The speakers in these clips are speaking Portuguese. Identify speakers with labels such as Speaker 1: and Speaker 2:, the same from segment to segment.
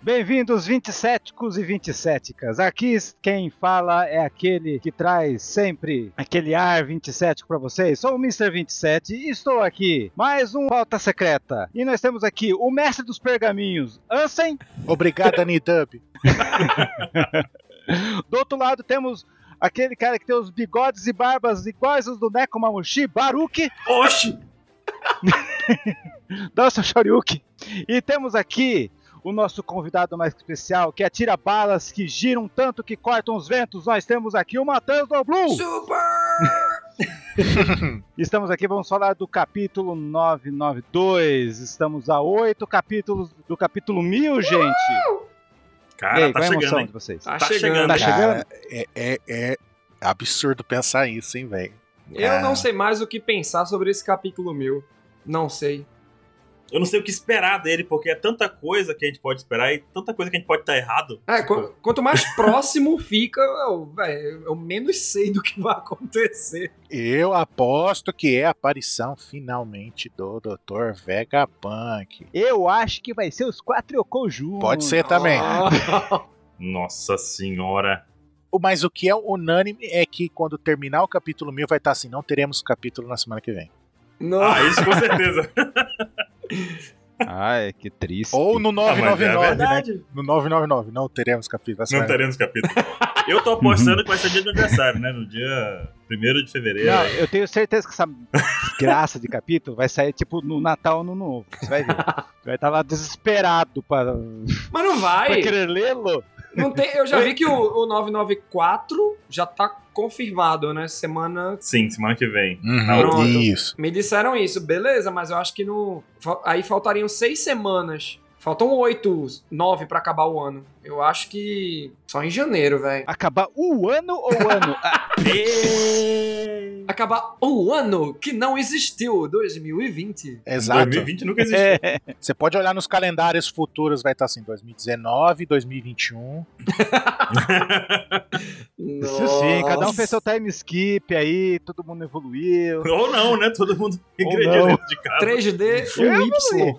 Speaker 1: Bem-vindos, 27cos e 27cas. Aqui quem fala é aquele que traz sempre aquele ar 27 para vocês. Sou o Mr. 27 e estou aqui. Mais um Pauta Secreta. E nós temos aqui o mestre dos pergaminhos, Ansem.
Speaker 2: Obrigado, Anitub.
Speaker 1: do outro lado temos aquele cara que tem os bigodes e barbas iguais os do Neko Mamushi, Baruki.
Speaker 3: Oxi!
Speaker 1: Dá o seu shoryuki. E temos aqui o nosso convidado mais especial, que atira balas que giram tanto que cortam os ventos. Nós temos aqui o Matheus do Blue.
Speaker 3: Super!
Speaker 1: Estamos aqui, vamos falar do capítulo 992. Estamos a oito capítulos do capítulo 1000, gente. Uh!
Speaker 3: Cara, aí, tá chegando,
Speaker 1: é emoção
Speaker 3: hein?
Speaker 1: de vocês?
Speaker 3: Tá, tá chegando.
Speaker 1: Tá chegando?
Speaker 2: Cara, é, é, é absurdo pensar isso, hein, velho?
Speaker 4: Eu
Speaker 2: É.
Speaker 4: não sei mais o que pensar sobre esse capítulo mil. Não sei.
Speaker 3: Eu não sei o que esperar dele, porque é tanta coisa que a gente pode esperar e tanta coisa que a gente pode estar errado.
Speaker 4: É,
Speaker 2: Tipo,
Speaker 4: qu quanto mais próximo fica, eu, véio, eu menos sei do que vai acontecer.
Speaker 2: Eu aposto que é a aparição finalmente do Dr. Vegapunk.
Speaker 1: Eu acho que vai ser os quatro Yokoju.
Speaker 2: Pode ser também.
Speaker 4: Ah,
Speaker 3: Oh. Nossa senhora.
Speaker 2: Mas o que é unânime é que quando terminar o capítulo 1000 vai estar assim, não teremos capítulo na semana que vem.
Speaker 3: Não. Ah, isso com certeza.
Speaker 1: Ai, que triste.
Speaker 2: Ou no 999, ah, é né? No 999, não teremos capítulo.
Speaker 3: Não teremos capítulo. Eu tô apostando que vai ser dia do aniversário, né? No dia 1 de fevereiro. Não,
Speaker 1: eu tenho certeza que essa desgraça de capítulo vai sair, tipo, no Natal no Novo. Você vai ver. Você vai estar lá desesperado pra...
Speaker 4: Mas não vai!
Speaker 1: pra querer lê-lo.
Speaker 4: Não tem, eu já vi que o, o 994 já tá confirmado, né? Semana.
Speaker 3: Sim, semana que vem.
Speaker 2: Uhum, isso.
Speaker 4: Me disseram isso, beleza, mas eu acho que no. Aí faltariam seis semanas. Faltam oito, nove para acabar o ano. Eu acho que só em janeiro, velho.
Speaker 1: Acabar o ano ou o ano?
Speaker 4: acabar um ano que não existiu, 2020.
Speaker 2: Exato.
Speaker 3: 2020 nunca existiu. É.
Speaker 2: Você pode olhar nos calendários futuros, vai estar assim, 2019, 2021.
Speaker 1: Isso sim, cada um fez seu time skip aí, todo mundo evoluiu.
Speaker 3: Ou não, né? Todo mundo regrediu dentro de casa.
Speaker 4: 3D, um Y.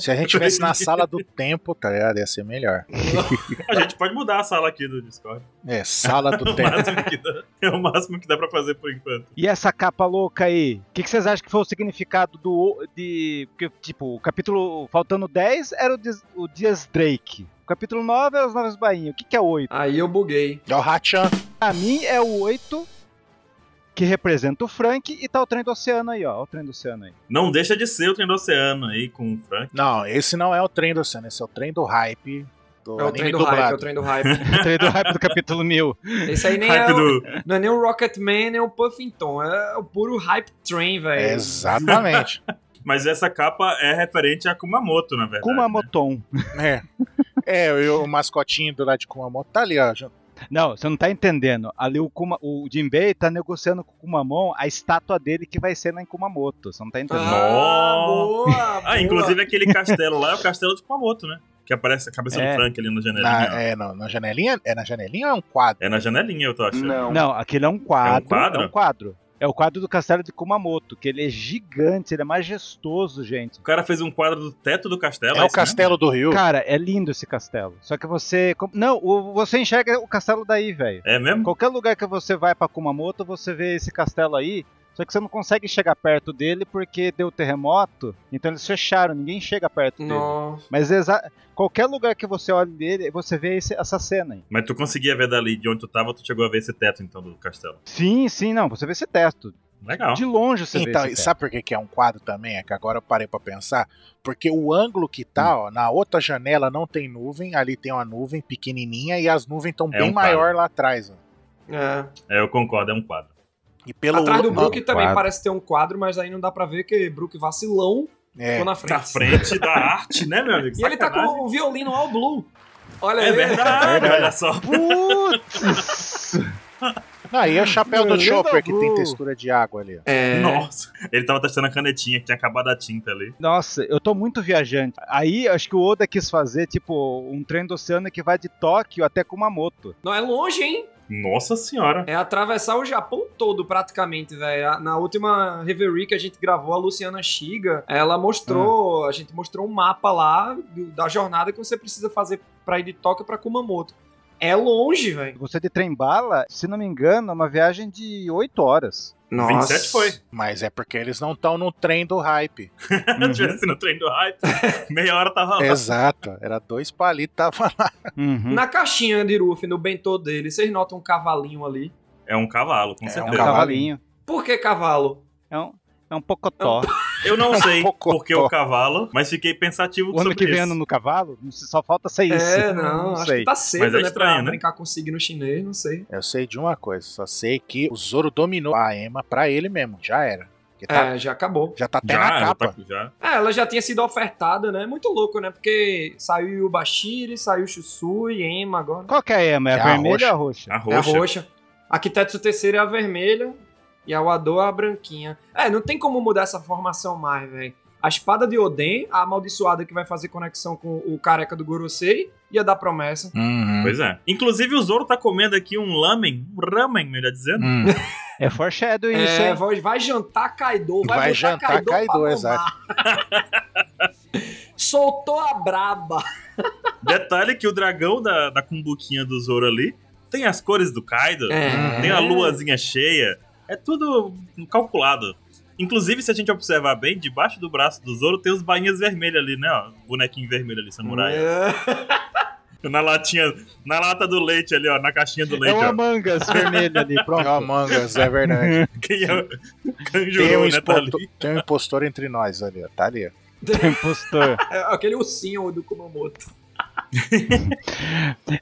Speaker 2: Se a gente tivesse na sala do tempo, tá ligado? Ia ser melhor.
Speaker 3: a gente pode mudar a sala aqui do Discord.
Speaker 2: É, sala do tempo.
Speaker 3: é o máximo que dá pra fazer por enquanto.
Speaker 1: E essa capa louca aí? O que, que, vocês acham que foi o significado do. De, que, tipo, o capítulo faltando 10 era o, Dias, o Dias Drake. O capítulo 9 era os Novas Bainhas. O que, que é 8?
Speaker 4: Aí eu buguei.
Speaker 2: É o Hachan.
Speaker 1: Pra mim é o 8. Que representa o Frank e tá o trem do oceano aí, ó. O trem do oceano aí.
Speaker 3: Não deixa de ser o trem do oceano aí com o Frank.
Speaker 2: Não, esse não é o trem do oceano, esse é o trem do hype
Speaker 4: é o trem do dublado. hype, é o trem do hype. o
Speaker 1: trem do hype do capítulo 1000.
Speaker 4: Esse aí nem hype é, o, do... não é nem o Rocketman, nem o Puffington. É o puro hype train, velho.
Speaker 2: Exatamente.
Speaker 3: Mas essa capa é referente a Kumamoto, na verdade.
Speaker 1: Kumamoton.
Speaker 2: Né? É. É, o mascotinho do lado de Kumamoto tá ali, ó.
Speaker 1: Não, você não tá entendendo. Ali o, Kuma, o Jinbei tá negociando com o Kumamon a estátua dele que vai ser lá em Kumamoto. Você não tá entendendo.
Speaker 3: Ah, boa, boa. ah inclusive aquele castelo lá é o castelo de Kumamoto, né? que aparece a cabeça é. do Frank ali na janelinha.
Speaker 4: Ah,
Speaker 2: Na, é, não, na janelinha? É na janelinha ou é um quadro?
Speaker 3: É na janelinha, eu tô achando.
Speaker 1: Não, não aquele é um quadro. É um quadro? É um quadro. É o quadro do castelo de Kumamoto, que ele é gigante, ele é majestoso, gente.
Speaker 3: O cara fez um quadro do teto do castelo.
Speaker 2: É, é o castelo mesmo? do Rio.
Speaker 1: Cara, é lindo esse castelo. Só que você. Não, você enxerga o castelo daí, velho.
Speaker 3: É mesmo?
Speaker 1: Qualquer lugar que você vai para Kumamoto, você vê esse castelo aí. Só que você não consegue chegar perto dele porque deu terremoto, então eles fecharam, ninguém chega perto Nossa. dele. Mas qualquer lugar que você olhe dele, você vê esse, essa cena aí.
Speaker 3: Mas tu conseguia ver dali de onde tu tava, tu chegou a ver esse teto então do castelo?
Speaker 1: Sim, sim, não, você vê esse teto.
Speaker 3: Legal.
Speaker 1: De longe você
Speaker 2: então,
Speaker 1: vê esse teto.
Speaker 2: sabe por que é um quadro também? É que agora eu parei para pensar. Porque o ângulo que tá, hum. ó, na outra janela não tem nuvem, ali tem uma nuvem pequenininha e as nuvens estão é bem um maior quadro. lá atrás.
Speaker 3: Ó. É. é, eu concordo, é um quadro.
Speaker 2: E pelo
Speaker 4: Atrás do Brook não, também quadro. parece ter um quadro, mas aí não dá pra ver que Brook vacilão é, ficou na frente.
Speaker 3: Na frente da arte, né, meu amigo?
Speaker 4: E ele tá com né? É o violino all blue.
Speaker 3: Olha é aí. Verdade, é verdade, olha só.
Speaker 1: Putz!
Speaker 2: Ah, e é o chapéu do Chopper que tem textura de água ali.
Speaker 4: É.
Speaker 3: Nossa, ele tava testando a canetinha que tinha acabado a tinta ali.
Speaker 1: Nossa, eu tô muito viajante. Aí acho que o Oda quis fazer, tipo, um trem do oceano que vai de Tóquio até Kumamoto.
Speaker 4: Não é longe, hein?
Speaker 3: Nossa senhora.
Speaker 4: É atravessar o Japão todo, praticamente, velho. Na última Reverie que a gente gravou, a Luciana Shiga, ela mostrou, a gente mostrou um mapa lá do- da jornada que você precisa fazer pra ir de Tóquio pra Kumamoto. É longe, velho.
Speaker 1: Você de trem-bala, se não me engano, é uma viagem de 8 horas.
Speaker 3: 27 foi.
Speaker 2: Mas é porque eles não estão no trem do hype.
Speaker 1: Uhum.
Speaker 3: Eu tivesse no trem do hype, meia hora tava
Speaker 2: É
Speaker 3: lá.
Speaker 2: Exato. Era dois palitos, tava lá.
Speaker 1: Uhum.
Speaker 4: Na caixinha de Ruffy, no bentô dele, vocês notam um cavalinho ali.
Speaker 3: É um cavalo, com
Speaker 2: É um
Speaker 1: É um
Speaker 3: certeza.
Speaker 1: cavalinho.
Speaker 4: Por que cavalo?
Speaker 1: É um, é um pocotó.
Speaker 3: Eu não sei
Speaker 2: Pocotó.
Speaker 3: porque o cavalo, mas fiquei pensativo
Speaker 1: O ano
Speaker 3: sobre
Speaker 1: que vem é
Speaker 3: isso.
Speaker 1: ano no cavalo? Não sei, Só falta ser isso.
Speaker 4: É, não, acho
Speaker 1: sei.
Speaker 4: que tá cedo,
Speaker 3: Mas é
Speaker 4: né, pra
Speaker 3: estranho, né?
Speaker 4: brincar com signo chinês, não sei.
Speaker 2: Eu sei de uma coisa, só sei que o Zoro dominou a Emma pra ele mesmo. Já era. Que tá-
Speaker 4: É, já acabou.
Speaker 2: Já tá até
Speaker 3: Já,
Speaker 2: na
Speaker 3: já
Speaker 2: capa.
Speaker 3: tá- já.
Speaker 4: É, ela já tinha sido ofertada, né? Muito louco, né? Porque saiu o Bashiri, saiu o Shusui, Ema agora.
Speaker 1: Qual que é a Ema? É
Speaker 2: É
Speaker 1: a
Speaker 2: a
Speaker 1: vermelha ou a roxa?
Speaker 3: A
Speaker 4: É
Speaker 3: roxa.
Speaker 4: a roxa. A Kitetsu terceira é a vermelha e a Wado é a branquinha. É, não tem como mudar essa formação mais, velho. A espada de Oden, a amaldiçoada que vai fazer conexão com o careca do Gorosei e a da promessa.
Speaker 2: Uhum.
Speaker 3: Pois é. Inclusive o Zoro tá comendo aqui um lamen, um ramen, melhor dizendo.
Speaker 2: Hum.
Speaker 1: É foreshadowing isso,
Speaker 4: É,
Speaker 1: hein?
Speaker 4: vai, vai jantar Kaido,
Speaker 2: Vai
Speaker 4: vai, botar
Speaker 2: jantar
Speaker 4: Kaido, pra
Speaker 2: Kaido,
Speaker 4: mamar.
Speaker 2: exato.
Speaker 4: Soltou a braba.
Speaker 3: Detalhe que o dragão da, da cumbuquinha do Zoro ali tem as cores do Kaido,
Speaker 4: É.
Speaker 3: tem a luazinha cheia, é tudo calculado. Inclusive, se a gente observar bem, debaixo do braço do Zoro tem os bainhas vermelhas ali, né? Ó, bonequinho vermelho ali, samurai.
Speaker 4: É.
Speaker 3: Na latinha, na lata do leite ali, ó, na caixinha do
Speaker 1: É
Speaker 3: leite,
Speaker 1: uma
Speaker 3: ó.
Speaker 1: mangas vermelha ali, pronto.
Speaker 2: É o Among Us, é verdade.
Speaker 3: Quem é o
Speaker 2: Tem um,
Speaker 3: Kanjuro, né? Tá
Speaker 2: expo-
Speaker 3: ali.
Speaker 2: tem um impostor entre nós ali, ó. Tá ali. ó.
Speaker 1: Impostor.
Speaker 4: É Aquele ursinho do Kumamoto.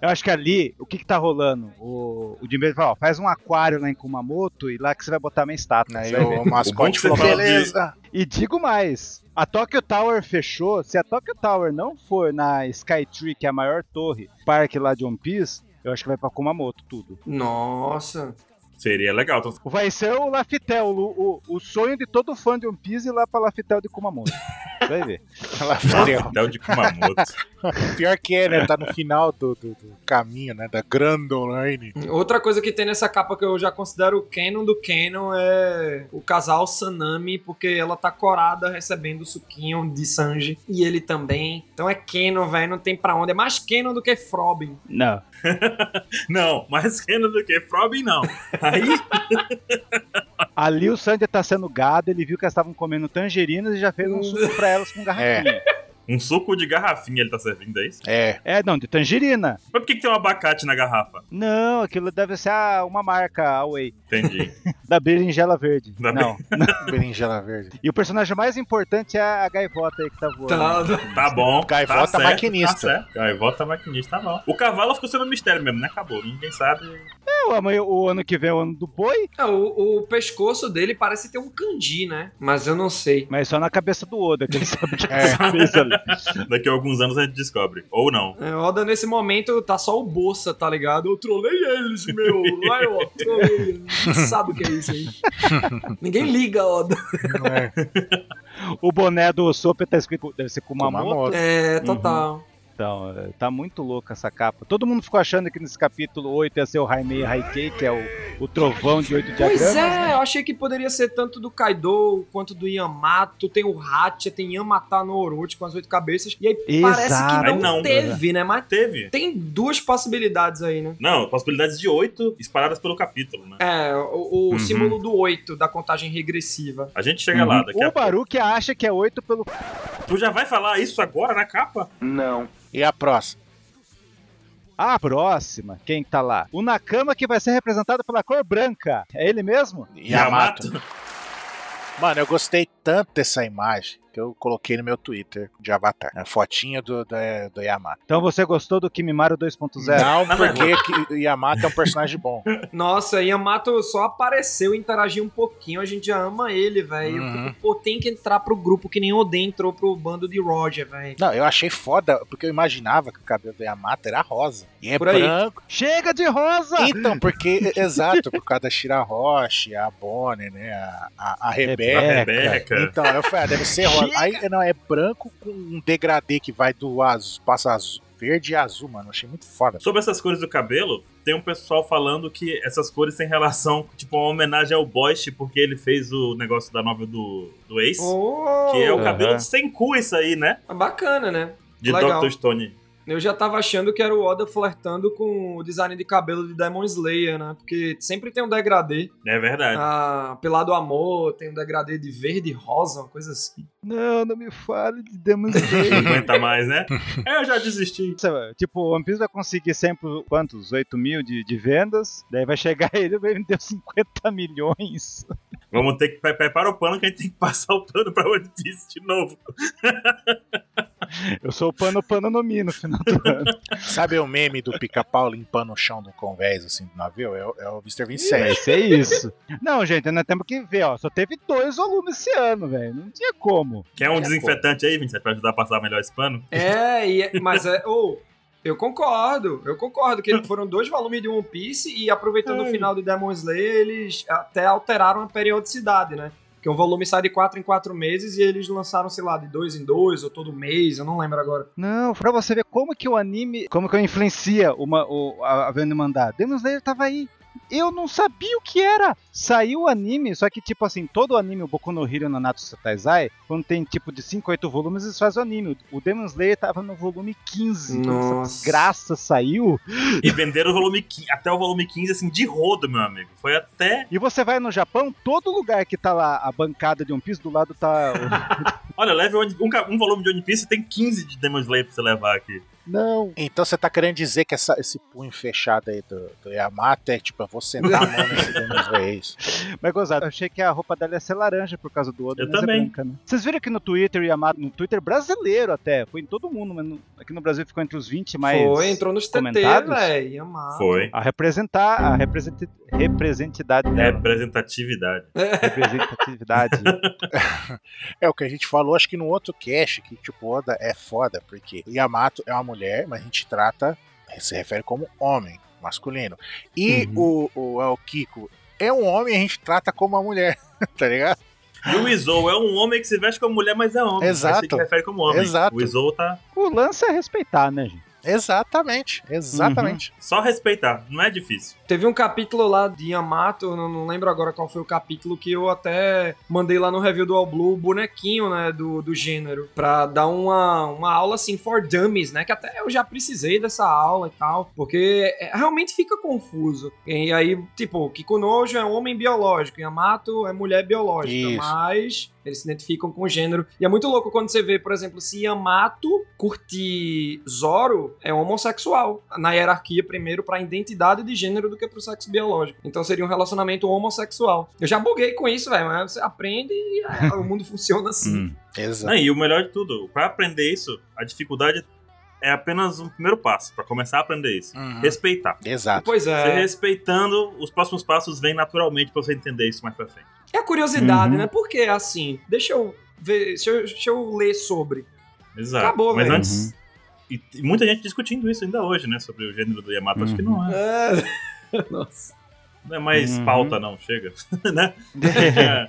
Speaker 1: Eu acho que ali, o que que tá rolando? O, o Jimbei fala, ó, faz um aquário lá em Kumamoto e lá que você vai botar minha estátua.
Speaker 2: Aí
Speaker 1: você vai ver.
Speaker 2: o
Speaker 3: O bom que
Speaker 2: mascote
Speaker 3: você
Speaker 2: falou:
Speaker 3: fala de-
Speaker 2: beleza.
Speaker 1: E digo mais, a Tokyo Tower fechou. Se a Tokyo Tower não for na Skytree, que é a maior torre, parque lá de One Piece, eu acho que vai pra Kumamoto tudo.
Speaker 4: Nossa.
Speaker 3: Seria legal. Então,
Speaker 1: Vai ser o Laftel, o, o, o sonho de todo fã de One Piece ir lá pra Laftel de Kumamoto. Vai ver.
Speaker 2: Ela fudeu.
Speaker 3: Del de Kumamoto.
Speaker 2: Pior que é, né? Tá no final do, do- do caminho, né? Da Grand Online.
Speaker 4: Outra coisa que tem nessa capa que eu já considero o canon do canon é o casal Sanami, porque ela tá corada recebendo o suquinho de Sanji e ele também. Então é canon, velho, não tem pra onde. É mais canon do que Frobin.
Speaker 1: Não.
Speaker 3: Não, mais renda do que Frobin, não. Aí,
Speaker 1: Ali o Sandy tá sendo gado, ele viu que elas estavam comendo tangerinas e já fez um suco pra elas com garrafinha.
Speaker 3: um suco de garrafinha ele tá servindo, é isso?
Speaker 2: É.
Speaker 1: É. não, de tangerina.
Speaker 3: Mas por que, que tem um abacate na garrafa?
Speaker 1: Não, aquilo deve ser ah, uma marca Away.
Speaker 3: Entendi.
Speaker 1: Da berinjela verde.
Speaker 3: Da
Speaker 1: não.
Speaker 2: Berinjela verde.
Speaker 1: E o personagem mais importante é a gaivota aí que tá voando.
Speaker 4: né?
Speaker 3: Tá bom.
Speaker 2: Gaivota
Speaker 3: tá certo,
Speaker 2: maquinista.
Speaker 3: Tá certo. Gaivota maquinista, tá bom. O cavalo ficou sendo um mistério mesmo, né? Acabou. Ninguém sabe.
Speaker 1: É, amanhã, o ano que vem é o ano do boi,
Speaker 4: É, o, o pescoço dele parece ter um kanji, né? Mas eu não sei.
Speaker 1: mas só na cabeça do Oda que ele sabe o que
Speaker 2: É.
Speaker 1: ele fez ali.
Speaker 3: Daqui a alguns anos a gente descobre. Ou não.
Speaker 4: É, Oda, nesse momento, tá só o Bolsa, tá ligado? Eu trolei eles, meu. Vai, ó, trolei eles. Não Sabe o que é isso aí? Ninguém liga, Oda.
Speaker 2: Não é.
Speaker 1: O boné do Sopa tá escrito, deve ser Kumamoto.
Speaker 2: Kumamoto.
Speaker 4: É, total.
Speaker 1: Então, é, tá muito louca essa capa. Todo mundo ficou achando que nesse capítulo 8 ia ser o Haimei Haikei, que é o, o trovão de 8 diagramas.
Speaker 4: Pois é, eu achei que poderia ser tanto do Kaido quanto do Yamato. Tem o Hatcha, tem Yamata no Orochi com as oito cabeças. E aí parece
Speaker 1: Exato.
Speaker 4: que não,
Speaker 3: Aí não,
Speaker 4: teve, né? Mas
Speaker 3: Teve.
Speaker 4: tem duas possibilidades aí, né?
Speaker 3: Não, possibilidades de oito espalhadas pelo capítulo, né?
Speaker 4: É, o, o
Speaker 3: Uhum.
Speaker 4: símbolo do oito da contagem regressiva.
Speaker 3: A gente chega
Speaker 1: Uhum.
Speaker 3: é lá daqui a
Speaker 1: O Baruque acha que é 8 pelo.
Speaker 3: pouco. Tu já vai falar isso agora na capa?
Speaker 2: E a próxima?
Speaker 1: A próxima, quem tá lá? O Nakama que vai ser representado pela cor branca. É ele mesmo?
Speaker 2: Yamato. Mano, eu gostei tanto dessa imagem. que eu coloquei no meu Twitter de Avatar. A fotinha do, da- do Yamato.
Speaker 1: Então você gostou do Kimimaro 2.0?
Speaker 2: Não, porque que o Yamato é um personagem bom.
Speaker 4: Nossa, Yamato só apareceu, interagiu um pouquinho, a gente já ama ele, velho.
Speaker 2: Uhum.
Speaker 4: Eu fico, Pô, tem que entrar pro grupo que nem Oden entrou pro bando de Roger, velho.
Speaker 2: Não, eu achei foda, porque eu imaginava que o cabelo do Yamato era rosa. E é
Speaker 4: Por aí.
Speaker 2: branco.
Speaker 1: Chega de rosa!
Speaker 2: Então, porque, exato, por causa da Shira Roche, a Bonnie, né? A, a, a
Speaker 1: É,
Speaker 3: A
Speaker 2: Rebeca.
Speaker 3: Rebeca.
Speaker 2: Então, eu falei, ah, deve ser rosa.
Speaker 1: Chega.
Speaker 2: Aí, não, é branco com um degradê que vai do azul, passa azul, verde e azul, mano. Achei muito foda.
Speaker 3: Sobre essas cores do cabelo, tem um pessoal falando que essas cores têm relação, tipo, uma homenagem ao Bosch, porque ele fez o negócio da novela do, do Ace.
Speaker 4: Oh,
Speaker 3: Que é o
Speaker 1: Aham.
Speaker 3: cabelo sem cu, isso aí, né?
Speaker 4: Bacana, né?
Speaker 3: De
Speaker 4: Legal.
Speaker 3: Dr. Stone.
Speaker 4: Eu já tava achando que era o Oda flertando com o design de cabelo de Demon Slayer, né? Porque sempre tem um degradê.
Speaker 3: É verdade.
Speaker 4: Ah, Pelado Amor tem um degradê de verde e rosa, uma coisa assim.
Speaker 1: Não, não me fale de Demon
Speaker 3: Não
Speaker 1: Slayer.
Speaker 3: aguenta mais, né? É, eu já desisti.
Speaker 1: Nossa, Tipo, o One Piece vai conseguir sempre quantos? 8 mil de, de vendas. Daí vai chegar ele e vai vender 50 milhões.
Speaker 3: Vamos ter que pre- prepara o pano que a gente tem que passar o pano pra One Piece de novo.
Speaker 1: Eu sou o pano pano no mi no final do ano.
Speaker 2: Sabe o meme do pica-pau limpando o chão do convés, assim, do navio? É, o- é o Mr.
Speaker 1: Vai
Speaker 2: 27.
Speaker 1: ser isso. Não, gente, nós temos que ver, ó. Só teve dois volumes esse ano, velho. Não tinha como.
Speaker 3: Quer um
Speaker 2: Que
Speaker 3: desinfetante aí, 27, pra ajudar a passar melhor esse pano?
Speaker 4: É, e é- mas é. Ou, eu concordo, eu concordo que foram dois volumes de One Piece e aproveitando o final de Demon Slayer, eles até alteraram a periodicidade, né? Porque um volume sai de quatro em quatro meses e eles lançaram, sei lá, de dois em dois ou todo mês, eu não lembro agora.
Speaker 1: Não, pra você ver como que o anime. Como que influencia uma, o, a, a venda mandar. Demon Slayer tava aí. Eu não sabia o que era. Saiu o anime, só que, tipo assim, todo anime, o Boku no Hero e o Nanatsu Taizai, quando tem, tipo, de 5, 8 volumes, eles fazem o anime. O Demon Slayer tava no volume 15. Quando
Speaker 4: Nossa.
Speaker 1: essa desgraça saiu.
Speaker 3: E venderam o volume, qui- até o volume 15, assim, de rodo, meu amigo. Foi até.
Speaker 1: E você vai no Japão, todo lugar que tá lá a bancada de One Piece, do lado tá. o-
Speaker 3: Olha, leve One- um, ca- um volume de One Piece e tem 15 de Demon Slayer pra você levar aqui.
Speaker 1: não.
Speaker 2: Então você tá querendo dizer que essa- esse punho fechado aí do, do Yamato é tipo, eu vou sentar a mão nesse Denis Reis.
Speaker 1: Mas gozado, eu achei que a roupa dela ia ser laranja por causa do outro.
Speaker 3: Eu
Speaker 1: mas é
Speaker 3: também.
Speaker 1: branca, né? Vocês viram que no Twitter, Yamato, no Twitter brasileiro até, foi em todo mundo, mas no- aqui no Brasil ficou entre os 20 mais.
Speaker 4: Foi, entrou nos TT,
Speaker 1: comentados?
Speaker 4: velho, amado.
Speaker 3: Foi.
Speaker 1: A representar a represent- representidade dela.
Speaker 3: Representatividade.
Speaker 1: Representatividade.
Speaker 2: É o que a gente falou, acho que no outro cast, que tipo, Oda é foda, porque Yamato é uma mulher, mas a gente trata, se refere como homem, masculino. E o, o Aokiko é um homem, a gente trata como uma mulher, tá ligado?
Speaker 3: E o Izou é um homem que se veste como mulher, mas é homem.
Speaker 2: Exato.
Speaker 3: Você se refere como homem.
Speaker 2: Exato.
Speaker 3: O Izou tá
Speaker 1: o lance é respeitar, né, gente?
Speaker 2: Exatamente, exatamente.
Speaker 3: só respeitar, não é difícil.
Speaker 4: Teve um capítulo lá de Yamato, eu não, não lembro agora qual foi o capítulo, que eu até mandei lá no review do All Blue o bonequinho, né, do, do gênero, pra dar uma, uma aula, assim, for dummies, né, que até eu já precisei dessa aula e tal, porque é- realmente fica confuso. E aí, tipo, Kikunojo é homem biológico, Yamato é mulher biológica,
Speaker 2: Isso.
Speaker 4: mas... Eles se identificam com o gênero. E é muito louco quando você vê, por exemplo, se Yamato curtir Zoro é homossexual na hierarquia primeiro pra identidade de gênero do que pro sexo biológico. Então seria um relacionamento homossexual. Eu já buguei com isso, velho, mas você aprende e ah, o mundo funciona
Speaker 1: Hum.
Speaker 4: assim.
Speaker 2: Exato.
Speaker 3: Não, e o melhor de tudo, pra aprender isso, a dificuldade é apenas um primeiro passo pra começar a aprender isso.
Speaker 2: Uhum.
Speaker 3: Respeitar.
Speaker 2: Exato.
Speaker 4: Pois
Speaker 3: Você
Speaker 4: é.
Speaker 3: respeitando, os próximos passos vêm naturalmente pra você entender isso mais pra frente.
Speaker 4: É a curiosidade,
Speaker 1: Uhum.
Speaker 4: né? Por que é assim? Deixa eu ver, deixa eu, deixa eu ler sobre.
Speaker 3: Exato.
Speaker 4: Acabou,
Speaker 3: Mas
Speaker 4: velho.
Speaker 3: antes. E t- muita gente discutindo isso ainda hoje, né? Sobre o gênero do Yamato. Acho que não é.
Speaker 4: É. Nossa.
Speaker 3: Não é mais
Speaker 1: Uhum.
Speaker 3: pauta, não. Chega. né? É.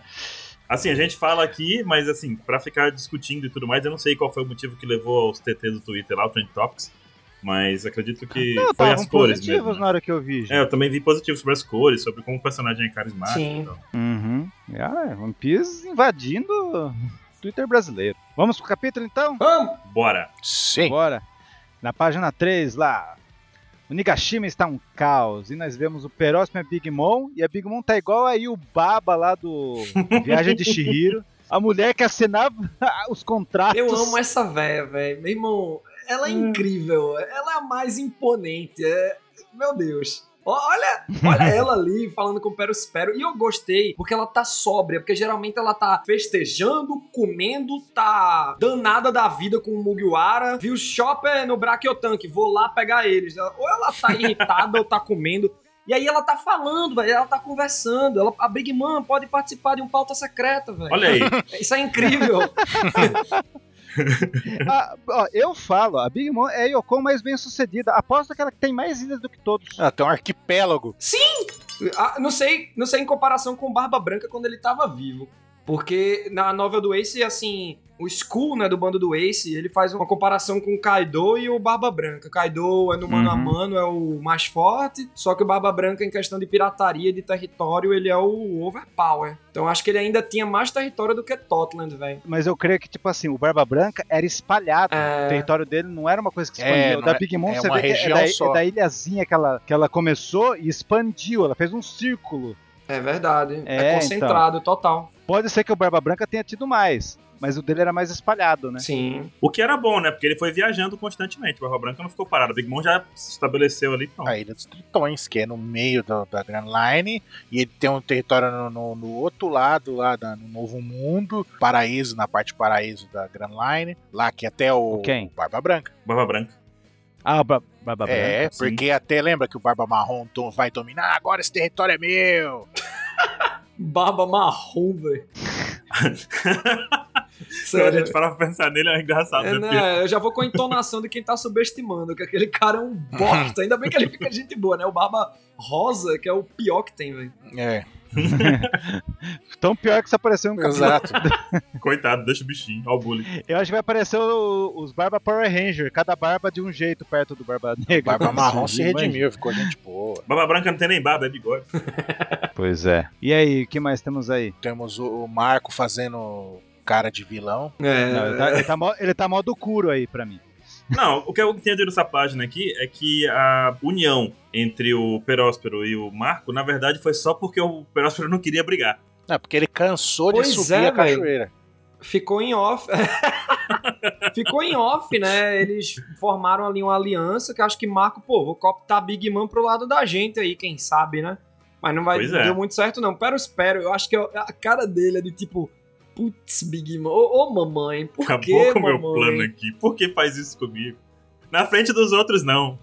Speaker 3: Assim, a gente fala aqui, mas assim, pra ficar discutindo e tudo mais, eu não sei qual foi o motivo que levou aos TTs do Twitter lá, o Trend Topics, mas acredito que
Speaker 1: Não, um
Speaker 3: foi
Speaker 1: estavam
Speaker 3: as cores
Speaker 1: positivos
Speaker 3: mesmo. né?
Speaker 1: na hora que eu vi, gente.
Speaker 3: É, eu também vi positivo sobre as cores, sobre como o personagem é carismático
Speaker 4: Sim.
Speaker 3: e tal.
Speaker 1: Uhum. Ah, One Piece invadindo o Twitter brasileiro. Vamos pro capítulo, então?
Speaker 4: Vamos!
Speaker 3: Bora!
Speaker 2: Sim.
Speaker 1: Bora. Na página 3 lá. O Nigashima está um caos. E nós vemos o Peróximo e a Big Mom. E a Big Mom tá igual aí o Baba lá do Viagem de Shihiro. A mulher que assinava os contratos.
Speaker 4: Eu amo essa véia, velho. Meu irmão, ela é incrível. Ela é a mais imponente. é- Meu Deus. Olha, olha ela ali falando com o Perospero. E eu gostei, porque ela tá sóbria, porque geralmente ela tá festejando, comendo, tá danada da vida com o Mugiwara. Viu Chopper no Brachiotank, vou lá pegar eles. Ou ela tá irritada ou tá comendo. E aí ela tá falando, velho, ela tá conversando. Ela, a Big Mom pode participar de um pauta secreta, velho.
Speaker 3: Olha aí.
Speaker 4: Isso é incrível.
Speaker 1: Ah, ó, eu falo, a Big Mom é a Yoko mais bem sucedida. Aposto que ela tem mais ilhas do que todos.
Speaker 2: Ah, tem um arquipélago.
Speaker 4: Sim! Ah, não sei, não sei em comparação com Barba Branca quando ele tava vivo. Porque na novela do Ace, assim, o Skull, né, do bando do Ace, ele faz uma comparação com o Kaido e o Barba Branca. Kaido é no mano a
Speaker 3: Uhum.
Speaker 4: mano, é o mais forte, só que o Barba Branca, em questão de pirataria e de território, ele é o overpower. Então acho que ele ainda tinha mais território do que Totland, velho.
Speaker 1: Mas eu creio que, tipo assim, o Barba Branca era espalhado.
Speaker 4: Ah.
Speaker 1: O território dele não era uma coisa que
Speaker 2: É,
Speaker 1: expandiu. O
Speaker 2: não
Speaker 1: da
Speaker 2: é-
Speaker 1: Big Mom,
Speaker 2: é
Speaker 1: você
Speaker 2: uma
Speaker 1: vê que é
Speaker 2: região
Speaker 1: da,
Speaker 2: só.
Speaker 1: é da ilhazinha que ela, que ela começou e expandiu. Ela fez um círculo.
Speaker 4: É verdade.
Speaker 1: É,
Speaker 4: É, concentrado, total.
Speaker 1: Pode ser que o Barba Branca tenha tido mais, mas o dele era mais espalhado, né?
Speaker 4: Sim.
Speaker 3: O que era bom, né? Porque ele foi viajando constantemente. O Barba Branca não ficou parado. O Big Mom já se estabeleceu ali. Então.
Speaker 2: A Ilha dos Tritões, que é no meio da, da Grand Line, e ele tem um território no, no- no outro lado, lá da- no Novo Mundo, paraíso, na parte paraíso da Grand Line, lá que até o,
Speaker 1: Quem?
Speaker 2: o Barba Branca.
Speaker 3: Barba Branca.
Speaker 1: Ah, o Ba- Barba Branca.
Speaker 2: é,
Speaker 3: sim.
Speaker 2: porque até lembra que o Barba Marrom to- vai dominar, agora esse território é meu.
Speaker 4: Barba marrom, velho.
Speaker 3: Quando a
Speaker 4: Sério.
Speaker 3: gente para pra pensar nele, é engraçado,
Speaker 4: É,
Speaker 3: né? Porque-
Speaker 4: né? Eu já vou com a entonação de quem tá subestimando, que aquele cara é um bosta. Ainda bem que ele fica gente boa, né? O Barba Rosa, que é o pior que tem, velho.
Speaker 2: É,
Speaker 1: Tão pior que se apareceu um
Speaker 2: exato.
Speaker 3: Coitado, deixa o bichinho. Ó o bullying.
Speaker 1: Eu acho que vai aparecer o- os Barba Power Ranger, cada barba de um jeito perto do Barba Negra.
Speaker 2: Barba Marrom se
Speaker 1: Imagina.
Speaker 2: redimiu, ficou gente boa.
Speaker 3: Barba Branca não tem nem barba, é bigode.
Speaker 1: Pois é. E aí, o que mais temos aí?
Speaker 2: Temos o, o Marco fazendo cara de vilão.
Speaker 1: Não, ele,
Speaker 4: É.
Speaker 1: tá, ele, tá mó, ele tá mó do curo aí pra mim.
Speaker 3: Não, o que eu entendo dessa página aqui é que a união entre o Peróspero e o Marco, na verdade, foi só porque o Peróspero não queria brigar.
Speaker 2: Não, porque ele cansou de
Speaker 4: Pois
Speaker 2: subir
Speaker 4: é,
Speaker 2: a
Speaker 4: velho.
Speaker 2: cachoeira.
Speaker 4: Ficou em off. Ficou em off, né? Eles formaram ali uma aliança que eu acho que Marco, pô, vou cooptar a Big Man pro lado da gente aí, quem sabe, né? Mas não vai
Speaker 3: Pois é.
Speaker 4: deu muito certo, não. Pero espero, eu acho que eu- a cara dele é de tipo, putz, Big Man, ô, ô, mamãe, por
Speaker 3: Acabou
Speaker 4: que,
Speaker 3: com o
Speaker 4: mamãe?
Speaker 3: meu plano aqui. Por que faz isso comigo? Na frente dos outros, não.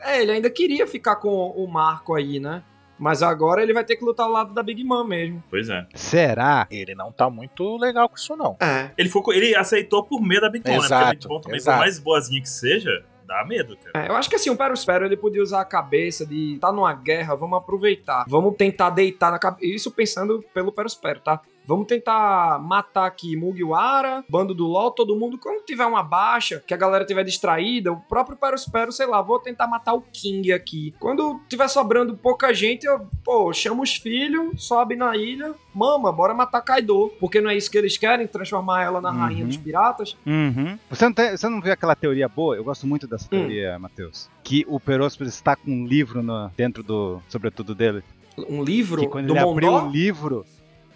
Speaker 4: É, ele ainda queria ficar com o Marco aí, né? Mas agora ele vai ter que lutar ao lado da Big Man mesmo.
Speaker 3: Pois é.
Speaker 1: Será?
Speaker 2: Ele não tá muito legal com isso, não.
Speaker 4: É.
Speaker 3: Ele, ficou, ele aceitou por medo da Big Mom, né? Porque a Big
Speaker 2: Exato,
Speaker 3: Mom também, por
Speaker 2: exato.
Speaker 3: mais boazinha que seja, dá medo, cara.
Speaker 4: eu acho que assim, o Pero Espero ele podia usar a cabeça de tá numa guerra, vamos aproveitar. Vamos tentar deitar na cabeça. Isso pensando pelo Pero Espero, tá? Vamos tentar matar aqui Mugiwara, bando do LOL, todo mundo. Quando tiver uma baixa, que a galera tiver distraída, o próprio Perospero, sei lá, vou tentar matar o King aqui. Quando tiver sobrando pouca gente, eu, pô, chamo os filhos, sobe na ilha, mama, bora matar Kaido. Porque não é isso que eles querem, transformar ela na rainha
Speaker 1: Uhum.
Speaker 4: dos piratas.
Speaker 1: Uhum. Você, não tem- você não viu aquela teoria boa? Eu gosto muito dessa
Speaker 4: Hum.
Speaker 1: teoria, Matheus. Que o Peróspero está com um livro no- dentro do sobretudo dele.
Speaker 4: Um livro
Speaker 1: Que quando
Speaker 4: do
Speaker 1: ele abriu
Speaker 4: Mondó?
Speaker 1: o livro.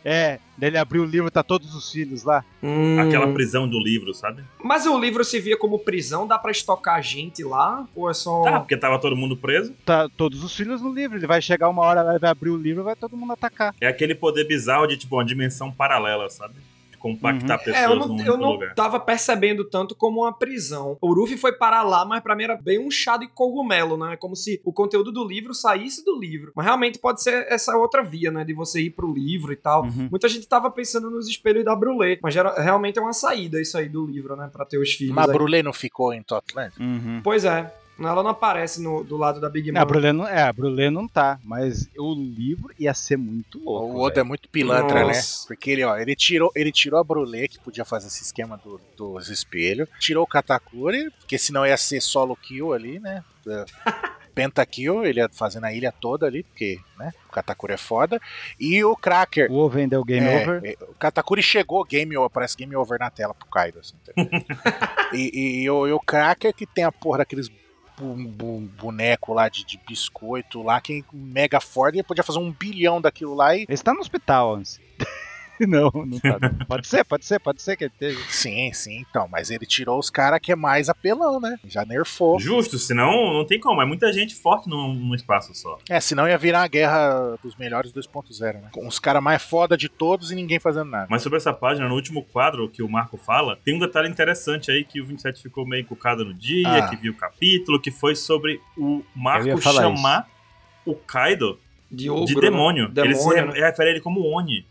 Speaker 1: É, dele abriu o livro, tá todos os filhos lá.
Speaker 4: Hum.
Speaker 3: Aquela prisão do livro, sabe?
Speaker 4: Mas o livro se via como prisão, dá pra estocar gente lá? Ou é só.
Speaker 3: Tá, porque tava todo mundo preso.
Speaker 1: Tá todos os filhos no livro. Ele vai chegar uma hora lá, ele vai abrir o livro e vai todo mundo atacar.
Speaker 3: É aquele poder bizarro de, tipo, uma dimensão paralela, sabe? De compactar pessoas
Speaker 4: É, eu
Speaker 3: num
Speaker 4: não,
Speaker 3: único
Speaker 4: eu não
Speaker 3: lugar.
Speaker 4: tava percebendo tanto como uma prisão. O Ruffy foi parar lá, mas pra mim era bem um chá de cogumelo, né? Como se o conteúdo do livro saísse do livro. Mas realmente pode ser essa outra via, né? De você ir pro livro e tal.
Speaker 1: Uhum.
Speaker 4: Muita gente tava pensando nos espelhos da Brulé, mas era- realmente é uma saída isso aí do livro, né? Pra ter os filhos.
Speaker 2: Mas
Speaker 4: aí.
Speaker 2: Brulé não ficou em Totland?
Speaker 1: Uhum.
Speaker 4: Pois é. Ela não aparece no- do lado da Big
Speaker 1: É, a
Speaker 4: Mom.
Speaker 1: Brulé não, é, a Brulé não tá, mas o livro ia ser muito louco.
Speaker 2: o outro é muito pilantra,
Speaker 4: Nossa.
Speaker 2: né? Porque ele, ó, ele tirou, ele tirou a Brulé, que podia fazer esse esquema do- dos espelhos, tirou o Katakuri, porque senão ia ser solo kill ali, né? É, Pentakill, ele ia fazendo a ilha toda ali, porque, né? O Katakuri é foda. E o Cracker.
Speaker 1: O Oven deu game
Speaker 2: É,
Speaker 1: over.
Speaker 2: é, o Katakuri chegou, game over, parece game over na tela pro Kaido. assim, tá? e, e- e o, e o Cracker que tem a porra daqueles bu- bu- boneco lá de, de biscoito lá, que é mega forte, ele podia fazer um bilhão daquilo lá e
Speaker 1: tá Ele está no hospital antes. não, não tá. não. Pode ser, pode ser, pode ser que ele esteja.
Speaker 2: Sim, sim, então. Mas ele tirou os caras que é mais apelão, né? Já nerfou.
Speaker 3: Justo, senão não tem como. É muita gente forte num, num espaço só.
Speaker 2: É, senão ia virar a guerra dos melhores 2.0, né? Com os caras mais foda de todos e ninguém fazendo nada.
Speaker 3: Mas sobre essa página, no último quadro que o Marco fala, tem um detalhe interessante aí que o 27 ficou meio cucado no dia,
Speaker 2: Ah.
Speaker 3: que viu o capítulo, que foi sobre o
Speaker 1: Eu
Speaker 3: Marco
Speaker 1: ia falar
Speaker 3: chamar o Kaido
Speaker 4: De, ogro,
Speaker 3: de demônio.
Speaker 4: Né?
Speaker 3: ele se re-
Speaker 4: Demônio, né?
Speaker 3: refere a ele como Oni.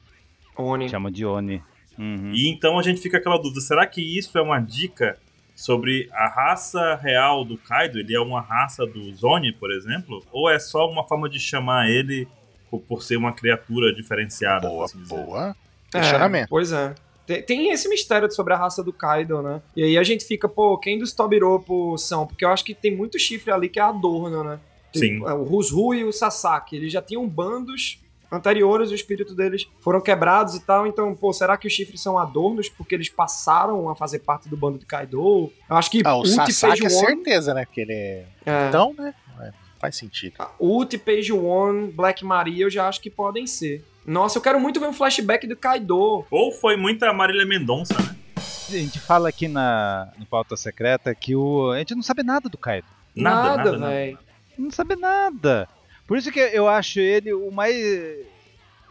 Speaker 4: Oni.
Speaker 1: Chama de Oni. Uhum.
Speaker 3: E então a gente fica aquela dúvida: será que isso é uma dica sobre a raça real do Kaido? Ele é uma raça do Zone, por exemplo? Ou é só uma forma de chamar ele por- por ser uma criatura diferenciada? por
Speaker 2: Boa,
Speaker 3: assim dizer?
Speaker 2: boa.
Speaker 4: É,
Speaker 2: Questionamento.
Speaker 4: pois é. Tem, tem esse mistério sobre a raça do Kaido, né? E aí a gente fica, pô, quem dos Tobiropo são? Porque eu acho que tem muito chifre ali que é Adorno, né? Tem,
Speaker 3: Sim.
Speaker 4: é, O Rusru e o Sasaki, eles já tinham bandos anteriores, o espírito deles foram quebrados e tal. Então, pô, será que os chifres são Adornos porque eles passaram a fazer parte do bando de Kaido? Eu acho que
Speaker 2: Ah, o
Speaker 4: Uti
Speaker 2: Sasaki é
Speaker 4: Page One-
Speaker 2: certeza, né? Porque ele é.
Speaker 4: É.
Speaker 2: Então, né? É, Faz sentido.
Speaker 4: Ult, Page One, Black Maria, eu já acho que podem ser. Nossa, eu quero muito ver um flashback do Kaido.
Speaker 3: Ou foi muita Marília Mendonça, né?
Speaker 1: A gente fala aqui na no pauta secreta que o a gente não sabe nada do Kaido.
Speaker 3: Nada, nada, nada.
Speaker 4: velho.
Speaker 1: Não sabe nada. Por isso que eu acho ele o mais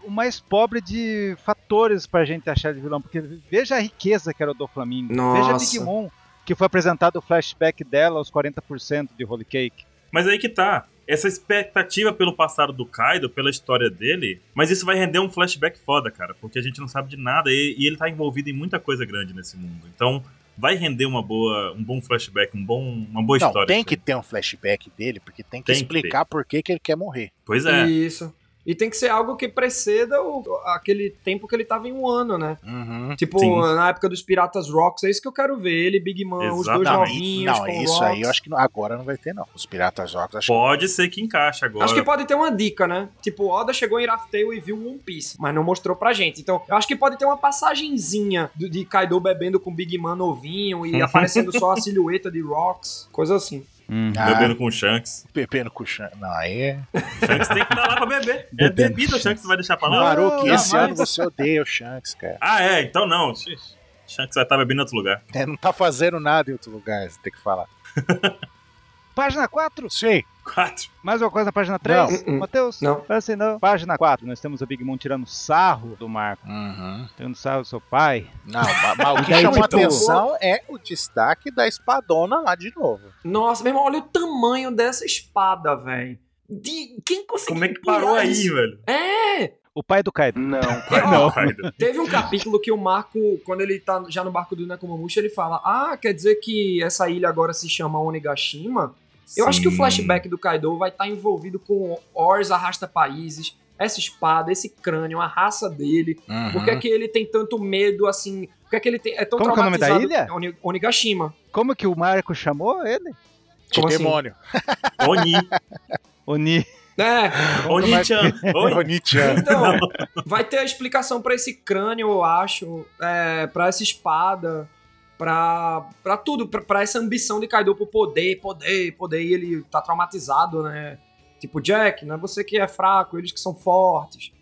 Speaker 1: o mais pobre de fatores pra gente achar de vilão, porque veja a riqueza que era o do Flamengo. Veja a Big
Speaker 4: Nossa.
Speaker 1: Mom, que foi apresentado o flashback dela aos 40% de Holy Cake.
Speaker 3: Mas aí que tá. Essa expectativa pelo passado do Kaido, pela história dele, mas isso vai render um flashback foda, cara, porque a gente não sabe de nada e, e ele tá envolvido em muita coisa grande nesse mundo. Então, vai render uma boa, um bom flashback, um bom, uma boa
Speaker 2: Não,
Speaker 3: história. assim.
Speaker 2: tem
Speaker 3: isso
Speaker 2: que
Speaker 3: aí.
Speaker 2: ter um flashback dele, porque tem que
Speaker 3: Tem que
Speaker 2: explicar por que, que ele quer morrer.
Speaker 3: Pois é.
Speaker 4: Isso. E tem que ser algo que preceda o, aquele tempo que ele tava em um ano, né?
Speaker 2: Uhum.
Speaker 4: Tipo,
Speaker 3: Sim.
Speaker 4: na época dos Piratas Rocks, é isso que eu quero ver. Ele, Big Man, os dois
Speaker 3: Exatamente.
Speaker 2: Não, e-
Speaker 4: novinhos
Speaker 2: não
Speaker 4: com
Speaker 2: isso
Speaker 4: Rocks.
Speaker 2: aí eu acho que não- agora não vai ter, não. Os Piratas Jogos, acho
Speaker 3: Pode ser que encaixe agora.
Speaker 4: Acho que pode ter uma dica, né? Tipo, o Oda chegou em Raftail e viu One Piece, mas não mostrou pra gente. Então, eu acho que pode ter uma passagenzinha do- de Kaido bebendo com Big Man novinho e aparecendo só a silhueta de Rocks, coisa assim.
Speaker 2: Ah.
Speaker 3: Bebendo com o Shanks.
Speaker 2: que Pepe no Cuxã. Não, aí é.
Speaker 3: O Shanks tem que dar lá pra beber. É
Speaker 2: Bebendo
Speaker 3: bebida,
Speaker 2: com
Speaker 3: o Shanks vai deixar pra lá.
Speaker 2: Maruki,
Speaker 1: não,
Speaker 2: esse
Speaker 1: mas-
Speaker 2: ano você odeia o Shanks, cara.
Speaker 3: Ah, é, então não. Xis, Shanks vai estar bebendo em outro lugar.
Speaker 2: É, não tá fazendo nada em outro lugar, você tem que falar.
Speaker 1: Página 4,
Speaker 2: Sim,
Speaker 3: Quatro.
Speaker 1: mais uma coisa na página 3,
Speaker 4: Não. Hum,
Speaker 1: Matheus.
Speaker 4: Não.
Speaker 1: Assim, não. Página 4, nós temos o Big Mom tirando sarro do Marco,
Speaker 2: Uhum.
Speaker 1: tirando sarro do seu pai.
Speaker 2: Não, ma- mas o que
Speaker 1: Daí,
Speaker 2: chamou
Speaker 1: tipo-
Speaker 2: atenção é o destaque da espadona lá de novo.
Speaker 4: Nossa, meu irmão, olha o tamanho dessa espada, velho. De quem conseguiu
Speaker 3: Como é que
Speaker 4: empunhar
Speaker 3: parou aí,
Speaker 4: isso?
Speaker 3: velho?
Speaker 4: É!
Speaker 1: O pai do Kaido.
Speaker 5: Não.
Speaker 4: Não.
Speaker 3: Kaido.
Speaker 4: Teve um capítulo que o Marco, quando ele tá já no barco do Nekomamushi, ele fala: Ah, quer dizer que essa ilha agora se chama Onigashima? Eu acho que o
Speaker 3: Sim.
Speaker 4: flashback do Kaido vai estar envolvido com Ors arrasta países, essa espada, esse crânio, a raça dele.
Speaker 1: Uhum.
Speaker 4: Por que é que ele tem tanto medo assim? Por que é que ele tem, é tão
Speaker 1: Como que é o nome da
Speaker 4: traumatizado?
Speaker 1: ilha?
Speaker 4: Oni- Onigashima.
Speaker 1: Como que o Marco chamou ele?
Speaker 2: De
Speaker 3: tipo
Speaker 4: Como assim?
Speaker 2: demônio.
Speaker 3: Oni.
Speaker 1: Oni.
Speaker 4: É,
Speaker 3: Oni-chan. Oi. É.
Speaker 2: Oni-chan.
Speaker 4: então, vai ter a explicação pra esse crânio, eu acho, é, para essa espada, pra, pra tudo, pra, pra essa ambição de Kaido pro poder, poder, poder, e ele tá traumatizado, né? Tipo, Jack, não é você que é fraco, eles que são fortes.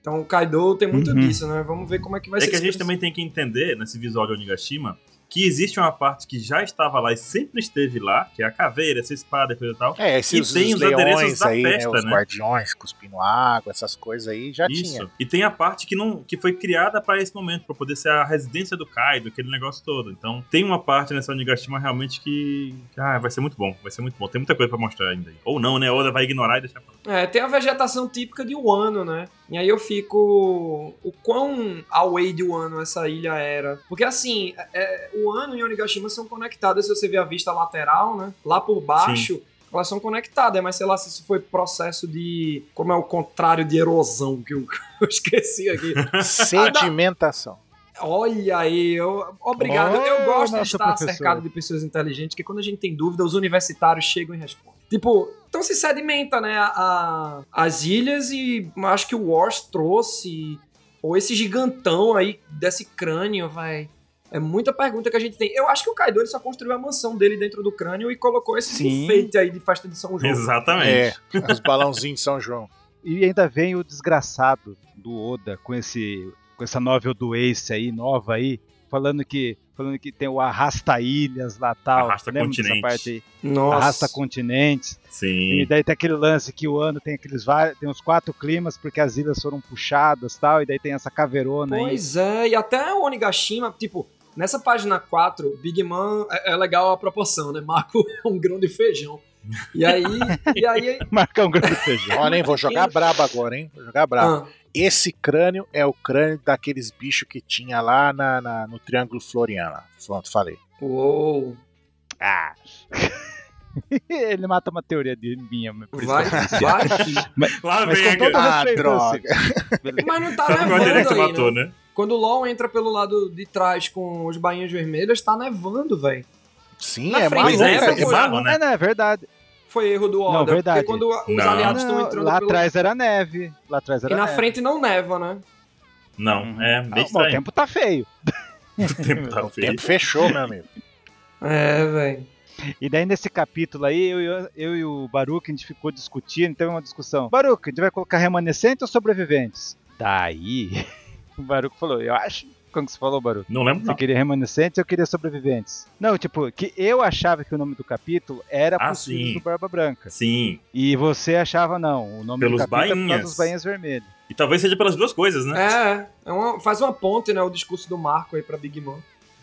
Speaker 4: Então, o Kaido tem muito
Speaker 1: Uhum.
Speaker 4: disso, né? Vamos ver como é que vai
Speaker 3: É
Speaker 4: ser.
Speaker 3: que a
Speaker 4: esse
Speaker 3: gente
Speaker 4: processo.
Speaker 3: também tem que entender, nesse visual de Onigashima, que existe uma parte que já estava lá e sempre esteve lá, que é a caveira, essa espada e coisa e tal.
Speaker 2: É, esses
Speaker 3: E tem os adereços
Speaker 2: leões
Speaker 3: da
Speaker 2: aí,
Speaker 3: festa,
Speaker 2: né, os
Speaker 3: né?
Speaker 2: guardiões cuspindo água, essas coisas aí, já
Speaker 3: Isso.
Speaker 2: tinha.
Speaker 3: E tem a parte que não que foi criada para esse momento, para poder ser a residência do Kaido, aquele negócio todo. Então, tem uma parte nessa Onigashima realmente que, que, ah, vai ser muito bom, vai ser muito bom. Tem muita coisa para mostrar ainda. aí. Ou não, né? Oda vai ignorar e deixar pra lá.
Speaker 4: É, tem a vegetação típica de Wano, né? E aí eu fico. O quão away de Wano essa ilha era. Porque assim, é, é, Wano e Onigashima são conectadas, se você ver a vista lateral, né? Lá por baixo, elas são conectadas, mas sei lá se isso foi processo de. Como é o contrário de erosão que eu, eu esqueci aqui.
Speaker 3: Ah,
Speaker 2: Sedimentação.
Speaker 4: Olha aí, eu, obrigado.
Speaker 1: Ô,
Speaker 4: eu gosto de
Speaker 1: nossa
Speaker 4: estar
Speaker 1: professora.
Speaker 4: cercado de pessoas inteligentes, que quando a gente tem dúvida, os universitários chegam e respondem. Tipo, então se sedimenta, né? a- a- as ilhas e acho que o Wars trouxe. Ou esse gigantão aí desse crânio, vai. É muita pergunta que a gente tem. Eu acho que o Kaido ele só construiu a mansão dele dentro do crânio e colocou esse
Speaker 1: Sim.
Speaker 4: enfeite aí de festa de São João.
Speaker 3: Exatamente.
Speaker 2: É, os balãozinhos de São João.
Speaker 1: E ainda vem o desgraçado do Oda com esse com essa novel do Ace aí, nova aí, falando que falando que tem o arrasta ilhas lá tal.
Speaker 3: Arrasta
Speaker 1: Lembra
Speaker 3: continente.
Speaker 1: dessa parte aí?
Speaker 4: Nossa.
Speaker 1: Arrasta continentes.
Speaker 3: Sim.
Speaker 1: E daí tem aquele lance que o ano tem aqueles vários, tem uns quatro climas porque as ilhas foram puxadas, tal, e daí tem essa caveirona aí.
Speaker 4: Pois é, e até o Onigashima, tipo, nessa página 4, Big Man é, é legal a proporção, né? Marco um grão de feijão. E aí, e aí.
Speaker 1: Marcar um grande feijão.
Speaker 2: Olha, hein, vou jogar brabo agora, hein? Vou jogar brabo.
Speaker 4: Ah,
Speaker 2: Esse crânio é o crânio daqueles bichos que tinha lá na, na- no Triângulo Floriano. lá. Pronto, falei.
Speaker 4: uou,
Speaker 1: Ah. Ele mata uma teoria de minha, mas por isso
Speaker 4: vai,
Speaker 1: que eu disse.
Speaker 4: vai aqui.
Speaker 1: Mas
Speaker 3: Lá vem
Speaker 1: com
Speaker 3: aquele.
Speaker 1: todo
Speaker 2: Ah,
Speaker 1: respeito,
Speaker 2: droga.
Speaker 1: assim. Beleza.
Speaker 4: Mas não tá
Speaker 3: Sabe qual é
Speaker 4: nevando
Speaker 3: direito
Speaker 4: aí,
Speaker 3: matou,
Speaker 4: né?
Speaker 3: né?
Speaker 4: Quando o LoL entra pelo lado de trás com os bainhas vermelhas, tá nevando, velho.
Speaker 2: Sim,
Speaker 4: Na
Speaker 2: é
Speaker 4: frente
Speaker 2: maluco.
Speaker 4: dela
Speaker 2: é
Speaker 4: foi-
Speaker 2: maluco.
Speaker 3: Barro, né?
Speaker 1: É, não, é verdade.
Speaker 4: Foi erro do Oda.
Speaker 1: Não, verdade.
Speaker 4: Porque quando os
Speaker 3: Não.
Speaker 4: aliados estão
Speaker 1: Não,
Speaker 4: entrando
Speaker 1: lá
Speaker 4: pelo...
Speaker 1: atrás era neve. Lá atrás
Speaker 4: E
Speaker 1: era
Speaker 4: na
Speaker 1: neve.
Speaker 4: frente não neva, né?
Speaker 3: Não,
Speaker 1: Uhum.
Speaker 3: é
Speaker 1: Ah,
Speaker 3: bem
Speaker 1: bom, o
Speaker 3: estranho.
Speaker 1: tempo tá feio.
Speaker 3: O tempo tá
Speaker 2: O
Speaker 3: feio.
Speaker 2: tempo fechou, meu amigo.
Speaker 4: É, velho.
Speaker 1: E daí nesse capítulo aí, eu, e o- eu e o Baruch, a gente ficou discutindo, teve uma discussão. Baruch, a gente vai colocar remanescente ou sobreviventes? Daí, o Baruch falou, eu acho. Como que você falou, Baruch?
Speaker 3: Não lembro,
Speaker 1: Você
Speaker 3: não.
Speaker 1: queria remanescentes, eu queria sobreviventes. Não, tipo, que eu achava que o nome do capítulo era
Speaker 3: Ah,
Speaker 1: pros filhos
Speaker 3: sim.
Speaker 1: do Barba Branca.
Speaker 3: Sim.
Speaker 1: E você achava não, o nome
Speaker 3: Pelos
Speaker 1: do capítulo é por causa
Speaker 3: bainhas.
Speaker 1: dos bainhas vermelhos.
Speaker 3: E talvez seja pelas duas coisas, né?
Speaker 4: É, é uma- faz uma ponte, né? O discurso do Marco aí pra Big Man.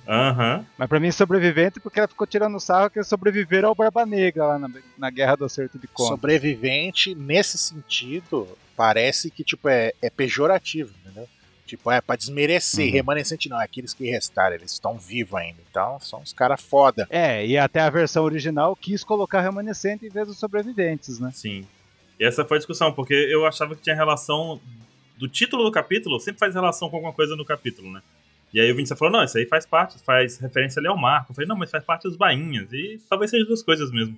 Speaker 3: Aham.
Speaker 1: Mas pra mim sobrevivente porque ela ficou tirando sarro que eles sobreviveram ao Barba Negra lá na, na Guerra do Acerto de Contas.
Speaker 2: Sobrevivente, nesse sentido, parece que tipo é, é pejorativo, entendeu? Tipo, é pra desmerecer.
Speaker 3: Uhum.
Speaker 2: Remanescente não, é aqueles que restaram, eles estão vivos ainda. Então, são uns caras foda.
Speaker 1: É, e até a versão original quis colocar remanescente em vez dos sobreviventes, né?
Speaker 3: Sim. E essa foi a discussão, porque eu achava que tinha relação do título do capítulo, sempre faz relação com alguma coisa no capítulo, né? E aí o Vinícius falou, não, isso aí faz parte, faz referência ali ao Marco. Eu falei, não, mas faz parte dos bainhas. E talvez seja duas coisas mesmo.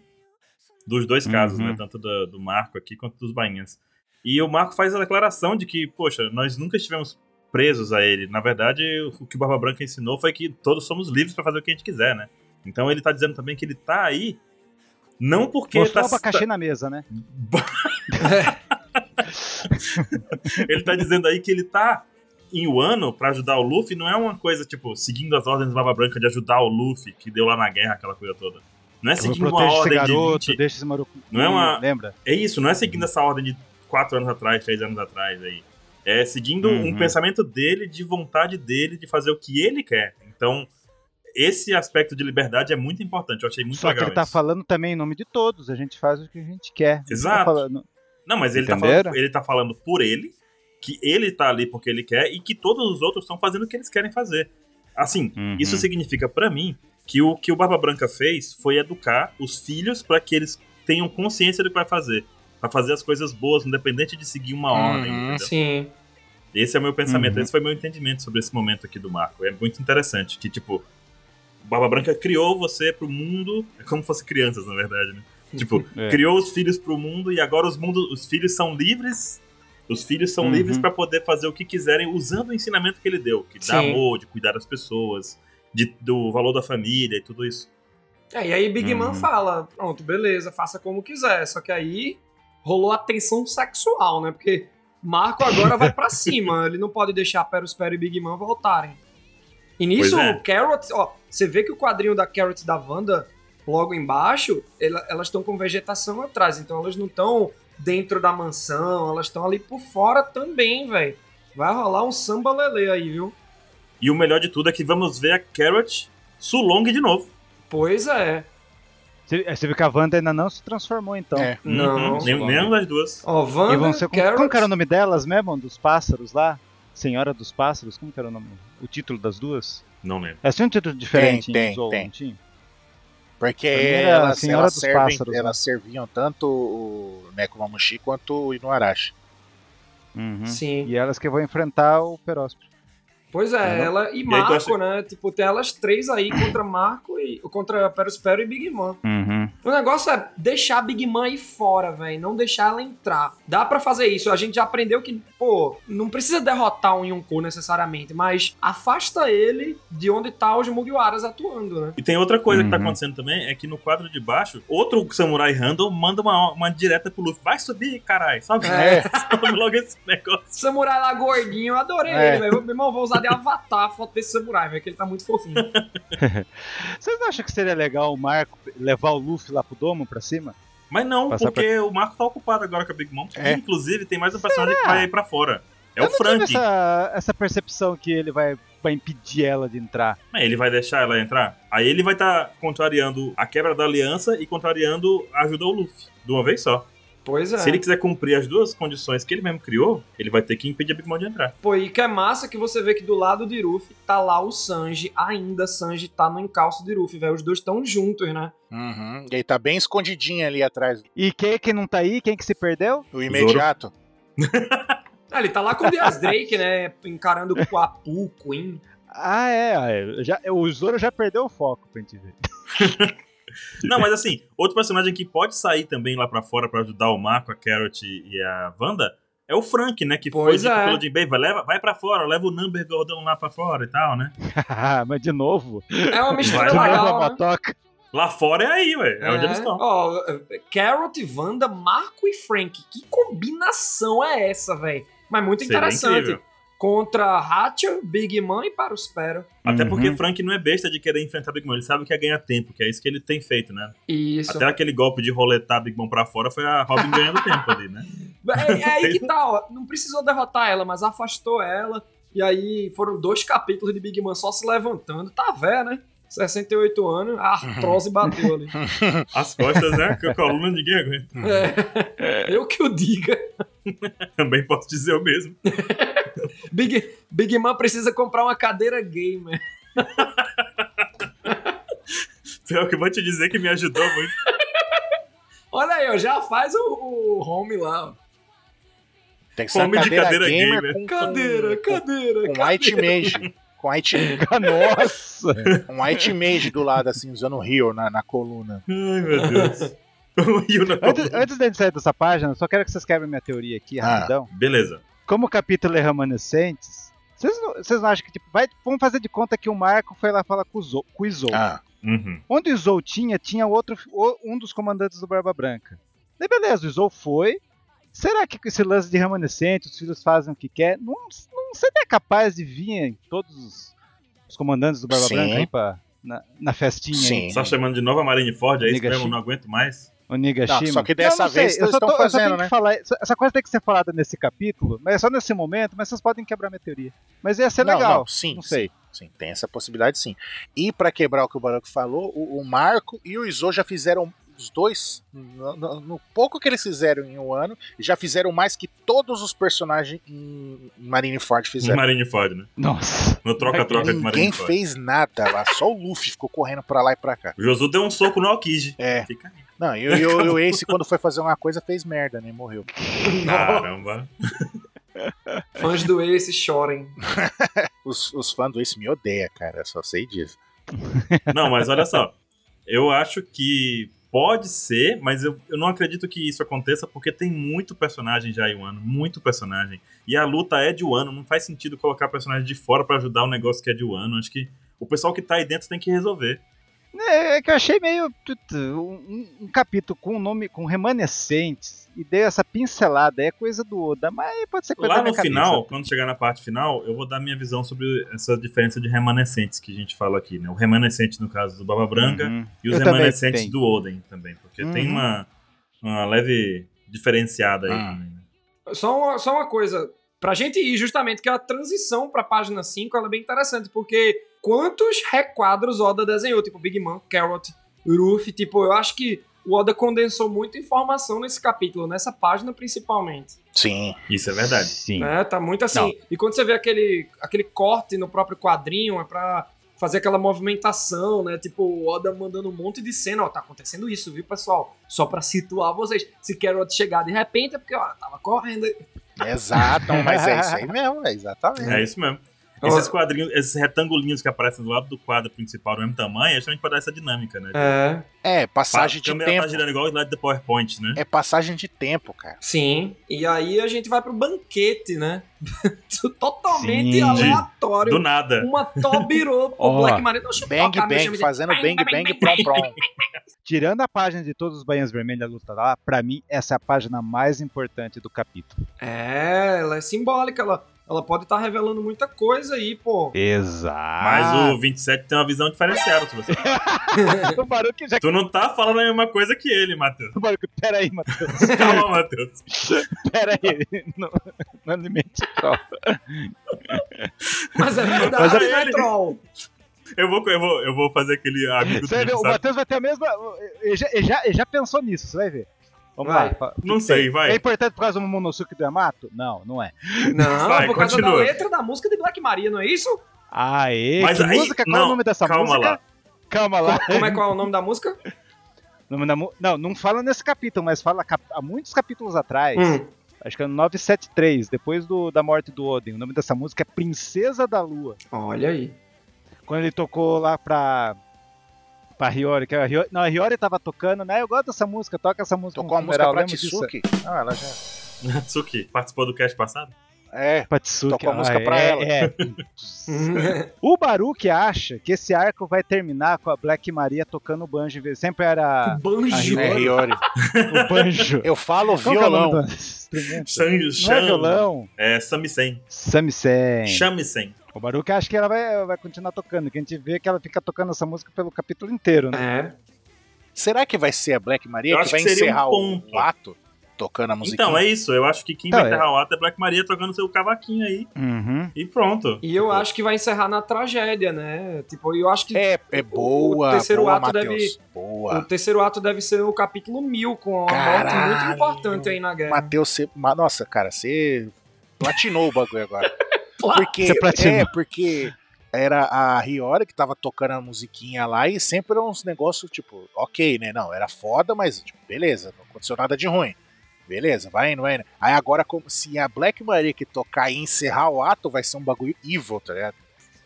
Speaker 3: Dos dois casos,
Speaker 1: Uhum.
Speaker 3: né? Tanto do, do Marco aqui quanto dos bainhas. E o Marco faz a declaração de que, poxa, nós nunca estivemos presos a ele. Na verdade, o que o Barba Branca ensinou foi que todos somos livres pra fazer o que a gente quiser, né? Então ele tá dizendo também que ele tá aí, não porque
Speaker 1: Mostrou
Speaker 3: tá,
Speaker 1: o abacaxi na mesa, né?
Speaker 3: ele tá dizendo aí que ele tá em Wano pra ajudar o Luffy, não é uma coisa, tipo, seguindo as ordens do Barba Branca de ajudar o Luffy, que deu lá na guerra, aquela coisa toda. Não
Speaker 1: Assim,
Speaker 3: é seguindo uma
Speaker 1: Protege esse
Speaker 3: ordem
Speaker 1: garoto,
Speaker 3: de 20...
Speaker 1: deixa esse maluco.
Speaker 3: Não é uma-
Speaker 1: Lembra?
Speaker 3: É isso, não é seguindo essa ordem de 4 anos atrás, 3 anos atrás aí. É seguindo
Speaker 1: Uhum.
Speaker 3: um pensamento dele, de vontade dele, de fazer o que ele quer. Então, esse aspecto de liberdade é muito importante. Eu achei muito
Speaker 1: Só que
Speaker 3: legal
Speaker 1: ele tá
Speaker 3: isso.
Speaker 1: falando também em nome de todos, a gente faz o que a gente quer. Ele
Speaker 3: Exato.
Speaker 1: Tá falando...
Speaker 3: Não, mas ele tá,
Speaker 1: Entenderam?
Speaker 3: falando, ele tá falando por ele, que ele tá ali porque ele quer e que todos os outros estão fazendo o que eles querem fazer. Assim,
Speaker 1: Uhum.
Speaker 3: isso significa pra mim que o que o Barba Branca fez foi educar os filhos pra que eles tenham consciência do que vai fazer. Pra fazer as coisas boas, independente de seguir uma ordem.
Speaker 2: Uhum.
Speaker 3: entendeu?
Speaker 4: Sim.
Speaker 3: Esse é o meu pensamento,
Speaker 1: Uhum.
Speaker 3: esse foi meu entendimento sobre esse momento aqui do Marco. É muito interessante que, tipo, o Barba Branca criou você pro mundo, é como se fosse crianças, na verdade, né? Tipo,
Speaker 1: É.
Speaker 3: criou os filhos pro mundo e agora os, mundo, os filhos são livres. Os filhos são
Speaker 1: Uhum.
Speaker 3: livres pra poder fazer o que quiserem usando o ensinamento que ele deu, que dá
Speaker 4: Sim.
Speaker 3: amor, de cuidar das pessoas, de, do valor da família e tudo isso.
Speaker 4: É, e aí Big Man
Speaker 1: Uhum.
Speaker 4: fala, pronto, beleza, faça como quiser. Só que aí rolou a tensão sexual, né? Porque Marco agora vai pra cima, ele não pode deixar Pero Espero e Big Man voltarem. E nisso,
Speaker 3: Pois é.
Speaker 4: o Carrot, ó, você vê que o quadrinho da Carrot e da Wanda, logo embaixo, ela- elas estão com vegetação atrás, então elas não estão dentro da mansão, elas estão ali por fora também, velho. Vai rolar um samba lelê aí, viu?
Speaker 3: E o melhor de tudo é que vamos ver a Carrot Sulong de novo.
Speaker 4: Pois é.
Speaker 1: Você é, você viu que a Wanda ainda não se transformou, então.
Speaker 2: É.
Speaker 4: Não.
Speaker 3: Uhum, nem- Nenhuma das duas.
Speaker 4: Ó, Wanda,
Speaker 1: E vão ser. Como,
Speaker 4: Carrot...
Speaker 1: como que era o nome delas mesmo? Dos pássaros lá? Senhora dos Pássaros? Como que era o nome? O título das duas?
Speaker 3: Não lembro.
Speaker 1: Elas tinham um título diferente
Speaker 2: tem,
Speaker 1: em Zou,
Speaker 2: tem.
Speaker 1: não tinha?
Speaker 2: Porque
Speaker 1: Primeira
Speaker 2: elas,
Speaker 1: Senhora
Speaker 2: elas
Speaker 1: dos
Speaker 2: servem-
Speaker 1: Pássaros, né?
Speaker 2: elas serviam tanto o Nekomamushi quanto o Inuarashi.
Speaker 1: Uhum.
Speaker 4: Sim.
Speaker 1: E elas que vão enfrentar o Peróspero.
Speaker 4: Pois é,
Speaker 3: Uhum.
Speaker 4: ela e
Speaker 3: aí tu
Speaker 4: Marco,
Speaker 3: acha-
Speaker 4: né? Tipo, tem elas três aí contra Marco e contra Perospero e Big Mom.
Speaker 1: Uhum.
Speaker 4: O negócio é deixar a Big Mom aí fora, velho. Não deixar ela entrar. Dá pra fazer isso. A gente já aprendeu que, pô, não precisa derrotar um Yonkou necessariamente, mas afasta ele de onde tá os Mugiwaras atuando, né?
Speaker 3: E tem outra coisa que tá
Speaker 1: Uhum.
Speaker 3: acontecendo também, é que no quadro de baixo, outro samurai random manda uma, uma direta pro Luffy. Vai subir, caralho. Sobe,
Speaker 2: É.
Speaker 3: sobe logo esse negócio.
Speaker 4: Samurai lá gordinho, eu adorei
Speaker 2: É.
Speaker 4: ele, velho. Meu irmão, vou usar de avatar a foto desse samurai, velho, que ele tá muito fofinho.
Speaker 1: Vocês não acham que seria legal o Marco levar o Luffy lá pro domo pra cima?
Speaker 3: Mas não,
Speaker 1: Passar
Speaker 3: porque o Marco tá ocupado agora com a Big Mom.
Speaker 2: É.
Speaker 3: E, inclusive, tem mais um personagem que vai aí pra fora. É
Speaker 1: Eu
Speaker 3: o
Speaker 1: não
Speaker 3: Frank.
Speaker 1: tive Essa, essa percepção que ele vai, vai impedir ela de entrar.
Speaker 3: Mas Ele vai deixar ela entrar? Aí ele vai estar contrariando a quebra da aliança e contrariando a ajuda ao Luffy. De uma vez só.
Speaker 4: Pois é.
Speaker 3: Se ele quiser cumprir as duas condições que ele mesmo criou, ele vai ter que impedir a Big Mom de entrar.
Speaker 4: Pô, e que é massa que você vê que do lado de Ruffy tá lá o Sanji, ainda Sanji tá no encalço de Ruffy, velho. Os dois estão juntos, né?
Speaker 2: Uhum. E aí tá bem escondidinho ali atrás.
Speaker 1: E quem que não tá aí? Quem que se perdeu?
Speaker 2: O imediato.
Speaker 4: Ah, ele tá lá com o Dias Drake, né? Encarando com a Poo, Queen.
Speaker 1: Ah, é. ah, é, Já, o Zoro já perdeu o foco pra gente ver.
Speaker 3: Não, mas assim, outro personagem que pode sair também lá pra fora pra ajudar o Marco, a Carrot e a Wanda é o Frank, né? Que
Speaker 4: Pois
Speaker 3: foi dito
Speaker 4: é.
Speaker 3: pelo Jim Bay, vai, leva, vai pra fora, leva o Number Gordão lá pra fora e tal, né?
Speaker 1: Ah, Mas de novo.
Speaker 4: É uma
Speaker 3: Vai,
Speaker 4: mistura
Speaker 1: de novo a
Speaker 4: legal, né?
Speaker 1: motoca.
Speaker 3: Lá fora é aí, ué. É, onde eles estão.
Speaker 4: Ó, Carrot, Wanda, Marco e Frank. Que combinação é essa, velho? Mas muito
Speaker 3: Seria
Speaker 4: interessante.
Speaker 3: incrível.
Speaker 4: Contra Hatcher, Big Man e Parospero.
Speaker 3: Até porque
Speaker 1: Uhum.
Speaker 3: Frank não é besta de querer enfrentar a Big Mom. Ele sabe que é ganhar tempo, que é isso que ele tem feito, né?
Speaker 4: Isso.
Speaker 3: Até aquele golpe de roletar Big Mom pra fora foi a Robin ganhando tempo ali, né?
Speaker 4: É, é aí que tá, ó. Não precisou derrotar ela, mas afastou ela. E aí foram dois capítulos de Big Man só se levantando. Tá velha, né? 68 anos, a artrose bateu ali.
Speaker 3: As costas, né? Que a coluna ninguém aguenta.
Speaker 4: É, eu que o diga.
Speaker 3: Também posso dizer o mesmo.
Speaker 4: Big, Big Man precisa comprar uma cadeira gamer.
Speaker 3: Pior que eu vou te dizer que me ajudou muito.
Speaker 4: Olha aí, ó, já faz o, o home lá. Ó.
Speaker 2: Tem que ser uma
Speaker 3: Homem de
Speaker 2: cadeira,
Speaker 3: cadeira
Speaker 2: gamer,
Speaker 3: gamer.
Speaker 2: com
Speaker 4: Cadeira,
Speaker 2: com,
Speaker 4: cadeira,
Speaker 2: com
Speaker 4: cadeira.
Speaker 2: White Mage. Com White,
Speaker 1: Nossa!
Speaker 2: um White Mage do lado, assim, usando o Rio na, na coluna.
Speaker 3: Ai, meu Deus. O Yu não-
Speaker 4: é,
Speaker 1: antes, antes da gente sair dessa página, só quero que vocês quebrem minha teoria aqui,
Speaker 2: Ah.
Speaker 1: rapidão.
Speaker 3: Beleza.
Speaker 1: Como o capítulo é remanescentes, vocês não, vocês não acham que, tipo, vai, vamos fazer de conta que o Marco foi lá falar com o Zou. Com o Zou.
Speaker 2: Ah,
Speaker 3: Uhum.
Speaker 1: Onde o Zou tinha, tinha outro, o- um dos comandantes do Barba Branca. Daí beleza, o Zou foi. Será que com esse lance de remanescente, os filhos fazem o que quer? Não, não seria capaz de vir todos os, os comandantes do Barba
Speaker 2: Sim.
Speaker 1: Branca aí pra, na, na festinha? aí?
Speaker 2: sim.
Speaker 3: Só chamando de novo a Marineford, é isso
Speaker 1: Nega
Speaker 3: mesmo?
Speaker 1: Shi.
Speaker 3: Não aguento mais.
Speaker 1: O Nigashima.
Speaker 2: Não, só que dessa
Speaker 1: sei,
Speaker 2: vez
Speaker 1: eu
Speaker 2: eles
Speaker 1: só
Speaker 2: estão
Speaker 1: tô- eu só
Speaker 2: fazendo,
Speaker 1: tenho que
Speaker 2: né?
Speaker 1: falar- essa- essa coisa tem que ser falada nesse capítulo, mas é só nesse momento, mas vocês podem quebrar minha teoria. Mas ia ser
Speaker 2: Não,
Speaker 1: é legal.
Speaker 2: não, sim,
Speaker 1: Não sei.
Speaker 2: Sim, tem essa possibilidade sim. E pra quebrar o que o Baroque falou, o, o Marco e o Izo já fizeram os dois, no, no- no pouco que eles fizeram em um ano, já fizeram mais que todos os personagens em Marineford
Speaker 3: No
Speaker 2: fizeram.
Speaker 3: Marineford, né?
Speaker 1: Nossa.
Speaker 3: No troca-troca de
Speaker 2: é. Ninguém
Speaker 3: Marineford.
Speaker 2: fez nada lá, só o Luffy ficou correndo pra lá e pra cá.
Speaker 3: O Josu deu um soco no Aokiji.
Speaker 2: É.
Speaker 3: Fica aí.
Speaker 2: Não, e o- e o e o Ace, quando foi fazer uma coisa, fez merda, né? Morreu.
Speaker 3: Caramba.
Speaker 4: Fãs do Ace chorem.
Speaker 2: Os, os fãs do Ace me odeiam, cara, só sei disso.
Speaker 3: Não, mas olha só. Eu acho que pode ser, mas eu, eu não acredito que isso aconteça, porque tem muito personagem já em Wano, muito personagem. E a luta é de Wano, não faz sentido colocar personagem de fora pra ajudar um negócio que é de Wano. Acho que o pessoal que tá aí dentro tem que resolver.
Speaker 1: É, é que eu achei meio tut, um, um capítulo com o nome com remanescentes e deu essa pincelada, é coisa do Oda, mas pode ser coisa
Speaker 3: Lá
Speaker 1: da
Speaker 3: no
Speaker 1: minha cabeça.
Speaker 3: final, quando chegar na parte final, eu vou dar minha visão sobre essa diferença de remanescentes que a gente fala aqui, né? O remanescente, no caso, do Baba Branca
Speaker 1: Uhum.
Speaker 3: e os
Speaker 1: Eu também
Speaker 3: remanescentes
Speaker 1: tenho.
Speaker 3: do Oden também, porque tem
Speaker 1: Uhum.
Speaker 3: uma, uma leve diferenciada aí
Speaker 2: Ah.
Speaker 3: também, né?
Speaker 4: Só uma, só uma coisa, pra gente ir justamente, que a transição pra página 5 ela é bem interessante, porque quantos requadros Oda desenhou, tipo Big Man, Carrot, Ruffy, tipo, eu acho que o Oda condensou muita informação nesse capítulo, nessa página principalmente.
Speaker 2: Sim.
Speaker 3: Isso é verdade.
Speaker 1: Sim.
Speaker 4: Né? Tá muito assim. E quando você vê aquele, aquele corte no próprio quadrinho, é pra fazer aquela movimentação, né? Tipo, o Oda mandando um monte de cena. Ó, tá acontecendo isso, viu, pessoal? Só pra situar vocês. Se Carrot chegar de repente, é porque, ó, tava correndo.
Speaker 2: Exato, mas é isso aí mesmo, é exatamente.
Speaker 3: É isso mesmo. Esses quadrinhos, esses retangulinhos que aparecem do lado do quadro principal do mesmo tamanho, é justamente pra dar essa dinâmica, né?
Speaker 4: É,
Speaker 2: É, passagem
Speaker 3: a
Speaker 2: de
Speaker 3: câmera tá
Speaker 2: tempo.
Speaker 3: girando igual o slide do PowerPoint, né?
Speaker 2: É passagem de tempo, cara.
Speaker 4: sim. E aí a gente vai pro banquete, né? Totalmente
Speaker 1: Sim.
Speaker 4: aleatório.
Speaker 3: Do nada.
Speaker 4: Uma tobirô pro
Speaker 1: Ó.
Speaker 4: Black Maria. Deixa eu
Speaker 2: Bang
Speaker 4: tocar meu
Speaker 2: bang,
Speaker 4: chame de-
Speaker 2: fazendo bang bang prom prom.
Speaker 1: Tirando a página de todos os banhos vermelhos da luta lá, pra mim essa é a página mais importante do capítulo.
Speaker 4: É, ela é simbólica, ela, ela pode estar revelando muita coisa aí, pô.
Speaker 1: Exato.
Speaker 3: Mas o 27 tem uma visão diferenciada sobre você.
Speaker 1: o Baruque já
Speaker 3: Tu não tá falando a mesma coisa que ele, Matheus.
Speaker 1: o Baruque, peraí, Matheus,
Speaker 3: Calma, Matheus.
Speaker 1: peraí. Não, não alimente o troll.
Speaker 4: Mas é
Speaker 3: Mas
Speaker 4: verdade,
Speaker 3: é
Speaker 4: né,
Speaker 3: ele.
Speaker 4: troll?
Speaker 3: Eu vou, eu vou, eu vou fazer aquele amigo do
Speaker 1: Você vai ver,
Speaker 3: Jimmy,
Speaker 1: o
Speaker 3: sabe?
Speaker 1: Matheus vai ter a mesma. Ele já, ele já- ele já pensou nisso, você vai ver. Vamos
Speaker 4: Vai.
Speaker 1: lá. fa-
Speaker 3: Não sei, vai.
Speaker 1: É importante por causa do Momonosuke do Yamato? Não, não é.
Speaker 4: Não,
Speaker 3: Vai,
Speaker 4: por causa da
Speaker 3: continua.
Speaker 4: letra da música de Black Maria, não é isso?
Speaker 1: Aê,
Speaker 3: Mas
Speaker 1: que
Speaker 3: aí-
Speaker 1: música? Qual é o
Speaker 3: não,
Speaker 1: nome dessa
Speaker 3: calma
Speaker 1: música?
Speaker 3: lá.
Speaker 1: Calma lá.
Speaker 4: Co- Como é qual é o nome da música?
Speaker 1: Nome da mu- Não, não fala nesse capítulo, mas fala cap- há muitos capítulos atrás.
Speaker 4: Hum.
Speaker 1: Acho que é no 973, depois do- da morte do Odin. O nome dessa música é Princesa da Lua.
Speaker 4: Olha aí.
Speaker 1: Quando ele tocou lá pra. Pra Hiyori, que a Hiyori, não, a Hiyori tava tocando, né? Eu gosto dessa música, toca essa música.
Speaker 2: Tocou a
Speaker 1: no
Speaker 2: música
Speaker 1: funeral,
Speaker 2: pra
Speaker 1: lembra disso?
Speaker 2: Tsuki. Ah, ela já.
Speaker 3: Natsuki participou do cast passado?
Speaker 2: É,
Speaker 1: Pra Tsuki,
Speaker 2: Tocou a
Speaker 1: ah,
Speaker 2: música pra
Speaker 1: é,
Speaker 2: ela. Uhum.
Speaker 1: é.
Speaker 4: Hum.
Speaker 1: o Baruque acha que esse arco vai terminar com a Black Maria tocando banjo. em vez- Sempre era
Speaker 4: Banjo.
Speaker 2: é Hiyori.
Speaker 1: o banjo.
Speaker 2: Eu falo
Speaker 1: Qual que é o nome
Speaker 2: violão.
Speaker 1: do instrumento?
Speaker 3: Shang,
Speaker 1: Não é
Speaker 3: Shang,
Speaker 1: violão?
Speaker 3: é Samisen.
Speaker 1: Samisen.
Speaker 3: Shamisen.
Speaker 1: O Baruque acha que ela vai, vai continuar tocando, que a gente vê que ela fica tocando essa música pelo capítulo inteiro, né?
Speaker 4: É.
Speaker 2: Será que vai ser a Black Maria
Speaker 3: Eu
Speaker 2: que
Speaker 3: acho
Speaker 2: vai
Speaker 3: que seria um
Speaker 2: encerrar
Speaker 3: ponto.
Speaker 2: o ato tocando a musiquinha?
Speaker 3: Então, é isso. Eu acho que quem
Speaker 1: Tá,
Speaker 3: vai
Speaker 1: é.
Speaker 3: enterrar o ato é Black Maria tocando seu cavaquinho aí.
Speaker 1: Uhum.
Speaker 3: E pronto.
Speaker 4: E eu acho que vai encerrar na tragédia, né? Tipo, eu acho que
Speaker 2: É, é boa,
Speaker 4: O terceiro
Speaker 2: boa,
Speaker 4: ato deve-
Speaker 2: Matheus.
Speaker 4: o
Speaker 2: Boa.
Speaker 4: terceiro ato deve ser o capítulo mil, com uma morte muito
Speaker 2: Caralho.
Speaker 4: importante aí na guerra.
Speaker 2: Matheus, você... ma- nossa, cara, você platinou o bagulho agora.
Speaker 4: Pla-
Speaker 2: Porque,
Speaker 1: Você platinou.
Speaker 2: é, porque era a Riora que tava tocando a musiquinha lá e sempre era uns negócios, tipo, ok, né? Não, era foda, mas, tipo, beleza, não aconteceu nada de ruim. Beleza, vai indo, vai indo. Aí agora, como se a Black Maria que tocar e encerrar o ato, vai ser um bagulho evil, tá ligado?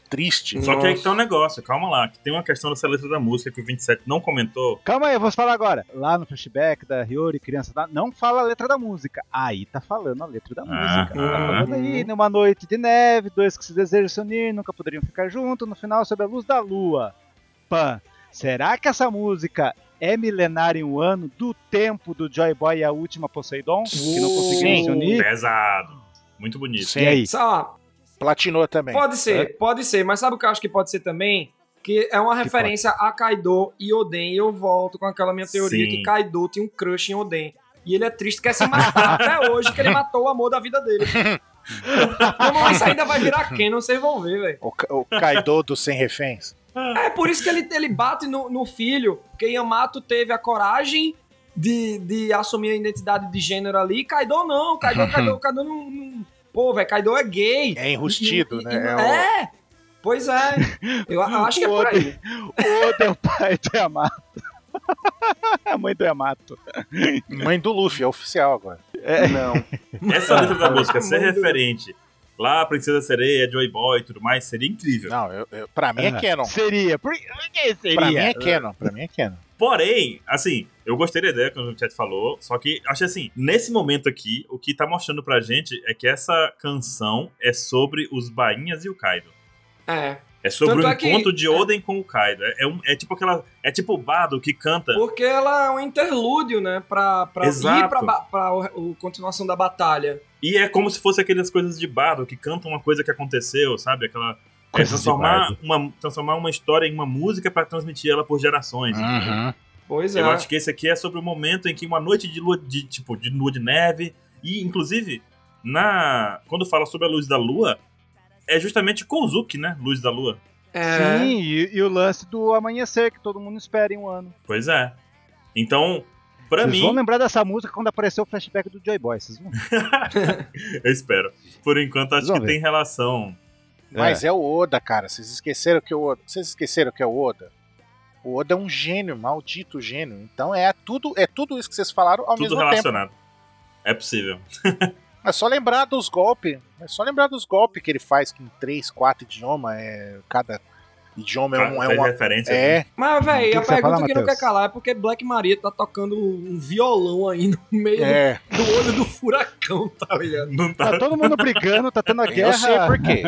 Speaker 2: Triste.
Speaker 3: Só que aí
Speaker 4: Nossa.
Speaker 3: que tá um negócio, calma lá, que tem uma questão dessa letra da música que o 27 não comentou.
Speaker 1: Calma aí, eu vou falar agora. Lá no flashback da Hiyori, criança, da- não fala a letra da música. Aí tá falando a letra da
Speaker 3: Ah.
Speaker 1: música. Tá
Speaker 3: Aham.
Speaker 1: falando aí, numa noite de neve, dois que se desejam se unir, nunca poderiam ficar juntos, no final, sob a luz da lua. Pã, será que essa música é milenar em um ano do tempo do Joy Boy e a última Poseidon? Que não conseguiram
Speaker 2: Sim.
Speaker 1: se unir?
Speaker 3: Pesado. Muito bonito.
Speaker 1: E aí?
Speaker 4: Sei lá,
Speaker 2: Platinou também.
Speaker 4: Pode ser, pode ser, mas sabe o que eu acho que pode ser também? Que é uma referência a Kaido e Oden, e eu volto com aquela minha teoria
Speaker 3: Sim.
Speaker 4: que Kaido tinha um crush em Oden. E ele é triste, quer se matar até hoje, que ele matou o amor da vida dele. Como isso ainda vai virar quem? Não vocês vão ver, velho.
Speaker 2: O, Ka- o Kaido dos Sem Reféns.
Speaker 4: É por isso que ele, ele bate no, no filho, porque Yamato teve a coragem de, de assumir a identidade de gênero ali. Kaido não, Kaido, Kaido, Kaido não. não- Pô, velho, Kaido é gay.
Speaker 2: É enrustido,
Speaker 4: E-
Speaker 2: né?
Speaker 4: e-
Speaker 2: É o-
Speaker 4: É, pois é. Eu a- acho que é por aí.
Speaker 1: O teu pai do Yamato. A mãe é do Yamato.
Speaker 2: Mãe do Luffy, é oficial agora.
Speaker 1: É.
Speaker 4: Não.
Speaker 3: Essa letra da música ser
Speaker 4: Amando.
Speaker 3: referente lá, Princesa Sereia, Joy Boy e tudo mais, seria incrível.
Speaker 2: Não, eu, eu- pra mim é Canon.
Speaker 1: Seria. Por por que seria?
Speaker 2: Pra mim é Canon, pra mim é Canon.
Speaker 3: Porém, assim, eu gostei da ideia que o chat falou, só que acho assim, nesse momento aqui, o que tá mostrando pra gente é que essa canção é sobre os bainhas e o Kaido.
Speaker 4: É.
Speaker 3: É sobre
Speaker 4: Tanto
Speaker 3: o
Speaker 4: é que-
Speaker 3: encontro de Oden com o Kaido. É, é um- é tipo aquela. É tipo o Bardo que canta.
Speaker 4: Porque ela é um interlúdio, né? Pra, pra
Speaker 3: Exato.
Speaker 4: ir pra, ba- pra o, o continuação da batalha.
Speaker 3: E é como se fosse aquelas coisas de bardo que cantam uma coisa que aconteceu, sabe? Aquela. é,
Speaker 1: Coisas de
Speaker 3: transformar,
Speaker 1: bardo.
Speaker 3: uma, transformar uma história em uma música pra transmitir ela por gerações.
Speaker 4: Pois é.
Speaker 3: Eu acho que esse aqui é sobre o momento em que uma noite de lua de tipo de lua de neve e inclusive na quando fala sobre a luz da lua é justamente Kozuki, né? Luz da lua.
Speaker 4: É.
Speaker 1: Sim, e, e o lance do amanhecer, que todo mundo espera em um ano.
Speaker 3: Pois é. Então, pra
Speaker 1: vocês
Speaker 3: mim,
Speaker 1: vão lembrar dessa música quando apareceu o flashback do Joy Boy, vocês vão ver.
Speaker 3: eu espero. Por enquanto acho
Speaker 1: Vamos
Speaker 3: que
Speaker 1: ver.
Speaker 3: tem relação.
Speaker 2: Mas é o Oda, cara. Vocês esqueceram que é o Oda. Vocês esqueceram que é o Oda? O Oda é um gênio, maldito gênio. Então é tudo, é tudo isso que vocês falaram ao
Speaker 3: tudo
Speaker 2: mesmo tempo.
Speaker 3: relacionado. É possível.
Speaker 2: É só lembrar dos golpes. É só lembrar dos golpes que ele faz que em três, quatro idiomas. É, cada idioma é um. É,
Speaker 3: Fez
Speaker 2: uma,
Speaker 3: referência.
Speaker 2: é,
Speaker 4: Mas,
Speaker 1: que
Speaker 4: velho, a
Speaker 1: que você
Speaker 4: pergunta
Speaker 1: fala,
Speaker 4: que não quer
Speaker 1: Matheus?
Speaker 4: calar é porque Black Maria tá tocando um violão aí no meio
Speaker 2: é.
Speaker 4: do, do olho do furacão, tá ligado?
Speaker 3: Não tá.
Speaker 1: Tá todo mundo brigando, tá tendo a guerra.
Speaker 2: Eu sei por quê.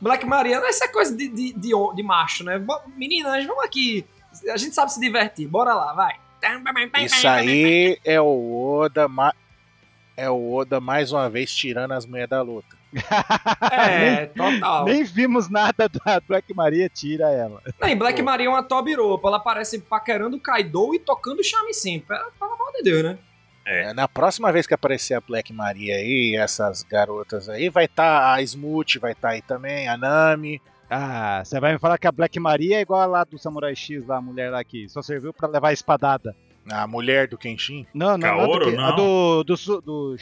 Speaker 4: Black Maria, essa é coisa de, de, de, hom- de macho, né? Bo- Meninas, vamos aqui. A gente sabe se divertir. Bora lá, vai.
Speaker 2: Isso aí é o Oda. ma- É o Oda mais uma vez tirando as mulheres da luta.
Speaker 4: É, total.
Speaker 1: Nem vimos nada da Black Maria, tira ela.
Speaker 4: Não, e Black Maria é uma tobiropa. Ela aparece paquerando o Kaido e tocando o Shamisen. Pelo pelo amor de Deus, né?
Speaker 3: É.
Speaker 2: É, Na próxima vez que aparecer a Black Maria aí, essas garotas aí, vai estar a Smooth, vai estar aí também, a Nami.
Speaker 1: Ah, você vai me falar que a Black Maria é igual a lá do Samurai X, lá, a mulher lá que só serviu pra levar a espadada.
Speaker 2: A mulher do Kenshin.
Speaker 1: Não, não, não,
Speaker 3: Kaoru,
Speaker 1: do, que-
Speaker 3: não.
Speaker 1: a do, do, su- do,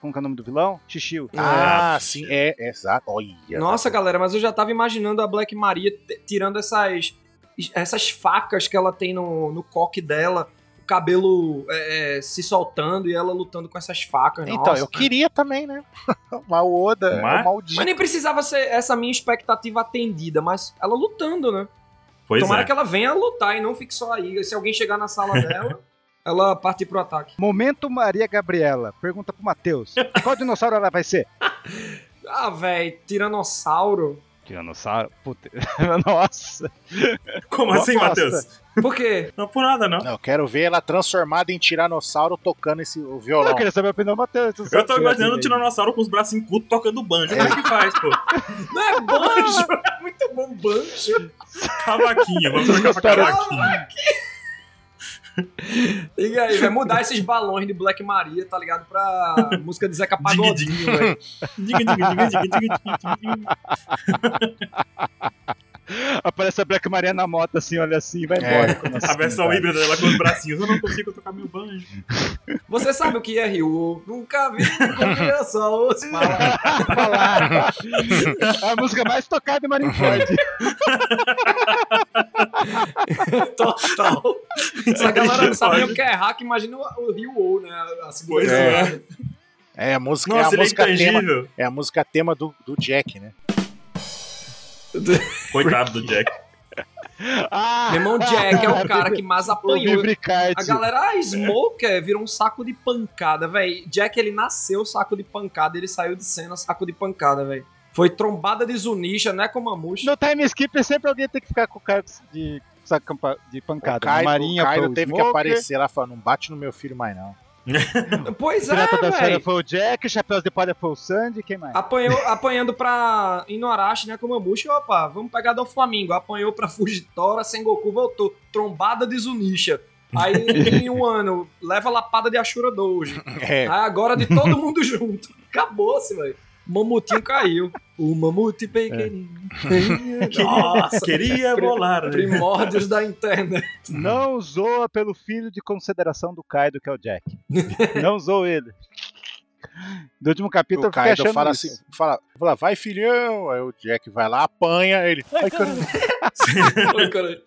Speaker 1: Como que é o nome do vilão? Xixiu.
Speaker 2: Ah,
Speaker 3: Ah,
Speaker 2: sim, é, é, exato. Olha.
Speaker 4: Nossa, galera, mas eu já tava imaginando a Black Maria t- tirando essas, essas facas que ela tem no, no coque dela, o cabelo é, é, se soltando e ela lutando com essas facas.
Speaker 2: Então,
Speaker 4: Nossa.
Speaker 2: eu queria também, né? Mas o Oda é
Speaker 3: Mas-
Speaker 2: o maldito.
Speaker 4: Mas nem precisava ser essa minha expectativa atendida, mas ela lutando, né?
Speaker 3: Pois
Speaker 4: Tomara
Speaker 3: é.
Speaker 4: que ela venha lutar e não fique só aí. Se alguém chegar na sala dela, ela parte pro ataque.
Speaker 1: Momento Maria Gabriela. Pergunta pro Matheus. Qual dinossauro ela vai ser?
Speaker 4: Ah, velho, tiranossauro.
Speaker 1: Tiranossauro? Puta.
Speaker 3: Tá
Speaker 1: Nossa.
Speaker 3: Como
Speaker 1: Boa
Speaker 3: assim,
Speaker 1: aposta.
Speaker 3: Matheus?
Speaker 4: Por quê?
Speaker 3: Não por nada, não.
Speaker 2: Não, eu quero ver ela transformada em tiranossauro tocando esse o violão.
Speaker 1: Eu queria saber a opinião do Matheus. você
Speaker 3: Eu
Speaker 1: sabe
Speaker 3: tô
Speaker 1: que
Speaker 3: imaginando um
Speaker 1: assim,
Speaker 3: tiranossauro com os braços em culto tocando banjo. Como é que faz, pô?
Speaker 4: Não é banjo? é muito bom banjo.
Speaker 3: Cavaquinho, vamos trocar pra cavaquinho.
Speaker 4: Liga aí, vai mudar esses balões de Black Maria, tá ligado? Pra música de Zeca Pagodinho, velho.
Speaker 3: Diga, diga, diga, diga, diga, diga, diga.
Speaker 1: Aparece a Black Maria na moto assim, olha assim, vai
Speaker 2: É.
Speaker 1: embora. Como assim,
Speaker 3: A versão
Speaker 1: cara?
Speaker 3: híbrida dela com os bracinhos. Eu não consigo tocar meu banjo.
Speaker 4: Você sabe o que é Ryu? Nunca vi, nunca vi, é só ouço falar.
Speaker 1: Falar. É a música mais tocada em Marineford.
Speaker 4: Total.
Speaker 3: É
Speaker 4: Se a galera não sabe nem o que é hack, imagina o Ryu, né? A né? segunda
Speaker 3: Pois
Speaker 2: é.
Speaker 4: temporada.
Speaker 2: É a música, é
Speaker 3: Nossa,
Speaker 2: a
Speaker 3: ele é
Speaker 2: música tema,
Speaker 3: intangível.
Speaker 2: é a música tema do, do Jack, né?
Speaker 3: Coitado do Jack.
Speaker 1: Ah,
Speaker 4: Meu irmão Jack é o cara que mais
Speaker 1: O
Speaker 4: apanhou.
Speaker 1: Vivre
Speaker 4: A galera
Speaker 1: É.
Speaker 4: ah, Smoker virou um saco de pancada, velho. Jack, ele nasceu saco de pancada, ele saiu de cena saco de pancada, velho. Foi trombada de Zunisha, né, com Mamushi.
Speaker 1: No time skip sempre alguém tem que ficar com o cara de, saco campa- de
Speaker 2: O
Speaker 1: pancada.
Speaker 2: Kaido,
Speaker 1: Marinha
Speaker 2: o Kaido
Speaker 1: foi o
Speaker 2: teve que
Speaker 1: Smoker,
Speaker 2: aparecer lá e falar, não bate no meu filho mais não.
Speaker 4: Pois é,
Speaker 1: Pirata da Série
Speaker 4: velho.
Speaker 1: foi o Jack, Chapéus de Palha foi o Sandy, quem mais?
Speaker 4: Apanhou, apanhando pra Inuarashi, né, com Mamushi. Opa, vamos pegar do Flamengo. Apanhou pra Fugitora, Sengoku voltou. Trombada de Zunisha. Aí, em um ano, leva lapada de Ashura Doji.
Speaker 2: É,
Speaker 4: Aí agora de todo mundo junto. Acabou-se, velho. O Mamutinho caiu. O mamute
Speaker 1: É.
Speaker 4: pequenininho. Nossa,
Speaker 3: Queria
Speaker 4: Pri-
Speaker 3: bolar. né?
Speaker 4: primórdios da internet.
Speaker 1: Não zoa pelo filho de consideração do Kaido, que é o Jack. Não zoa ele. No último capítulo
Speaker 2: o
Speaker 1: eu fiquei
Speaker 2: Kaido
Speaker 1: achando
Speaker 2: fala
Speaker 1: tá isso.
Speaker 2: assim, fala, fala, vai filhão, aí o Jack vai lá, apanha ele. Ai, cara,
Speaker 4: Ô, cara,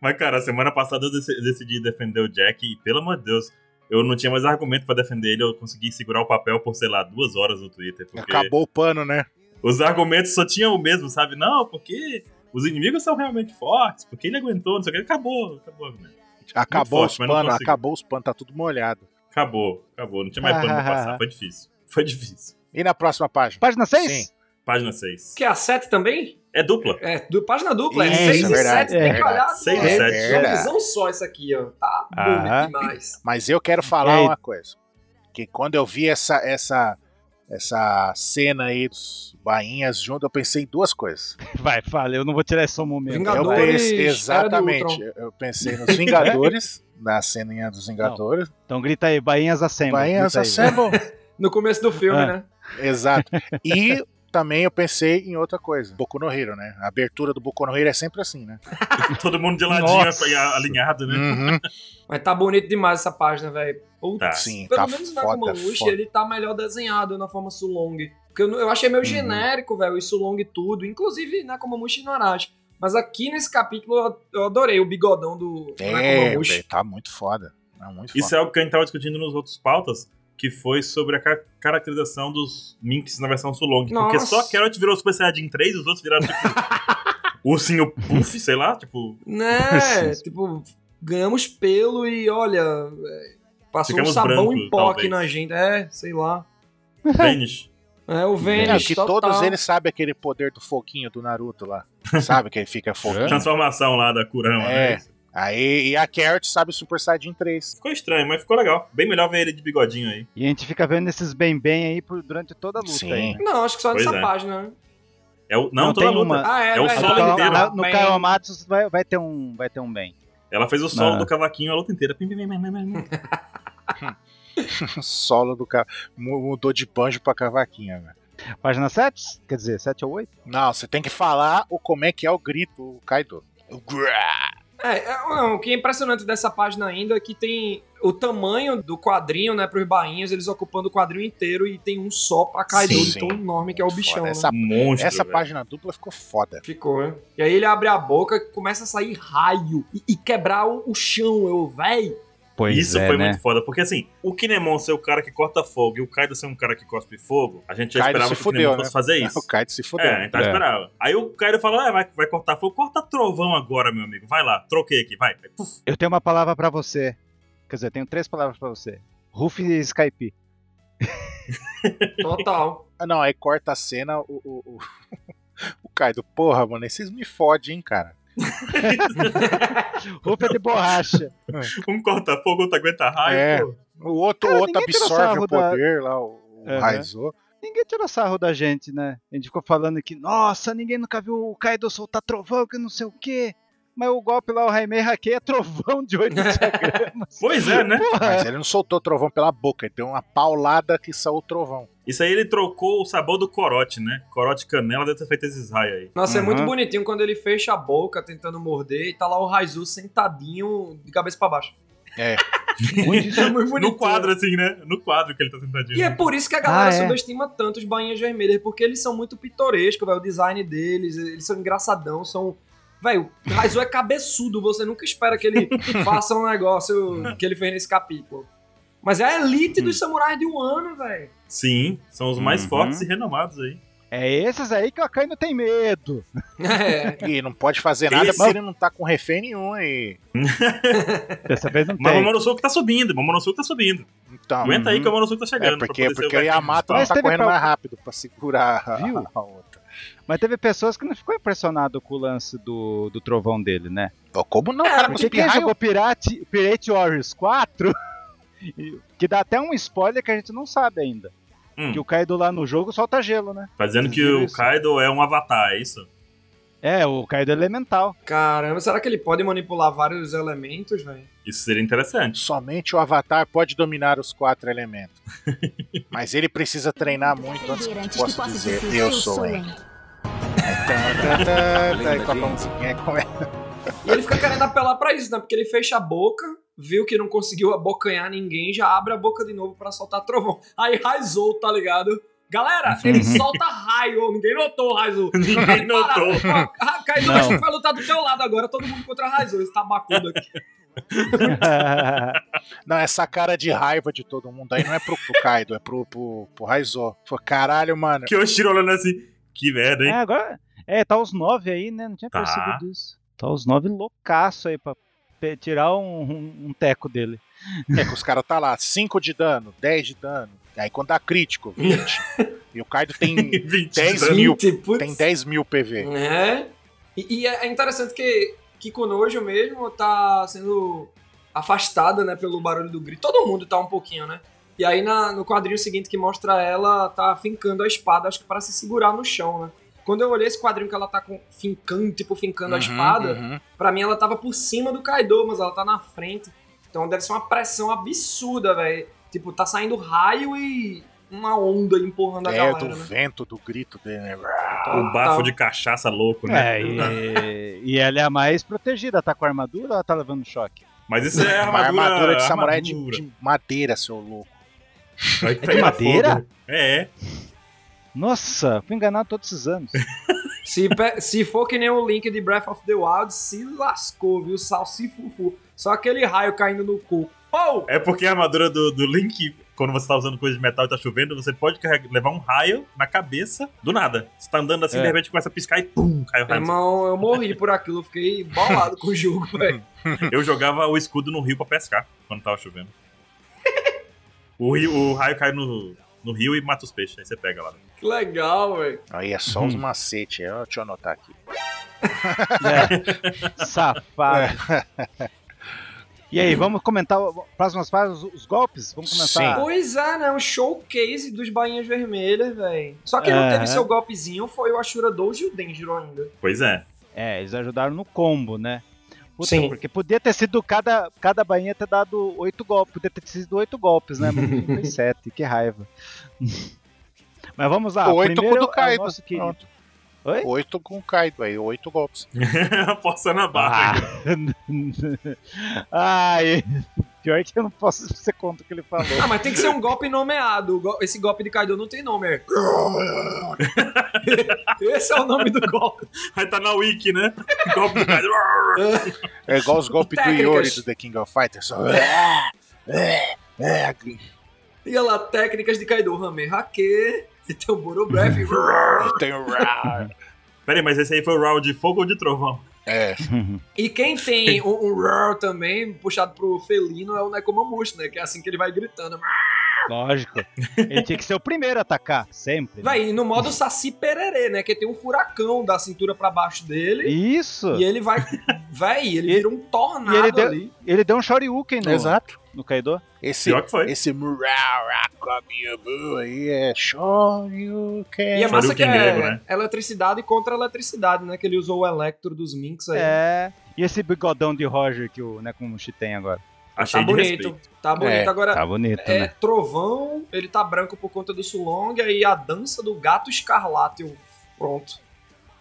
Speaker 3: Mas, cara, semana passada eu dec- decidi defender o Jack e, pelo amor de Deus, eu não tinha mais argumento pra defender ele. Eu consegui segurar o papel por, sei lá, duas horas no Twitter. Porque
Speaker 2: Acabou o pano, né?
Speaker 3: os argumentos só tinham o mesmo, sabe? Não, porque os inimigos são realmente fortes, porque ele aguentou, não sei o que. Acabou, acabou, né?
Speaker 2: Acabou
Speaker 3: forte,
Speaker 2: os
Speaker 3: mas não
Speaker 2: panos,
Speaker 3: consigo.
Speaker 2: acabou os panos, tá tudo molhado.
Speaker 3: Acabou, acabou. Não tinha mais pano pra passar. Foi difícil. Foi difícil.
Speaker 2: E na próxima página?
Speaker 1: Página 6?
Speaker 2: Sim.
Speaker 3: Página 6.
Speaker 4: Que é a 7 também?
Speaker 3: É dupla.
Speaker 4: É, do, página dupla.
Speaker 2: Isso,
Speaker 4: é 6 e
Speaker 2: verdade,
Speaker 4: 7. Tem que
Speaker 2: verdade.
Speaker 4: olhar.
Speaker 3: Seis e
Speaker 4: nossa,
Speaker 3: sete.
Speaker 4: é uma
Speaker 2: Verdade.
Speaker 4: visão só isso aqui, ó. Tá
Speaker 1: Aham.
Speaker 4: bonito demais.
Speaker 2: Mas eu quero falar
Speaker 1: Ei.
Speaker 2: uma coisa. Que quando eu vi essa, essa, essa cena aí dos bainhas junto, eu pensei em duas coisas.
Speaker 1: Vai, fala, eu não vou tirar esse só um momento.
Speaker 2: Eu
Speaker 4: Vingadores,
Speaker 1: Vai.
Speaker 2: pensei,
Speaker 4: Era do
Speaker 2: exatamente, eu eu pensei nos Vingadores, na ceninha dos Vingadores.
Speaker 1: Então grita aí, Bainhas Assemble.
Speaker 2: Bainhas
Speaker 1: grita aí, né?
Speaker 2: Assemble.
Speaker 4: No começo do filme,
Speaker 1: Ah.
Speaker 4: né?
Speaker 2: Exato. E também eu pensei em outra coisa. Boku no Hero, né? A abertura do Boku no Hero é sempre assim, né?
Speaker 3: Todo mundo de ladinho
Speaker 1: Nossa.
Speaker 3: foi a- alinhado, né?
Speaker 2: Uhum.
Speaker 4: Mas tá bonito demais essa página, velho. Puta.
Speaker 3: Tá.
Speaker 2: Sim,
Speaker 4: Ah, Pelo
Speaker 2: tá
Speaker 4: menos o
Speaker 2: foda,
Speaker 4: Nakamushi,
Speaker 2: foda.
Speaker 4: ele tá melhor desenhado na forma Sulong. Porque eu, não- eu achei meio genérico, velho, isso long tudo. Inclusive Nakamushi e Narashi. Mas aqui nesse capítulo eu- eu adorei o bigodão do
Speaker 2: É,
Speaker 4: Nakamushi.
Speaker 2: velho, tá muito foda. Tá muito foda.
Speaker 3: Isso é algo que a gente tava discutindo nos outros pautas. que foi sobre a ca- caracterização dos Minks na versão Sulong. Porque só a
Speaker 4: Nossa.
Speaker 3: Carrot virou Super Saiyajin 3 e os outros viraram tipo. ursinho Puff, sei lá, tipo.
Speaker 4: Né?
Speaker 1: Sim.
Speaker 4: tipo, ganhamos pelo e olha. é, Passou
Speaker 3: Ficamos
Speaker 4: um sabão
Speaker 3: brancos,
Speaker 4: em pó
Speaker 3: talvez.
Speaker 4: aqui na gente. É, sei lá.
Speaker 3: Vênus.
Speaker 4: É, o
Speaker 2: É,
Speaker 4: Vênus.
Speaker 2: que
Speaker 4: total.
Speaker 2: todos eles sabem aquele poder do foguinho do Naruto lá. Sabe que ele fica foguinho.
Speaker 3: Transformação lá da Kurama,
Speaker 2: É.
Speaker 3: né?
Speaker 2: Aí, e a Carrot sabe o Super Saiyajin 3.
Speaker 3: Ficou estranho, mas ficou legal. Bem melhor ver ele de bigodinho aí.
Speaker 1: E a gente fica vendo esses bem-bem aí por- durante toda a luta.
Speaker 2: Sim.
Speaker 1: Aí, né?
Speaker 4: Não, acho que só
Speaker 3: Pois
Speaker 4: nessa
Speaker 3: é.
Speaker 4: página, né?
Speaker 3: É o, não,
Speaker 1: Não,
Speaker 3: toda
Speaker 1: tem
Speaker 3: luta.
Speaker 1: uma-
Speaker 4: Ah, é,
Speaker 3: É o
Speaker 4: verdade.
Speaker 1: No
Speaker 3: solo
Speaker 1: Kawa-
Speaker 3: inteiro.
Speaker 1: na- No
Speaker 4: Bem-
Speaker 1: Kawamatsu vai, vai ter um vai ter um bem.
Speaker 3: Ela fez o solo
Speaker 1: Ah.
Speaker 3: do cavaquinho a luta inteira.
Speaker 2: Solo do cara. Mudou de banjo pra cavaquinha, velho.
Speaker 1: Página 7? Quer dizer, 7 ou 8?
Speaker 2: Não, você tem que falar o, como é que é o grito, o Kaido. O grá.
Speaker 4: É, é, não, o que é impressionante dessa página ainda é que tem o tamanho do quadrinho, né, pros bainhas, eles ocupando o quadrinho inteiro e tem um só pra Kaido,
Speaker 2: Sim.
Speaker 4: tão enorme que é o
Speaker 2: Muito
Speaker 4: bichão,
Speaker 2: foda.
Speaker 4: né?
Speaker 2: Essa,
Speaker 3: Monstro.
Speaker 2: essa
Speaker 3: velho.
Speaker 2: página dupla ficou foda.
Speaker 4: Ficou, né? E aí ele abre a boca, começa a sair raio e, e quebrar o, o chão, eu, véi.
Speaker 1: Pois é, né?
Speaker 3: Isso foi muito foda, porque assim, o Kinemon ser o cara que corta fogo e o Kaido ser um cara que cospe fogo, a gente já
Speaker 2: Kaido
Speaker 3: esperava
Speaker 2: se
Speaker 3: que o
Speaker 2: fudeu,
Speaker 3: Kinemon
Speaker 2: né?
Speaker 3: fosse fazer isso.
Speaker 2: O Kaido se fudeu.
Speaker 3: É, então
Speaker 1: É.
Speaker 3: esperava. Aí o Kaido fala, ah, vai, vai cortar fogo, corta trovão agora, meu amigo. Vai lá, troquei aqui, vai. Aí, puf,
Speaker 1: Eu tenho uma palavra pra você. Quer dizer, eu tenho três palavras pra você. Ruff e Skype.
Speaker 4: Total.
Speaker 2: Ah, Não, aí corta a cena, o, o, o, o Kaido, porra, mano, aí vocês me fodem, hein, cara.
Speaker 1: Ruff é de borracha.
Speaker 3: um corta fogo, outro aguenta raio.
Speaker 2: É.
Speaker 3: pô.
Speaker 2: O outro,
Speaker 1: Cara,
Speaker 2: o outro
Speaker 1: ninguém tira
Speaker 2: absorve
Speaker 1: sarro
Speaker 2: o
Speaker 1: da-
Speaker 2: poder lá, o, o
Speaker 1: Aham.
Speaker 2: Raizo.
Speaker 1: Ninguém tirou sarro da gente, né? A gente ficou falando que, nossa, ninguém nunca viu o Kaido soltar trovão, que não sei o quê. Mas o golpe lá, o Raimei Haki é trovão de 8 diagramas.
Speaker 3: Pois é, né?
Speaker 2: Mas ele não soltou o trovão pela boca, ele deu uma paulada que saiu o trovão.
Speaker 3: Isso aí ele trocou o sabor do corote, né? Corote canela deve ter feito esses raios aí.
Speaker 4: Nossa, é
Speaker 1: Uhum.
Speaker 4: muito bonitinho quando ele fecha a boca tentando morder e tá lá o Raizu sentadinho de cabeça pra baixo.
Speaker 1: Muito-
Speaker 4: Isso é muito
Speaker 3: No quadro, assim, né? No quadro que ele tá sentadinho.
Speaker 4: E é por isso que a galera
Speaker 1: Ah, é.
Speaker 4: subestima tanto os bainhas vermelhas, porque eles são muito pitorescos, velho. O design deles, eles são engraçadão, são. Velho, o Raizu é cabeçudo, você nunca espera que ele faça um negócio que ele fez nesse capítulo. Mas é a elite
Speaker 1: Hum.
Speaker 4: dos samurais de Wano, velho.
Speaker 3: Sim, são os mais
Speaker 1: Uhum.
Speaker 3: fortes e renomados aí.
Speaker 1: É esses aí que o Akainu tem medo.
Speaker 4: É.
Speaker 2: E não pode fazer nada
Speaker 3: Esse-
Speaker 2: porque ele não tá com refém nenhum aí.
Speaker 1: Dessa vez não
Speaker 3: Mas o
Speaker 1: tem.
Speaker 3: Momonosuke tá subindo, o Momonosuke tá subindo.
Speaker 2: Então,
Speaker 3: Aguenta aí que o Momonosuke tá
Speaker 2: é
Speaker 3: chegando. pra
Speaker 2: porque,
Speaker 3: poder ser
Speaker 2: porque
Speaker 3: o
Speaker 2: o Yamato não
Speaker 1: Mas
Speaker 2: tá
Speaker 1: teve
Speaker 2: correndo
Speaker 1: pra-
Speaker 2: mais rápido pra segurar a,
Speaker 1: Viu?
Speaker 2: a outra.
Speaker 1: Mas teve pessoas que não ficou impressionado com o lance do, do trovão dele, né?
Speaker 2: Pô, Como não, cara? Mas
Speaker 1: Porque quem
Speaker 2: pirraia-
Speaker 1: jogou Pirate, Pirate Warriors 4, e- que dá até um spoiler que a gente não sabe ainda.
Speaker 3: Hum.
Speaker 1: Que o Kaido lá no jogo solta gelo, né?
Speaker 3: Tá dizendo que o Kaido é um avatar, é isso?
Speaker 1: É, o Kaido elemental.
Speaker 4: Caramba, será que ele pode manipular vários elementos, velho?
Speaker 3: Isso seria interessante.
Speaker 2: Somente o Avatar pode dominar os quatro elementos. Mas ele precisa treinar muito antes
Speaker 5: Aprender
Speaker 2: que
Speaker 5: antes que
Speaker 2: possa
Speaker 5: possa
Speaker 2: dizer,
Speaker 5: dizer,
Speaker 2: eu
Speaker 5: "Eu
Speaker 2: sou
Speaker 5: sou
Speaker 2: ele.
Speaker 5: Eng."
Speaker 2: Aí toca a musiquinha, como é?
Speaker 4: E ele fica querendo apelar pra isso, né? Porque ele fecha a boca, viu que não conseguiu abocanhar ninguém, já abre a boca de novo pra soltar trovão. Aí Raizou, tá ligado? Galera, ele solta raio. Ninguém notou, Raizou.
Speaker 3: Ninguém notou.
Speaker 4: Kaido,
Speaker 1: Não.
Speaker 4: acho que vai lutar do teu lado agora. Todo mundo contra Raizou, esse tabacudo aqui.
Speaker 1: É,
Speaker 2: Não, essa cara de raiva de todo mundo aí não é pro, pro Kaido, é pro, pro, pro Raizo. Pô, caralho, mano.
Speaker 3: Que o Shiro olhando assim, que merda,
Speaker 1: é,
Speaker 3: hein?
Speaker 1: agora. É, tá os nove aí, né? Não tinha
Speaker 3: Tá.
Speaker 1: percebido isso. Tá os nove loucaço aí pra pe- tirar um, um- um teco dele.
Speaker 2: É que os caras tá lá, 5 de dano, 10 de dano. Aí quando dá crítico, 20. e o Kaido
Speaker 1: É.
Speaker 2: tem,
Speaker 3: 20
Speaker 2: Dez
Speaker 3: anos.
Speaker 2: mil.
Speaker 4: putz.
Speaker 2: tem 10 mil PV.
Speaker 4: É. E, e é é interessante que Kikunojo mesmo tá sendo afastada, né, pelo barulho do grito. Todo mundo tá um pouquinho, né? E aí na- no quadrinho seguinte que mostra ela tá fincando a espada, acho que para se segurar no chão, né? Quando eu olhei esse quadrinho que ela tá com, fincando, tipo, fincando a espada,
Speaker 2: uhum.
Speaker 4: Pra mim, ela tava por cima do Kaido, mas ela tá na frente. Então deve ser uma pressão absurda, velho. Tipo, tá saindo raio e uma onda empurrando a
Speaker 2: É,
Speaker 4: galera,
Speaker 2: do
Speaker 4: né?
Speaker 2: vento, do grito dele, né?
Speaker 3: O bafo de cachaça louco,
Speaker 1: É,
Speaker 3: né?
Speaker 1: e, e ela é a mais protegida. Tá com armadura ou ela tá levando choque?
Speaker 3: Mas isso é
Speaker 2: Uma
Speaker 3: armadura,
Speaker 2: armadura de samurai de,
Speaker 3: armadura.
Speaker 2: de madeira, seu louco.
Speaker 3: Aí pega
Speaker 1: É madeira?
Speaker 3: fogo. É,
Speaker 1: Nossa, fui enganado todos esses anos.
Speaker 4: Se, pe- se for que nem o Link de Breath of the Wild, se lascou, viu? Salsifufu. Só aquele raio caindo no cu. Oh!
Speaker 3: é porque a armadura do, do Link quando você tá usando coisa de metal e tá chovendo, você pode carregar- levar um raio na cabeça do nada. Você tá andando assim,
Speaker 1: É.
Speaker 3: de repente começa a piscar e pum, cai o raio.
Speaker 4: Irmão, eu morri por aquilo, eu fiquei bolado com o jogo, velho.
Speaker 3: Eu jogava o escudo no rio pra pescar quando tava chovendo. O, rio- o raio cai no, no rio e mata os peixes, aí você pega lá.
Speaker 4: Que legal, velho.
Speaker 2: Aí é só os macetes, é, deixa eu anotar aqui.
Speaker 1: É. Safado. E aí, vamos comentar o- próximas páginas, os golpes? Vamos começar.
Speaker 4: Pois é, né? Um showcase dos Bainhas Vermelhas, velho. Só quem não
Speaker 1: Aham.
Speaker 4: teve seu golpezinho foi o Ashura Dojo e o Denjiro ainda.
Speaker 3: Pois é.
Speaker 1: É, eles ajudaram no combo, né? Puta,
Speaker 4: Sim.
Speaker 1: porque podia ter sido cada, cada bainha ter dado oito golpes, podia ter sido oito golpes, né? Mas não foi sete, que raiva. Mas vamos lá.
Speaker 2: oito com o
Speaker 1: primeiro
Speaker 2: do
Speaker 1: é
Speaker 2: Kaido.
Speaker 1: nosso querido-
Speaker 2: Pronto.
Speaker 1: Oi?
Speaker 2: Oito com o Kaido aí, oito golpes.
Speaker 3: Forçando a barra.
Speaker 1: Ah. Ai, pior que eu não posso ser contra o que ele falou.
Speaker 4: Ah, mas tem que ser um golpe nomeado. O go- Esse golpe de Kaido não tem nome, é. Esse é o nome do golpe.
Speaker 3: Aí tá na wiki, né? Golpe do cara.
Speaker 2: É igual os golpes do
Speaker 4: Técnicas.
Speaker 2: Yori do The King of Fighters. Só- é,
Speaker 4: E olha lá, técnicas de Kaido, Rame Hake, Então, e tem o Boro Breath.
Speaker 2: Tem o Ra.
Speaker 3: Pera aí, mas esse aí foi o round de fogo ou de trovão?
Speaker 2: É,
Speaker 4: E quem tem um, um roar também, puxado pro felino, é o Nekomamushi, né? Que é assim que ele vai gritando.
Speaker 1: Lógico. Ele tinha que ser o primeiro a atacar, sempre. né?
Speaker 4: Vai, e no modo Saci Pererê, né? Que tem um furacão da cintura pra baixo dele.
Speaker 1: Isso.
Speaker 4: E ele vai. Vai, ele
Speaker 1: E-
Speaker 4: vira um tornado
Speaker 1: e ele deu-
Speaker 4: ali.
Speaker 1: Ele deu um shoryuken no,
Speaker 2: exato.
Speaker 1: no Kaido.
Speaker 2: Esse,
Speaker 3: Pior que foi.
Speaker 2: esse Murarakomiyabu aí é Shoryuken.
Speaker 4: E é massa que é
Speaker 3: Shoryuken grego, né?
Speaker 4: eletricidade contra eletricidade, né? Que ele usou o Electro dos Minks aí.
Speaker 1: É. E esse bigodão de Roger que o Nekomushi tem agora?
Speaker 3: Achei de
Speaker 4: tá bonito.
Speaker 3: respeito.
Speaker 4: Tá bonito.
Speaker 2: É,
Speaker 4: Agora,
Speaker 1: Tá bonito,
Speaker 4: é
Speaker 1: né?
Speaker 4: trovão, ele tá branco por conta do Sulong, aí a dança do gato escarlate. eu- Pronto.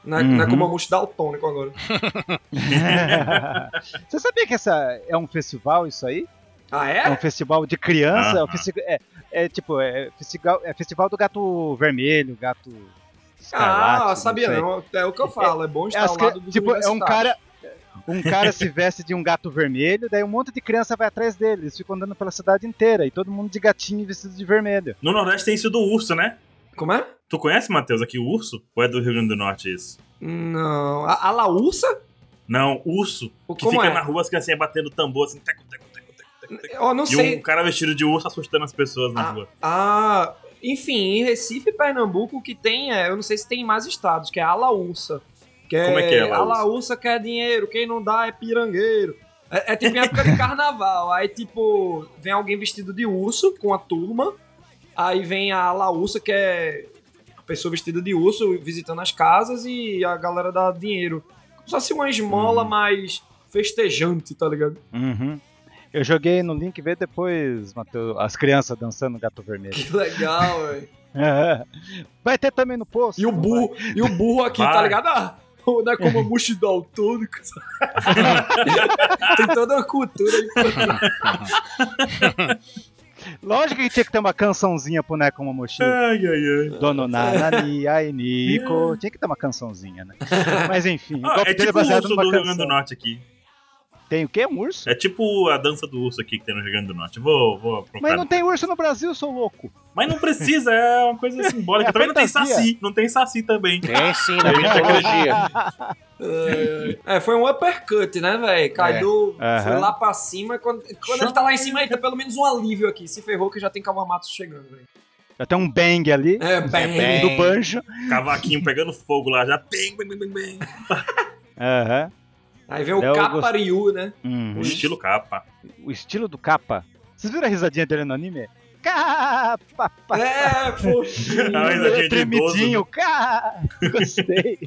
Speaker 4: Na,
Speaker 1: Uhum.
Speaker 4: na Kumamushi daltônico agora.
Speaker 1: Você sabia que essa é um festival isso aí?
Speaker 4: Ah,
Speaker 1: É
Speaker 4: é?
Speaker 1: um festival de criança? É, um
Speaker 3: Aham.
Speaker 1: festi- é- é tipo, é festival, é festival do gato vermelho, gato escarlate.
Speaker 4: Ah, sabia
Speaker 1: sei.
Speaker 4: não. É o que eu falo, é bom
Speaker 1: É,
Speaker 4: estar
Speaker 1: as
Speaker 4: ao lado
Speaker 1: cri-
Speaker 4: dos
Speaker 1: tipo, é um
Speaker 4: universitários.
Speaker 1: cara. Um cara se veste de um gato vermelho, daí um monte de criança vai atrás dele. Eles ficam andando pela cidade inteira e todo mundo de gatinho vestido de vermelho.
Speaker 3: No Nordeste tem isso do urso, né?
Speaker 4: Como é?
Speaker 3: Tu conhece, Matheus, aqui o urso? Ou é do Rio Grande do Norte isso?
Speaker 4: Não. A, a Laúça?
Speaker 3: Não, urso.
Speaker 4: O-
Speaker 3: Que
Speaker 4: Como
Speaker 3: fica
Speaker 4: é?
Speaker 3: na rua, as criancinhas batendo tambor, assim, teco, teco, teco, teco, teco, teco.
Speaker 4: Eu não
Speaker 3: E
Speaker 4: sei.
Speaker 3: um cara vestido de urso assustando as pessoas na
Speaker 4: Ah.
Speaker 3: rua.
Speaker 4: Ah, enfim, em Recife e Pernambuco, o que tem é, eu não sei se tem em mais estados, que é ala ursa. Que
Speaker 3: Como é que é ala ursa?
Speaker 4: Ala ursa quer dinheiro, quem não dá é pirangueiro. É, é tipo em época de carnaval, aí tipo, vem alguém vestido de urso com a turma, aí vem a ala ursa que é a pessoa vestida de urso visitando as casas e a galera dá dinheiro. Como se fosse uma esmola
Speaker 1: Hum.
Speaker 4: mais festejante, tá ligado?
Speaker 1: Uhum. Eu joguei no link vê depois, Matheus, as crianças dançando gato vermelho.
Speaker 4: Que legal, velho.
Speaker 1: vai ter também no post.
Speaker 4: E o burro, e o burro aqui, tá
Speaker 3: Vai.
Speaker 4: ligado? Ah, o Nekomamushi daltônico. Tem toda uma cultura aí.
Speaker 1: Lógico que tinha que ter uma cançãozinha pro Neco Momoshi.
Speaker 3: Ai, ai, ai.
Speaker 1: Dono Nanani, ai Nico. Tinha que ter uma cançãozinha, né? Mas enfim, o
Speaker 3: Ah,
Speaker 1: golpe
Speaker 3: é
Speaker 1: dele é
Speaker 3: tipo o
Speaker 1: baseado
Speaker 3: urso do
Speaker 1: numa
Speaker 3: Rio Grande do
Speaker 1: canção.
Speaker 3: Norte aqui.
Speaker 1: Tem o quê? Um urso?
Speaker 3: É tipo a dança do urso aqui que tem no Rio Grande do Norte. Vou, vou procurar.
Speaker 1: Mas não tem urso no Brasil, sou louco.
Speaker 3: Mas não precisa, é uma coisa simbólica.
Speaker 1: É
Speaker 3: também não tem
Speaker 1: fantasia.
Speaker 3: saci. Não tem saci também.
Speaker 2: Tem sim, na mitologia.
Speaker 4: É, foi um uppercut, né, velho? Kaido
Speaker 1: É.
Speaker 4: foi
Speaker 1: Aham.
Speaker 4: lá pra cima. Quando, quando ele tá lá em cima, eita, pelo menos um alívio aqui. Se ferrou que já tem Kawamatsu chegando, velho.
Speaker 1: Já tem um bang ali.
Speaker 4: É, bem.
Speaker 2: bem.
Speaker 1: Do banjo.
Speaker 3: Cavaquinho pegando fogo lá já. Bem, bem, bem, bem, bem.
Speaker 1: Aham.
Speaker 4: Aí vem o
Speaker 1: É, eu
Speaker 4: Kaparyu, né?
Speaker 1: Uhum.
Speaker 3: O estilo capa.
Speaker 1: O estilo do capa. Vocês viram a risadinha dele no anime? Capa!
Speaker 4: É, fofinho.
Speaker 3: Ah, mas risadinha de
Speaker 1: Tremidinho, capa! É Gostei.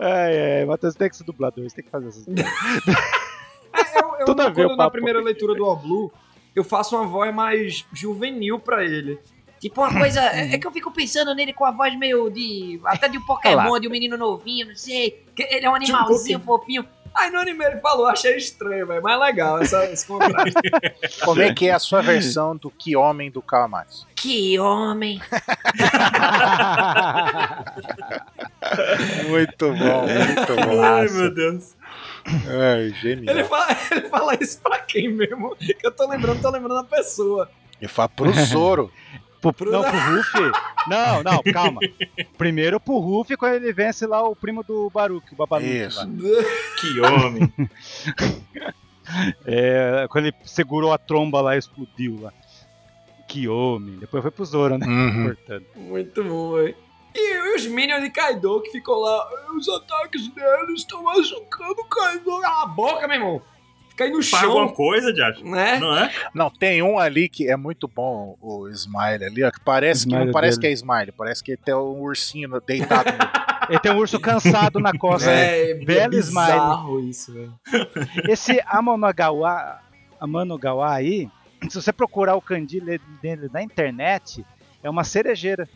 Speaker 1: Ai, ai, Matheus, tem que ser dublador, você tem que fazer essas coisas.
Speaker 4: É, eu, eu
Speaker 1: Tudo a ver
Speaker 4: quando
Speaker 1: o
Speaker 4: na
Speaker 1: papo.
Speaker 4: primeira leitura do All Blue, eu faço uma voz mais juvenil pra ele.
Speaker 5: Tipo, uma coisa. É é que eu fico pensando nele com a voz meio de. Até de um Pokémon, de um menino novinho, não sei. que Ele é um
Speaker 4: Tipo
Speaker 5: animalzinho fofinho.
Speaker 4: Aí no anime ele falou, achei estranho, velho, mas legal essa, esse contraste.
Speaker 2: Como é que é a sua versão do Que Homem do Kawamatsu?
Speaker 5: Que homem.
Speaker 2: Muito bom, muito bom.
Speaker 3: Ai, meu Deus.
Speaker 2: Ai, É, genial.
Speaker 4: Ele fala, ele fala isso pra quem mesmo? Que eu tô lembrando, tô lembrando da pessoa.
Speaker 2: Eu falo pro Soro.
Speaker 1: Pro- Não, pro Ruff. Não, não, calma. Primeiro pro Ruff, quando ele vence lá o primo do Baruque, o Babaluque.
Speaker 2: Isso.
Speaker 1: lá.
Speaker 3: Que homem.
Speaker 1: É, quando ele segurou a tromba lá e explodiu lá. Que homem. Depois foi pro Zoro, né?
Speaker 2: Uhum.
Speaker 1: Portanto.
Speaker 4: Muito bom, hein? E os Minions de Kaido que ficou lá. Os ataques deles estão machucando o Kaido. Cala a boca, meu irmão. Fica aí no
Speaker 3: Faz alguma
Speaker 4: chão,
Speaker 3: coisa, Josh?
Speaker 4: né?
Speaker 3: Não é?
Speaker 2: Não, tem um ali que é muito bom, o Smile ali, ó, que parece que não
Speaker 1: Smile
Speaker 2: parece
Speaker 1: dele.
Speaker 2: que é Smile, parece que tem um ursinho deitado. no-
Speaker 1: Ele tem um urso cansado na costa.
Speaker 4: É,
Speaker 1: Belo
Speaker 4: bizarro isso, velho.
Speaker 1: Esse Amanogawa, Amanogawa aí, se você procurar o kanji le- dele na internet, é uma cerejeira.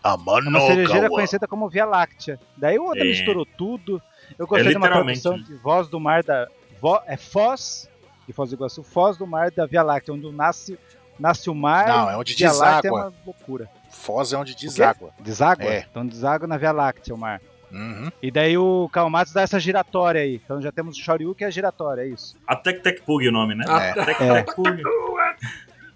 Speaker 2: A
Speaker 1: É uma cerejeira
Speaker 2: Manogawa.
Speaker 1: conhecida como Via Láctea. Daí o Oda
Speaker 3: É.
Speaker 1: misturou tudo. Eu gostei
Speaker 3: É
Speaker 1: de uma
Speaker 3: literalmente,
Speaker 1: tradução
Speaker 3: né?
Speaker 1: de Voz do Mar da... Vo- é Foz, de Foz do Iguaçu, Foz do Mar da Via Láctea, onde nasce, nasce o mar.
Speaker 2: Não, é onde
Speaker 1: Via Láctea é
Speaker 2: deságua.
Speaker 1: uma loucura.
Speaker 2: Foz é onde
Speaker 1: quê?
Speaker 2: deságua.
Speaker 1: Deságua?
Speaker 2: É.
Speaker 1: Então deságua na Via Láctea o mar.
Speaker 2: Uhum.
Speaker 1: E daí o Kalmatsu dá essa giratória aí. Então já temos o Shoryuken e a giratória, é isso.
Speaker 3: A Tec Tec Pug o nome, né?
Speaker 4: Ah,
Speaker 3: Tec
Speaker 1: É.
Speaker 3: Tec Pug. Tá,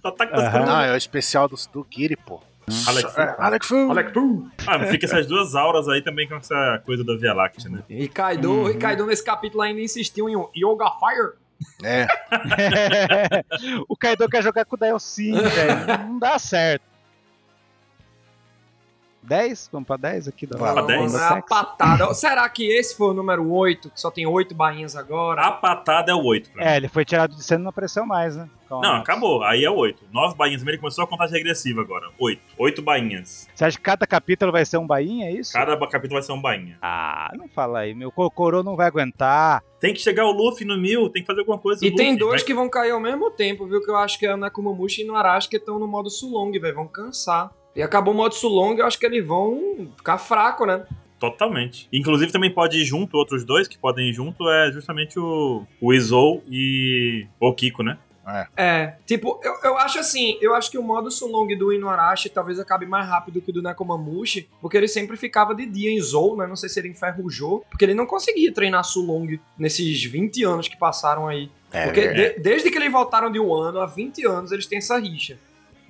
Speaker 3: Só Ataque das
Speaker 1: Aham.
Speaker 2: Não, é o especial do, do Giri, pô.
Speaker 3: Alex Fu.
Speaker 2: É, Alex Fu.
Speaker 3: Olha que tu. Ah, mas fica essas duas auras aí também com essa coisa da Via Láctea, né?
Speaker 4: E Kaido,
Speaker 1: Uhum.
Speaker 4: e Kaido nesse capítulo ainda insistiu em um Yoga Fire.
Speaker 2: É,
Speaker 1: o Kaido quer jogar com o Daiosin, velho. Não dá certo. 10? Vamos pra 10 aqui? Da
Speaker 2: Vamos
Speaker 1: hora?
Speaker 3: pra 10.
Speaker 1: Da
Speaker 4: É a
Speaker 1: sexo?
Speaker 4: patada. Será que esse foi o número 8, que só tem 8 bainhas agora?
Speaker 3: A patada é o 8, pra mim.
Speaker 1: É, ele foi tirado de cena e não apareceu mais, né? Calma.
Speaker 3: Não, acabou. Aí é 8. 9 bainhas. Ele começou a contagem regressiva agora. 8. 8 bainhas.
Speaker 1: Você acha que cada capítulo vai ser um bainha, é isso?
Speaker 3: Cada capítulo vai ser um bainha.
Speaker 1: Ah, não fala aí. Meu Kokoro não vai aguentar.
Speaker 3: Tem que chegar o Luffy no mil, tem que fazer alguma coisa.
Speaker 4: E
Speaker 3: o
Speaker 4: tem
Speaker 3: Luffy,
Speaker 4: dois
Speaker 3: né?
Speaker 4: que vão cair ao mesmo tempo, viu? Que eu acho que é o Nakumamushi e no Arashi que estão no modo Sulong, velho. Vão cansar. E acabou o modo Sulong, eu acho que eles vão ficar fraco, né?
Speaker 3: Totalmente. Inclusive também pode ir junto, outros dois que podem ir junto é justamente o, o Izou e o Kiko, né?
Speaker 4: É, tipo, eu, eu acho assim, eu acho que o modo Sulong do Inuarashi talvez acabe mais rápido que o do Nekomamushi, porque ele sempre ficava de dia em Zou, né? Não sei se ele enferrujou, porque ele não conseguia treinar Sulong nesses 20 anos que passaram aí.
Speaker 2: é
Speaker 4: porque
Speaker 2: verdade.
Speaker 4: de- desde que eles voltaram de Wano, há 20 anos, eles têm essa rixa.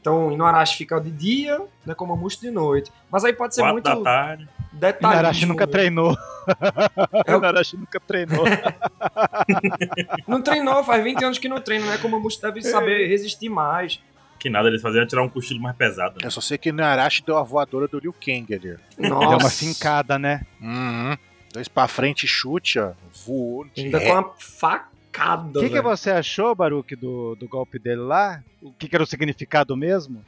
Speaker 4: Então, o Inuarashi fica de dia, Nekomamushi de noite. Mas aí pode ser
Speaker 3: Quatro da
Speaker 4: é muito
Speaker 3: tarde.
Speaker 1: O
Speaker 4: detalhista.
Speaker 1: Narashi nunca treinou.
Speaker 4: Tá É o-
Speaker 1: O Narashi nunca treinou.
Speaker 4: Não treinou, faz 20 anos que não treina, né? Como a
Speaker 1: É.
Speaker 4: deve saber resistir mais.
Speaker 3: Que nada eles faziam, era tirar um cochilo mais pesado. Né?
Speaker 2: Eu só sei que no Arashi deu a voadora do Liu Kang ali.
Speaker 4: Nossa.
Speaker 1: Ele é uma fincada, né?
Speaker 2: Uhum. Dois pra frente, chute, ó. Voou. É,
Speaker 1: tá
Speaker 4: Ainda
Speaker 2: direto.
Speaker 4: tá com uma facada,
Speaker 1: O que, é que
Speaker 4: velho.
Speaker 1: você achou, Baruque, do, do golpe dele lá? O que, que era o significado mesmo?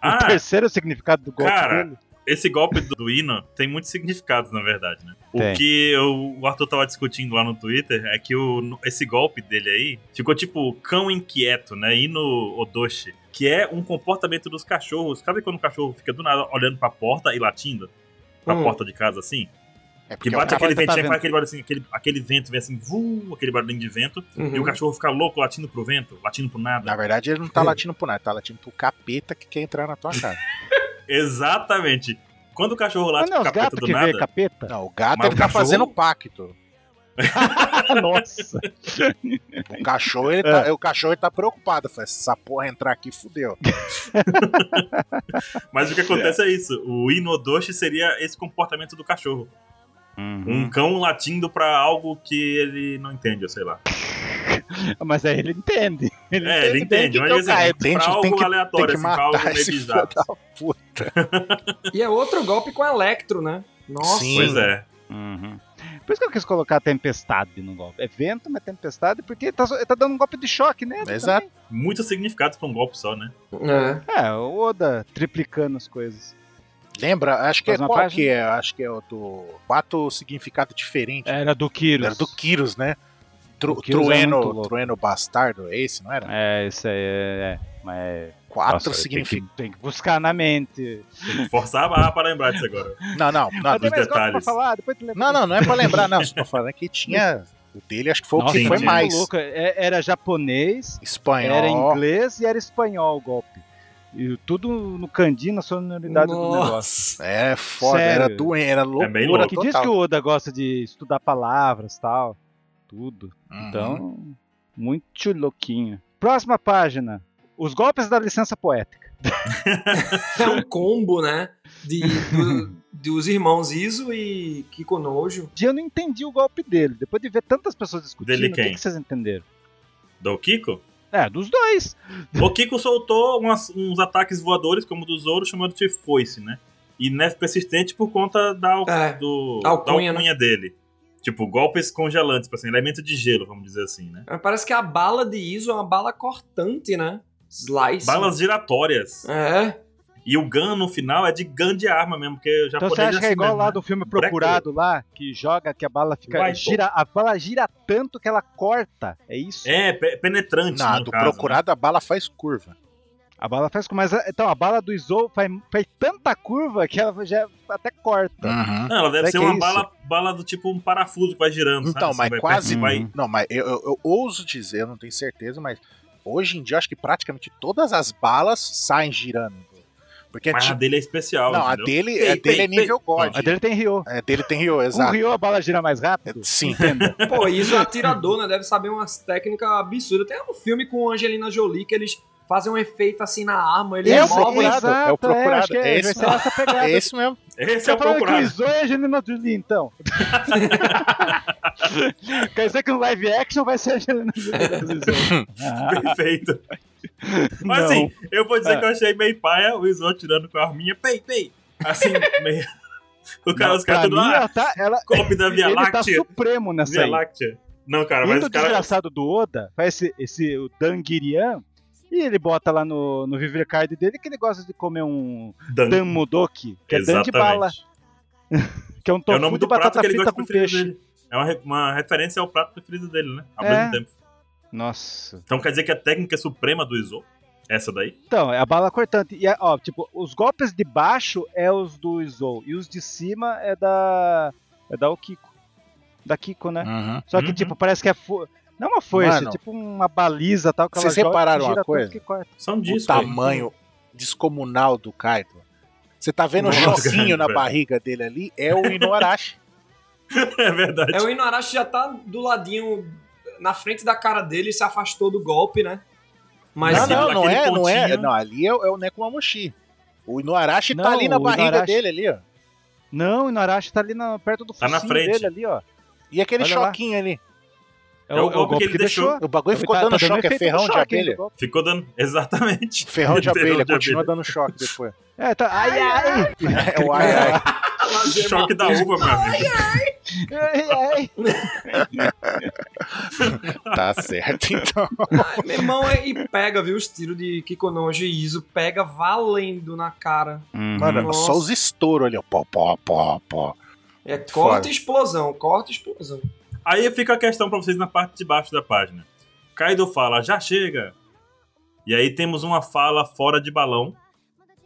Speaker 3: Ah,
Speaker 1: o terceiro significado do golpe
Speaker 3: cara,
Speaker 1: dele?
Speaker 3: esse golpe do do Ino tem muitos significados, na verdade, né? O
Speaker 1: Tem.
Speaker 3: que eu- o Arthur tava discutindo lá no Twitter é que o, esse golpe dele aí ficou tipo cão inquieto, né? Ino Odoshi. Que é um comportamento dos cachorros. Sabe quando o cachorro fica do nada olhando pra porta e latindo? Pra
Speaker 4: Hum.
Speaker 3: porta de casa, assim?
Speaker 2: É
Speaker 3: Que
Speaker 2: porque
Speaker 3: bate
Speaker 2: é um
Speaker 3: aquele
Speaker 1: tá
Speaker 3: ventinho,
Speaker 1: vendo.
Speaker 3: faz aquele barulho assim, aquele, aquele vento vem assim, vu, aquele barulhinho de vento,
Speaker 4: Uhum.
Speaker 3: e
Speaker 1: Hum.
Speaker 3: o cachorro fica louco latindo pro vento, latindo pro nada.
Speaker 2: Na verdade, ele não tá latindo por nada, tá latindo pro capeta que quer entrar na tua casa.
Speaker 3: Exatamente. Quando o cachorro
Speaker 1: Mas
Speaker 3: late
Speaker 1: não é
Speaker 3: pro
Speaker 1: os
Speaker 3: capeta
Speaker 1: gatos
Speaker 3: do
Speaker 1: que vê
Speaker 3: nada,
Speaker 1: capeta?
Speaker 2: Não, o gato
Speaker 3: Mas
Speaker 2: ele
Speaker 3: o
Speaker 2: tá
Speaker 3: cachorro-
Speaker 2: fazendo pacto.
Speaker 1: Nossa.
Speaker 2: O cachorro, ele tá, o cachorro ele tá preocupado. Fala, se essa porra entrar aqui, fudeu.
Speaker 3: mas o que acontece é isso. O inodoshi seria esse comportamento do cachorro.
Speaker 2: Uhum.
Speaker 1: Uhum.
Speaker 3: Um cão latindo pra algo que ele não entende, eu sei lá.
Speaker 1: Mas aí ele entende. Ele
Speaker 3: É, ele
Speaker 1: bem
Speaker 3: entende,
Speaker 1: o
Speaker 3: mas
Speaker 1: que é o
Speaker 3: assim,
Speaker 1: Kaido.
Speaker 2: Tem
Speaker 3: pra
Speaker 2: que- tem
Speaker 3: algo
Speaker 2: que- Tem
Speaker 3: aleatório,
Speaker 2: que
Speaker 3: assim, pra algo
Speaker 2: matar
Speaker 3: meio
Speaker 2: esse filho
Speaker 3: bizarro.
Speaker 2: da puta.
Speaker 4: E é outro golpe com Electro, né? Nossa.
Speaker 2: Sim.
Speaker 3: Pois é.
Speaker 2: Uhum.
Speaker 1: Por isso que eu quis colocar tempestade no golpe. É vento, mas tempestade, porque ele tá, ele tá dando um golpe de choque, né?
Speaker 2: Exato.
Speaker 3: Muitos significados pra um golpe só, né?
Speaker 4: É.
Speaker 1: É, o Oda triplicando as coisas.
Speaker 2: Lembra? Acho que é
Speaker 1: Mais uma
Speaker 2: qual
Speaker 1: página?
Speaker 2: que é? Acho que é o do. Bato significado diferente.
Speaker 1: Era do Kiro.
Speaker 2: Era do Kyros, né? Tru,
Speaker 1: É, O Kyros é muito
Speaker 2: trueno,
Speaker 1: louco.
Speaker 2: trueno bastardo, é esse, não era?
Speaker 1: É, isso aí é. Mas.
Speaker 2: Quatro significados.
Speaker 1: Tem que buscar na mente.
Speaker 3: Tem que forçar a barra pra lembrar disso agora.
Speaker 2: Não, não, não.
Speaker 1: Mas tem mais golpe pra
Speaker 3: detalhes.
Speaker 1: falar, depois tu lembra.
Speaker 2: Não, não, não é pra lembrar, não. Só tô falando que tinha. O dele acho que foi o
Speaker 1: Nossa,
Speaker 2: que foi
Speaker 1: mas é
Speaker 2: mais.
Speaker 1: louco, é- Era japonês,
Speaker 2: Espanhol.
Speaker 1: era inglês e era espanhol o golpe. E tudo no candinho, na sonoridade do negócio.
Speaker 2: É foda,
Speaker 1: Sério.
Speaker 2: era doente, era loucura
Speaker 3: É bem
Speaker 1: Por
Speaker 3: louco.
Speaker 1: aqui diz que o Oda gosta de estudar palavras tal. Tudo.
Speaker 2: Uhum.
Speaker 1: Então, muito louquinho. Próxima página. Os golpes da licença poética.
Speaker 4: É um combo, né? De, do- dos irmãos Iso e Kiko Nojo.
Speaker 1: E Eu não entendi o golpe dele. Depois de ver tantas pessoas discutindo,
Speaker 3: Dele
Speaker 1: o que,
Speaker 3: quem?
Speaker 1: que vocês entenderam?
Speaker 3: Do Kiko?
Speaker 1: É, dos dois.
Speaker 3: O Kiko soltou umas- uns ataques voadores, como o do Zoro, chamando de foice, né? E neve persistente por conta da, al-
Speaker 4: É,
Speaker 3: do,
Speaker 4: da alcunha,
Speaker 2: né?
Speaker 3: da alcunha dele. Tipo, golpes congelantes, tipo assim, elemento de gelo, vamos dizer assim, né?
Speaker 4: Mas É, Parece que a bala de Iso é uma bala cortante, né? Slice.
Speaker 3: Balas giratórias.
Speaker 4: É.
Speaker 3: E o gun no final é de gun de arma mesmo, porque já
Speaker 1: Então você acha que
Speaker 3: assim
Speaker 1: é igual lá do filme
Speaker 3: né? Black
Speaker 1: Procurado lá, que joga, que a bala fica.
Speaker 3: Vai,
Speaker 1: Gira, a bala gira tanto que ela corta. É isso?
Speaker 3: É, pe- penetrante.
Speaker 2: Na,
Speaker 3: no
Speaker 2: do
Speaker 3: caso, né?
Speaker 2: procurado, a bala faz curva.
Speaker 1: A bala faz com. Mas a- então, a bala do Izou faz, faz tanta curva que ela já até corta.
Speaker 3: né? Não, ela deve
Speaker 1: Será
Speaker 3: ser
Speaker 1: que é
Speaker 3: uma
Speaker 1: isso?
Speaker 3: bala, bala do tipo um parafuso que vai girando, sabe?
Speaker 2: Então,
Speaker 3: Assim,
Speaker 2: mas
Speaker 3: vai-
Speaker 2: quase-
Speaker 3: Vai...
Speaker 2: Não, mas eu, eu- eu ouso dizer, eu não tenho certeza, mas hoje em dia eu acho que praticamente todas as balas saem girando. Porque é
Speaker 3: Mas a
Speaker 2: tipo.
Speaker 3: dele é especial,
Speaker 2: Não, a
Speaker 3: entendeu?
Speaker 2: dele,
Speaker 4: Pei,
Speaker 2: a dele é
Speaker 4: pei,
Speaker 2: nível God.
Speaker 1: A dele tem Ryo.
Speaker 2: É dele tem Ryo,
Speaker 1: Com
Speaker 2: exato. É,
Speaker 1: Ryo a bala gira mais rápido?
Speaker 2: Sim.
Speaker 4: Pô, Iso é atirador, né? Deve saber umas técnicas absurdas. Tem um filme com a Angelina Jolie que eles fazem um efeito assim na arma, eles
Speaker 2: Eu sei,
Speaker 4: movem.
Speaker 2: exato. é o procurado,
Speaker 1: acho que
Speaker 2: é
Speaker 1: vai
Speaker 2: esse
Speaker 1: ser essa pegada.
Speaker 2: É esse mesmo.
Speaker 3: Esse é
Speaker 1: Você
Speaker 3: o
Speaker 1: falou que o
Speaker 3: procurado.
Speaker 1: Izou é a Angelina Jolie, então. Quer dizer que no live action vai ser a Angelina Jolie do Izou. Ah,
Speaker 3: Perfeito. Mas
Speaker 1: não.
Speaker 3: assim, eu vou dizer
Speaker 1: Ah.
Speaker 3: que eu achei meio paia o Izo tirando com a arminha. Pei, pei. Assim, meio. O cara,
Speaker 1: Não,
Speaker 3: os caras
Speaker 1: pra
Speaker 3: tudo
Speaker 1: mim,
Speaker 3: lá.
Speaker 1: ela tá, ela,
Speaker 3: Golpe da Via
Speaker 1: ele tá
Speaker 3: Láctea.
Speaker 1: supremo nessa
Speaker 3: Via
Speaker 1: aí.
Speaker 3: Láctea. Não, cara, mas
Speaker 1: Indo
Speaker 3: os
Speaker 1: o
Speaker 3: caras.
Speaker 1: desgraçado do Oda, faz esse, esse o Dangirian, e ele bota lá no, no Vivre Card dele que ele gosta de comer um
Speaker 3: Dan-
Speaker 1: Dan Mudoki, que é Dan de
Speaker 3: Exatamente.
Speaker 1: bala, que é um
Speaker 3: É
Speaker 1: tofu
Speaker 3: o nome
Speaker 1: de
Speaker 3: do prato
Speaker 1: batata
Speaker 3: que ele
Speaker 1: frita
Speaker 3: gosta
Speaker 1: com
Speaker 3: preferido
Speaker 1: peixe.
Speaker 3: dele. É uma, re- uma referência ao prato preferido dele, né? Ao
Speaker 1: É.
Speaker 3: mesmo tempo.
Speaker 1: Nossa.
Speaker 3: Então quer dizer que a técnica suprema do Izo, essa daí,
Speaker 1: Então, é a bala cortante. E, é, ó, tipo, os golpes de baixo é os do Izou, e os de cima é da é da Okiko. Da Kiko, né? Só que,
Speaker 3: Uhum.
Speaker 1: tipo, parece que é... Fo... Não uma foice,
Speaker 2: Mano.
Speaker 1: é tipo uma baliza tal. Que
Speaker 2: Vocês
Speaker 1: ela joga e
Speaker 2: repararam uma
Speaker 1: gira tanto
Speaker 2: coisa?
Speaker 1: que corta.
Speaker 3: são
Speaker 2: O
Speaker 3: disso. cara.
Speaker 2: tamanho descomunal do Kaido. Você tá vendo o
Speaker 3: Nossa,
Speaker 2: choquinho na
Speaker 3: velho.
Speaker 2: barriga dele ali? É o Inuarashi.
Speaker 3: É verdade.
Speaker 4: É, o Inuarashi já tá do ladinho, na frente da cara dele, se afastou do golpe, né? Mas
Speaker 2: não,
Speaker 3: sim,
Speaker 2: não, não
Speaker 3: tá aquele
Speaker 2: é, não é.
Speaker 3: pontinho.
Speaker 2: Não, ali é, o- é o Nekomamushi. O Inuarashi
Speaker 1: Não,
Speaker 2: tá ali na
Speaker 1: o
Speaker 2: barriga
Speaker 1: Inuarashi-
Speaker 2: dele ali, ó.
Speaker 1: Não, o Inuarashi tá ali na- perto do
Speaker 3: Tá na
Speaker 1: focinho
Speaker 3: frente.
Speaker 1: dele ali, ó.
Speaker 2: E aquele
Speaker 1: Olha lá.
Speaker 2: choquinho ali.
Speaker 1: É o, é o golpe que ele deixou.
Speaker 2: O bagulho ficou
Speaker 1: Tá- tá
Speaker 2: dando choque,
Speaker 1: efeito
Speaker 2: é ferrão
Speaker 1: do
Speaker 2: de
Speaker 1: choque, hein,
Speaker 2: abelha.
Speaker 1: do golpe.
Speaker 3: Ficou dando. Exatamente.
Speaker 2: Ferrão de
Speaker 3: Ferrão
Speaker 2: abelha,
Speaker 3: de
Speaker 2: continua
Speaker 3: abelha.
Speaker 2: dando choque depois.
Speaker 1: É, tá. Ai, ai,
Speaker 2: É o ai, ai.
Speaker 3: Choque
Speaker 4: é,
Speaker 3: da uva, meu amigo.
Speaker 1: ai, ai.
Speaker 2: Tá certo, então.
Speaker 4: Ai, Meu irmão, é- e pega, viu? Os tiros de Kikonoji e Iso pega valendo na cara.
Speaker 1: Uhum. Tá
Speaker 2: Mano,
Speaker 4: Nossa.
Speaker 2: só os estouros ali, ó. Pó, pó, pó, pó.
Speaker 4: É
Speaker 2: Foda.
Speaker 4: corta e explosão, corta e explosão.
Speaker 3: Aí fica a questão pra vocês na parte de baixo da página. Kaido fala, já chega! E aí temos uma fala fora de balão,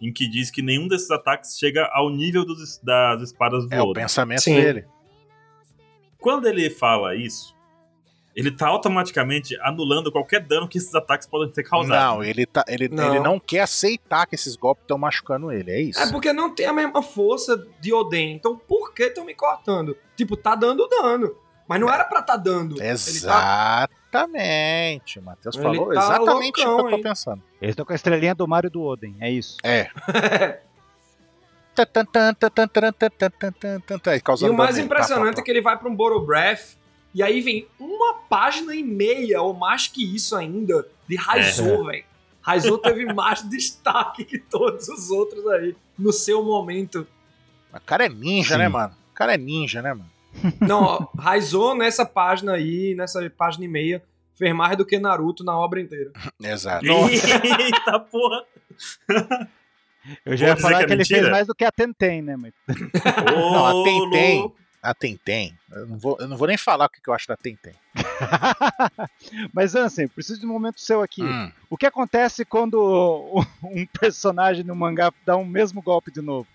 Speaker 3: em que diz que nenhum desses ataques chega ao nível dos- das espadas do
Speaker 2: É o
Speaker 3: Oda.
Speaker 2: pensamento
Speaker 4: Sim.
Speaker 2: dele.
Speaker 3: Quando ele fala isso, ele tá automaticamente anulando qualquer dano que esses ataques podem ter causado.
Speaker 2: Não, ele, tá, ele,
Speaker 4: Não.
Speaker 2: ele não quer aceitar que esses golpes estão machucando ele, é isso.
Speaker 4: É porque não tem a mesma força de Oden, então por que estão me cortando? Tipo, tá dando dano. Mas não era pra tá dando. Ele tá-
Speaker 2: Exatamente. O Matheus
Speaker 4: Ele
Speaker 2: falou
Speaker 4: tá
Speaker 2: exatamente o que eu
Speaker 4: loucão,
Speaker 2: tô
Speaker 4: hein?
Speaker 2: pensando.
Speaker 1: Eles estão com a estrelinha do Mario e do Oden, é isso.
Speaker 2: Tan, tan, tan, tan, tan, tan, tan, tan, tan, tan, tan, tan,
Speaker 4: E
Speaker 2: causando
Speaker 4: o mais
Speaker 2: dano. tá,
Speaker 4: impressionante
Speaker 2: Pá,
Speaker 4: é
Speaker 2: pá,
Speaker 4: que ele vai pra um Borobreath e aí vem uma página e meia, ou mais que isso ainda, de Raizou, velho. Raizou teve mais destaque que todos os outros aí, no seu momento.
Speaker 2: pá. O cara é ninja,
Speaker 1: Sim.
Speaker 2: né, mano? O cara é ninja, né, mano?
Speaker 4: Não, ó, Raizou nessa página aí, nessa página e meia, fez mais do que Naruto na obra inteira.
Speaker 2: Exato.
Speaker 3: Eita porra!
Speaker 1: Eu já ia
Speaker 3: dizer
Speaker 1: falar
Speaker 3: que é
Speaker 1: que, ele fez
Speaker 3: mentira?
Speaker 1: mais do que a Tenten, né, mas
Speaker 2: Não, a
Speaker 3: Ô,
Speaker 2: Tentem.
Speaker 3: louco.
Speaker 2: A Tentem. Eu não vou, eu não vou nem falar o que que eu acho da Tentem.
Speaker 1: Mas, Ansem, preciso de um momento seu aqui.
Speaker 2: Hum.
Speaker 1: O que acontece quando um personagem no mangá dá o mesmo golpe de novo?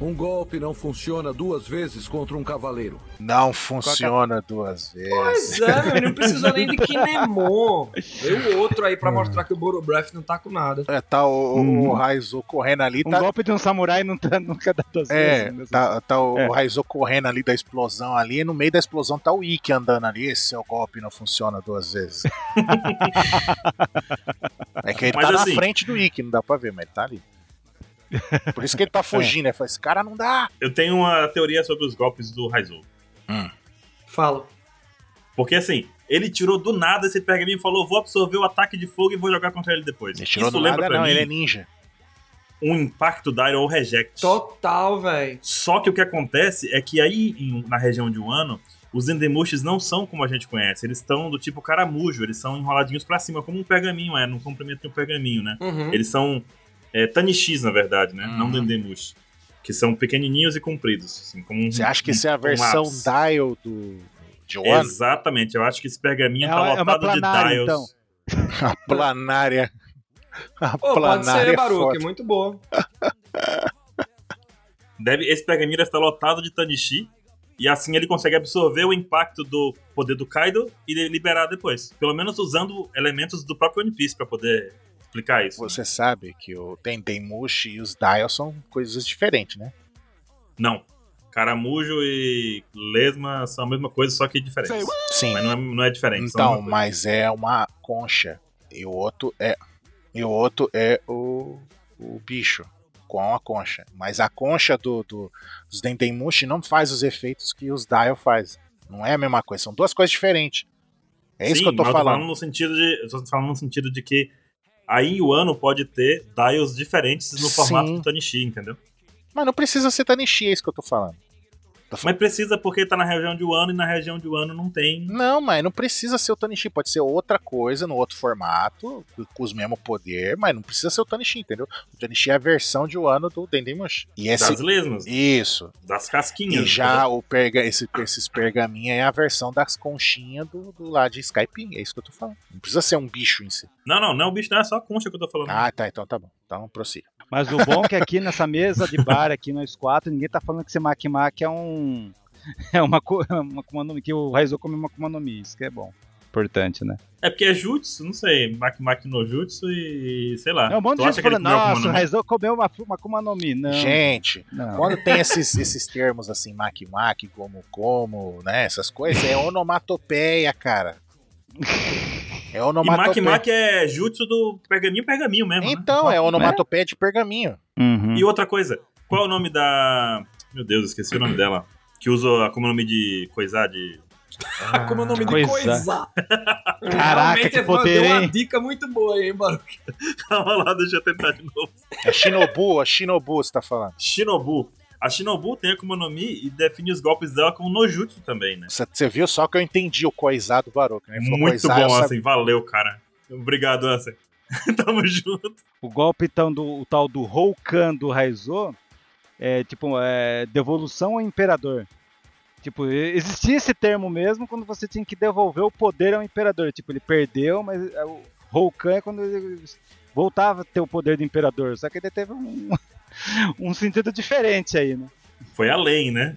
Speaker 6: Um golpe não funciona duas vezes contra um cavaleiro.
Speaker 3: é
Speaker 2: Não funciona duas vezes.
Speaker 4: Pois é, meu, não precisou nem de Kinemon. Veio outro aí pra
Speaker 1: É.
Speaker 4: mostrar que o Borobreath não tá com nada.
Speaker 2: É, tá o, o Raizo correndo ali.
Speaker 1: Um
Speaker 2: tá,
Speaker 1: golpe de um samurai não tá, nunca dá duas
Speaker 2: é,
Speaker 1: vezes. né?
Speaker 2: tá, tá o,
Speaker 1: É.
Speaker 2: o Raizo correndo ali da explosão ali. E no meio da explosão tá o Ikki andando ali. Esse seu golpe não funciona duas vezes. é que ele
Speaker 3: Mas
Speaker 2: tá
Speaker 3: assim-
Speaker 2: na frente do Ikki, não dá pra ver, mas ele tá ali. Por isso que ele tá fugindo, né? Fala, esse cara não dá.
Speaker 3: Eu tenho uma teoria sobre os golpes do Raizou.
Speaker 4: Fala.
Speaker 3: Porque assim, ele tirou do nada esse pergaminho e falou: vou absorver o ataque de fogo e vou jogar contra ele depois.
Speaker 2: Ele tirou
Speaker 3: Isso
Speaker 2: do
Speaker 3: lembra
Speaker 2: nada,
Speaker 3: pra
Speaker 2: não,
Speaker 3: mim
Speaker 2: ele é ninja.
Speaker 3: um impacto da Iron Reject.
Speaker 4: Total, velho.
Speaker 3: Só que o que acontece é que aí, em- na região de Wano, os Endemushes não são como a gente conhece. Eles estão do tipo caramujo, eles são enroladinhos pra cima, como um pergaminho, é, no comprimento de um pergaminho, né?
Speaker 4: Uhum.
Speaker 3: Eles são é, tanishis, na verdade, né?
Speaker 2: Uhum.
Speaker 3: Não dendemush. Que são pequenininhos e compridos. Assim, como um-
Speaker 2: Você acha que
Speaker 3: um-
Speaker 2: isso é a
Speaker 3: um
Speaker 2: versão
Speaker 3: lápis.
Speaker 2: dial do de One?
Speaker 3: Exatamente, eu acho que esse pergaminho
Speaker 1: É
Speaker 3: tá
Speaker 1: uma- é uma
Speaker 3: lotado de
Speaker 1: planária,
Speaker 3: dials.
Speaker 1: então.
Speaker 2: A planária. A
Speaker 4: Pô, pode
Speaker 2: planária
Speaker 4: ser, né,
Speaker 2: é
Speaker 4: Baruque,
Speaker 2: foda.
Speaker 4: muito boa.
Speaker 3: Deve, esse pergaminho deve estar lotado de Tanishi. E assim ele consegue absorver o impacto do poder do Kaido e de- liberar depois. Pelo menos usando elementos do próprio One Piece pra poder explicar isso.
Speaker 2: Você sabe que o Tendemushi e os Dial são coisas diferentes, né?
Speaker 3: Não. Caramujo e Lesma são a mesma coisa, só que diferentes.
Speaker 2: Sim.
Speaker 3: Mas não é, não é diferente. são a
Speaker 2: Então,
Speaker 3: mesma
Speaker 2: mas é uma concha. E o outro é. E o outro é o, o bicho com a concha. Mas a concha do, do, dos Dendemushi não faz os efeitos que os Dial faz. Não é a mesma coisa. São duas coisas diferentes. É isso
Speaker 3: Sim,
Speaker 2: que eu tô
Speaker 3: mas
Speaker 2: falando.
Speaker 3: no sentido de, eu tô falando no sentido de que aí o ano pode ter dials diferentes no
Speaker 2: Sim.
Speaker 3: formato do Tanishi, entendeu?
Speaker 2: Mas não precisa ser Tanishi, é isso que eu tô falando.
Speaker 3: Mas precisa porque tá na região de Wano e na região de Wano não tem.
Speaker 2: Não, mas não precisa ser o Tanishi, pode ser outra coisa, no outro formato, com os mesmos poder, mas não precisa ser o Tanishi, entendeu? O Tanishi é a versão de Wano do Dendemushi. E esse
Speaker 3: Das lesmas,
Speaker 2: isso.
Speaker 3: das
Speaker 2: E
Speaker 3: casquinhas. né,
Speaker 2: já o perga, esse, esses pergaminhos é a versão das conchinhas do, do lá de Skype, é isso que eu tô falando. Não precisa ser um bicho em si.
Speaker 3: Não, não, não, o bicho não é só a concha que eu tô falando.
Speaker 2: Ah, tá, então tá bom. Então prossiga.
Speaker 1: Mas o bom é que aqui nessa mesa de bar, aqui nós quatro, ninguém tá falando que esse Makimaki é um. É uma, co- uma Akuma no Mi, que o Raizo come uma Akuma no Mi, isso que é bom. Importante, né?
Speaker 3: É porque é jutsu, não sei, Makimaki no jutsu e sei lá.
Speaker 1: é um monte
Speaker 3: Ah, Tu
Speaker 1: de
Speaker 3: acha
Speaker 1: gente
Speaker 3: que ele
Speaker 1: falando,
Speaker 3: comeu alguma
Speaker 1: nossa, o
Speaker 3: no Mi?
Speaker 1: Raizo comeu uma, uma Akuma no Mi. Não,
Speaker 2: Gente,
Speaker 1: não.
Speaker 2: quando tem esses, esses termos assim, mac-mac, como-como, né, essas coisas, é onomatopeia, cara. É
Speaker 3: E Maki
Speaker 2: onomatopeia.
Speaker 3: Maki é jutsu do pergaminho, pergaminho mesmo. né?
Speaker 2: Então, é onomatopeia de pergaminho.
Speaker 1: Uhum.
Speaker 3: E outra coisa, qual é o nome da. Meu Deus, esqueci o nome dela. Que usa como é nome de coisar, de.
Speaker 4: Ah, Como é o nome de
Speaker 1: coisa.
Speaker 4: coisa.
Speaker 1: é. Caraca,
Speaker 4: Realmente,
Speaker 1: que
Speaker 4: Evandro,
Speaker 1: poder,
Speaker 4: deu uma
Speaker 1: hein?
Speaker 4: dica muito boa aí, hein, Baruque.
Speaker 3: Calma lá, deixa eu tentar de novo.
Speaker 2: É Shinobu, é Shinobu, você tá falando.
Speaker 3: Shinobu. A Shinobu tem a Akuma no Mi e define os golpes dela como nojutsu também, né?
Speaker 2: Você você viu só que eu entendi o coisado do Baroque, né? Ele falou
Speaker 3: Muito
Speaker 2: coisar, eu
Speaker 3: bom,
Speaker 2: sabia.
Speaker 3: assim. Valeu, cara. Obrigado, Ansem. Tamo junto.
Speaker 1: O golpe então, do o tal do Roukan do Raizo é tipo é, devolução ao imperador. Tipo, e- existia esse termo mesmo quando você tinha que devolver o poder ao imperador. Tipo, ele perdeu, mas é, o Roukan é quando ele voltava a ter o poder do imperador. Só que ele teve um, um sentido diferente aí, né?
Speaker 3: Foi além, né?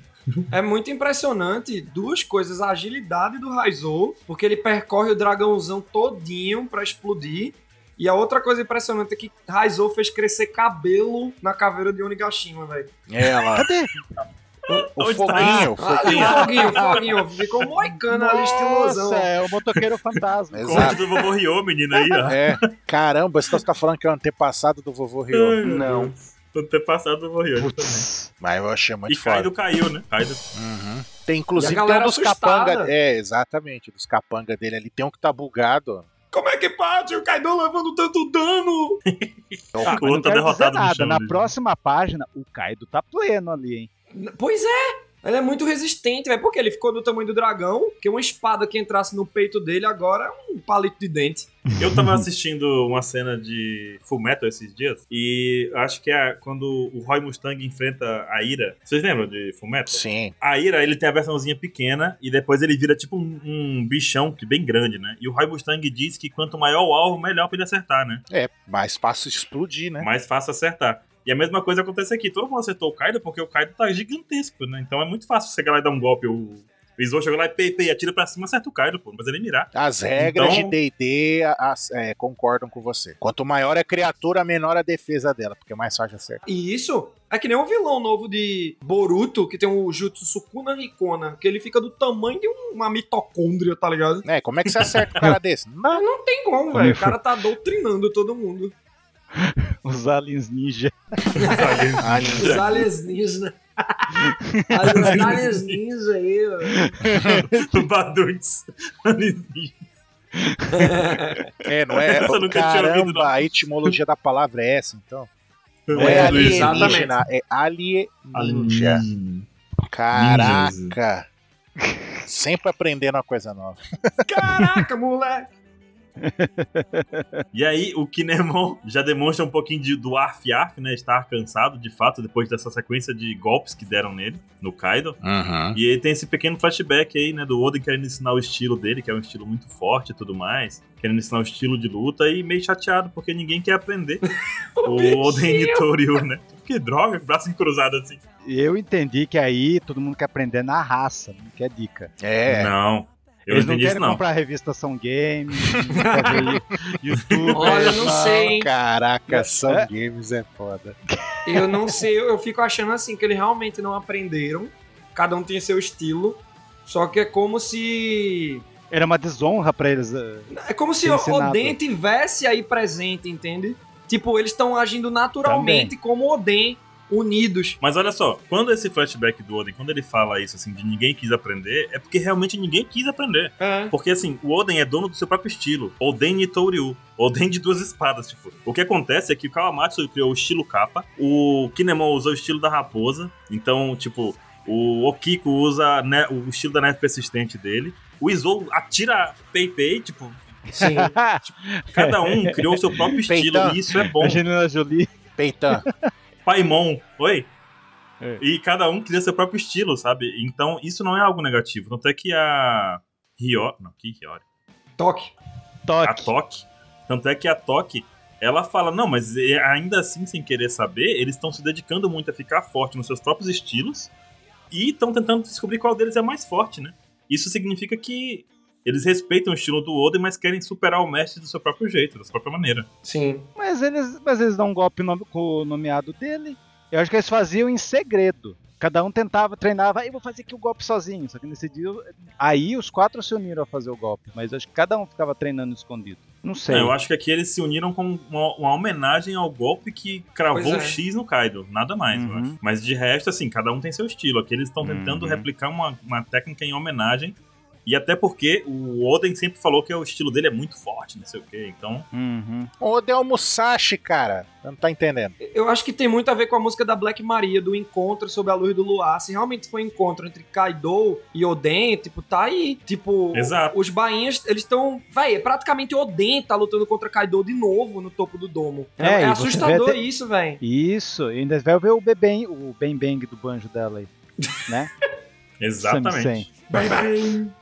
Speaker 4: É muito impressionante duas coisas: a agilidade do Raizou, porque ele percorre o dragãozão todinho pra explodir. E a outra coisa impressionante é que Raizou fez crescer cabelo na caveira de Onigashima, velho.
Speaker 2: Ela.
Speaker 1: Cadê?
Speaker 2: É, O, o
Speaker 3: Onde tá?
Speaker 2: foguinho, o
Speaker 4: Ah, e o
Speaker 2: foguinho.
Speaker 4: foguinho, o foguinho. Ficou moicano ali, estilosão.
Speaker 1: Nossa, é o motoqueiro fantasma.
Speaker 2: Exato.
Speaker 3: Conte do tipo, vovô Ryo, menino aí, ó.
Speaker 2: É, caramba, então você tá falando que é o antepassado do vovô
Speaker 3: É.
Speaker 2: Rio.
Speaker 3: Não. Tô ter passado do vovô Ryo.
Speaker 1: Putz.
Speaker 2: Mas eu achei muito
Speaker 3: E Kaido
Speaker 2: foda.
Speaker 3: caiu, né? Kaido.
Speaker 2: Uhum. Tem
Speaker 4: E
Speaker 2: inclusive
Speaker 4: a galera
Speaker 2: tem um dos
Speaker 4: assustada.
Speaker 2: capanga. É, exatamente, dos capanga dele ali. Tem um que tá bugado.
Speaker 4: Como é que pode? O Kaido levando tanto dano.
Speaker 2: ó.
Speaker 3: Ah,
Speaker 1: Mas
Speaker 3: Outro
Speaker 1: não
Speaker 3: tá
Speaker 1: quero dizer
Speaker 3: derrotado no
Speaker 1: nada.
Speaker 3: chão,
Speaker 1: Na
Speaker 3: né?
Speaker 1: próxima página, o Kaido tá pleno ali, hein?
Speaker 4: Pois é. Ele é muito resistente, velho. Porque ele ficou do tamanho do dragão, que uma espada que entrasse no peito dele agora é um palito de dente.
Speaker 3: Eu tava assistindo uma cena de Full Metal esses dias, e acho que é quando o Roy Mustang enfrenta a Ira. Vocês lembram de Full Metal?
Speaker 2: Sim.
Speaker 3: A Ira, ele tem a versãozinha pequena, e depois ele vira tipo um, um bichão que bem grande, né? E o Roy Mustang diz que quanto maior o alvo, melhor pra ele acertar, né?
Speaker 2: É, mais fácil de explodir, né?
Speaker 3: Mais fácil acertar. E a mesma coisa acontece aqui. Todo mundo acertou o Kaido porque o Kaido tá gigantesco, né? Então é muito fácil você chegar lá e dar um golpe. O o Izou chegou lá e pei, pei, atira pra cima, acerta o Kaido, pô. Não precisa nem mirar.
Speaker 2: As regras
Speaker 3: Então-
Speaker 2: de D&D as- é, concordam com você. Quanto maior a criatura, menor a defesa dela, porque é mais fácil acertar.
Speaker 4: E isso é que nem um vilão novo de Boruto, que tem o Jutsu Sukuna Rikona, que ele fica do tamanho de um- uma mitocôndria, tá ligado?
Speaker 2: É, como é que você acerta um cara desse? Não,
Speaker 4: Não tem como, velho. O cara tá doutrinando todo mundo.
Speaker 1: Os aliens ninja.
Speaker 2: Ah,
Speaker 4: Os aliens ninja. Os aliens ninja aí, velho.
Speaker 3: Baduntes.
Speaker 2: é, não é?
Speaker 3: Essa eu nunca tinha ouvido, não.
Speaker 2: Caramba, a etimologia da palavra é essa, então. Não é alienígena, é alienígena. Caraca. Sempre aprendendo uma coisa nova.
Speaker 4: Caraca, moleque.
Speaker 3: E aí, o Kinemon já demonstra um pouquinho de, do arf-arf, né? Estar cansado, de fato, depois dessa sequência de golpes que deram nele, no Kaido. E aí tem esse pequeno flashback aí, né? Do Oden querendo ensinar o estilo dele, que é um estilo muito forte e tudo mais. Querendo ensinar o estilo de luta e meio chateado, porque ninguém quer aprender. o Oden Nitoriu, né? Que droga, braço cruzado assim.
Speaker 1: E eu entendi que aí todo mundo quer aprender na raça, não quer dica.
Speaker 2: É.
Speaker 3: Não. Eu
Speaker 1: Eles não
Speaker 3: não entendi
Speaker 1: querem
Speaker 3: isso, não.
Speaker 1: comprar revista São Game, não querem ver YouTube.
Speaker 4: Olha, eu não sei, hein.
Speaker 2: Ah, Caraca, São
Speaker 1: É.
Speaker 2: Games é foda.
Speaker 4: Eu não sei, eu, eu fico achando assim que eles realmente não aprenderam. Cada um tem seu estilo. Só que é como se.
Speaker 1: Era uma desonra pra eles. eh,
Speaker 4: É como se
Speaker 1: Tem
Speaker 4: o
Speaker 1: ensinado.
Speaker 4: Oden tivesse aí presente, entende? Tipo, eles estão agindo naturalmente como Oden, unidos.
Speaker 3: Mas olha só, quando esse flashback do Oden, quando ele fala isso assim, de ninguém quis aprender, é porque realmente ninguém quis aprender.
Speaker 4: É.
Speaker 3: Porque assim, o Oden é dono do seu próprio estilo. Oden e Touriu. Oden de duas espadas, tipo. O que acontece é que o Kawamatsu criou o estilo capa, o Kinemon usa o estilo da raposa, então, tipo, o Okiko usa né, o estilo da neve persistente dele. O Izou atira Pei Pei, tipo,
Speaker 4: Sim.
Speaker 3: cada um criou o seu próprio estilo
Speaker 2: Peitão.
Speaker 3: e isso é bom.
Speaker 1: A Angelina Jolie.
Speaker 2: Peitan.
Speaker 3: Paimon, oi?
Speaker 1: É.
Speaker 3: E cada um cria seu próprio estilo, sabe? Então, isso não é algo negativo. Tanto é que a Rio... Não, que Hiyori?
Speaker 4: Toque.
Speaker 1: Toque.
Speaker 3: A Toque. Tanto é que a Toque, ela fala, não, mas e- ainda assim, sem querer saber, eles estão se dedicando muito a ficar forte nos seus próprios estilos e estão tentando descobrir qual deles é mais forte, né? Isso significa que eles respeitam o estilo do Oden, mas querem superar o mestre do seu próprio jeito, da sua própria maneira.
Speaker 4: Sim.
Speaker 1: Mas eles, mas eles dão um golpe no- com o nomeado dele. Eu acho que eles faziam em segredo. Cada um tentava, treinava, "Ah, eu vou fazer aqui o golpe sozinho. Só que nesse dia, aí os quatro se uniram a fazer o golpe. Mas eu acho que cada um ficava treinando escondido. Não sei.
Speaker 3: É, Eu acho que aqui eles se uniram com uma, uma homenagem ao golpe que
Speaker 4: Pois
Speaker 3: cravou
Speaker 4: é.
Speaker 3: o X no Kaido. Nada mais, eu
Speaker 1: Uhum.
Speaker 3: acho. Mas de resto, assim, cada um tem seu estilo. Aqui eles estão tentando
Speaker 1: Uhum.
Speaker 3: replicar uma, uma técnica em homenagem. E até porque o Oden sempre falou que o estilo dele é muito forte, não sei o quê. Então,
Speaker 1: Uhum.
Speaker 2: Ô, Del Musashi, cara. Você Não tá entendendo.
Speaker 4: Eu acho que tem muito a ver com a música da Black Maria, do encontro sob a luz do luar. Se realmente foi um encontro entre Kaido e Oden, tipo, tá aí. Tipo,
Speaker 1: É,
Speaker 3: Exato.
Speaker 4: os bainhas, eles estão. Véi, é praticamente Oden tá lutando contra Kaido de novo no topo do domo. É,
Speaker 1: É,
Speaker 4: é
Speaker 1: e você
Speaker 4: assustador
Speaker 1: vê até-
Speaker 4: isso, véi.
Speaker 1: Isso, e ainda vai ver o bebem, o bem bang do banjo dela aí.
Speaker 3: exatamente.
Speaker 1: Samisen.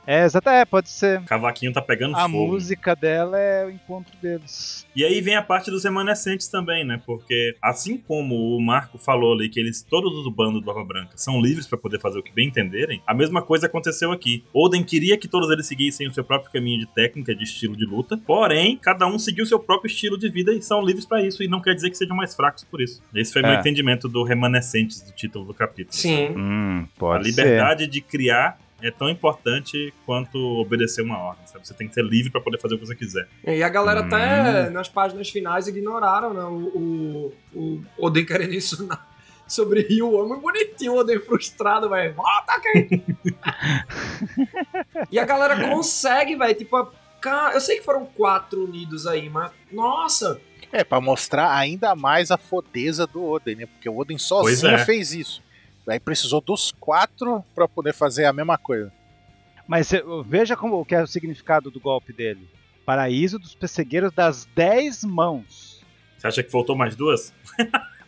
Speaker 1: É, exato, é, pode ser.
Speaker 3: Cavaquinho tá pegando
Speaker 1: A
Speaker 3: fogo.
Speaker 1: música dela é o encontro deles.
Speaker 3: E aí vem a parte dos remanescentes também, né? Porque assim como o Marco falou ali que eles, todos os bandos do Barba Branca, são livres pra poder fazer o que bem entenderem, a mesma coisa aconteceu aqui. Oden queria que todos eles seguissem o seu próprio caminho de técnica, de estilo de luta, porém, cada um seguiu o seu próprio estilo de vida e são livres pra isso, e não quer dizer que sejam mais fracos por isso. Esse foi meu
Speaker 1: É.
Speaker 3: entendimento do remanescentes do título do capítulo.
Speaker 4: Sim.
Speaker 1: Hum,
Speaker 3: A
Speaker 1: pode
Speaker 3: liberdade de criar é tão importante quanto obedecer uma ordem, sabe? Você tem que ser livre pra poder fazer o que você quiser.
Speaker 4: E a galera
Speaker 1: Hum.
Speaker 4: até nas páginas finais ignoraram, né? O, o, o Oden querendo ensinar sobre Rio. É muito bonitinho o Oden frustrado, velho. Volta aqui! e a galera consegue, velho. Tipo, a- ca- eu sei que foram quatro unidos aí, mas. Nossa!
Speaker 2: É, pra mostrar ainda mais a fodeza do Oden, né? Porque o Oden sozinho
Speaker 3: Pois é.
Speaker 2: fez isso. Aí precisou dos quatro pra poder fazer a mesma coisa.
Speaker 1: Mas cê- veja como, o que é o significado do golpe dele. Paraíso dos pessegueiros das dez mãos.
Speaker 3: Você acha que faltou mais duas?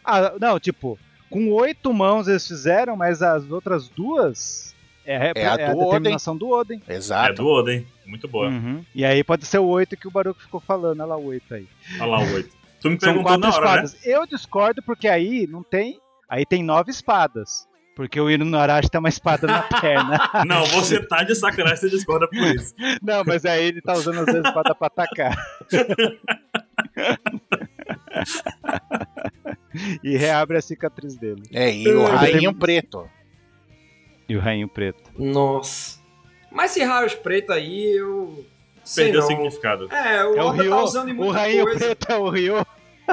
Speaker 1: Ah, não, tipo, com oito mãos eles fizeram, mas as outras duas é,
Speaker 2: É a
Speaker 1: é a
Speaker 2: do Oden.
Speaker 1: determinação do Oden.
Speaker 3: É
Speaker 2: Exato.
Speaker 3: do Oden. Muito boa.
Speaker 1: Hum. Uhum. E aí pode ser o oito que o Baruco ficou falando, olha lá o oito aí.
Speaker 3: Olha lá o 8. Tu me
Speaker 1: São quatro
Speaker 3: perguntou na hora, né?
Speaker 1: espadas. Eu discordo porque aí não tem. Aí tem nove espadas. Porque o Inunarashi tem uma espada na perna.
Speaker 3: Não, você tá de sacanagem, você discorda por isso.
Speaker 1: Não, mas aí ele tá usando as duas espadas pra atacar. e reabre a cicatriz dele.
Speaker 2: É, e o
Speaker 1: Eu
Speaker 2: rainho
Speaker 1: tenho-
Speaker 2: preto.
Speaker 1: E o rainho preto.
Speaker 4: Nossa. Mas esse raios preto aí, eu. Sei
Speaker 3: Perdeu o
Speaker 4: não.
Speaker 3: significado.
Speaker 4: É, o
Speaker 1: É o
Speaker 4: Oda
Speaker 1: Ryo.
Speaker 4: tá usando em
Speaker 1: o
Speaker 4: muita
Speaker 1: rainho
Speaker 4: coisa.
Speaker 1: preto é o Ryo.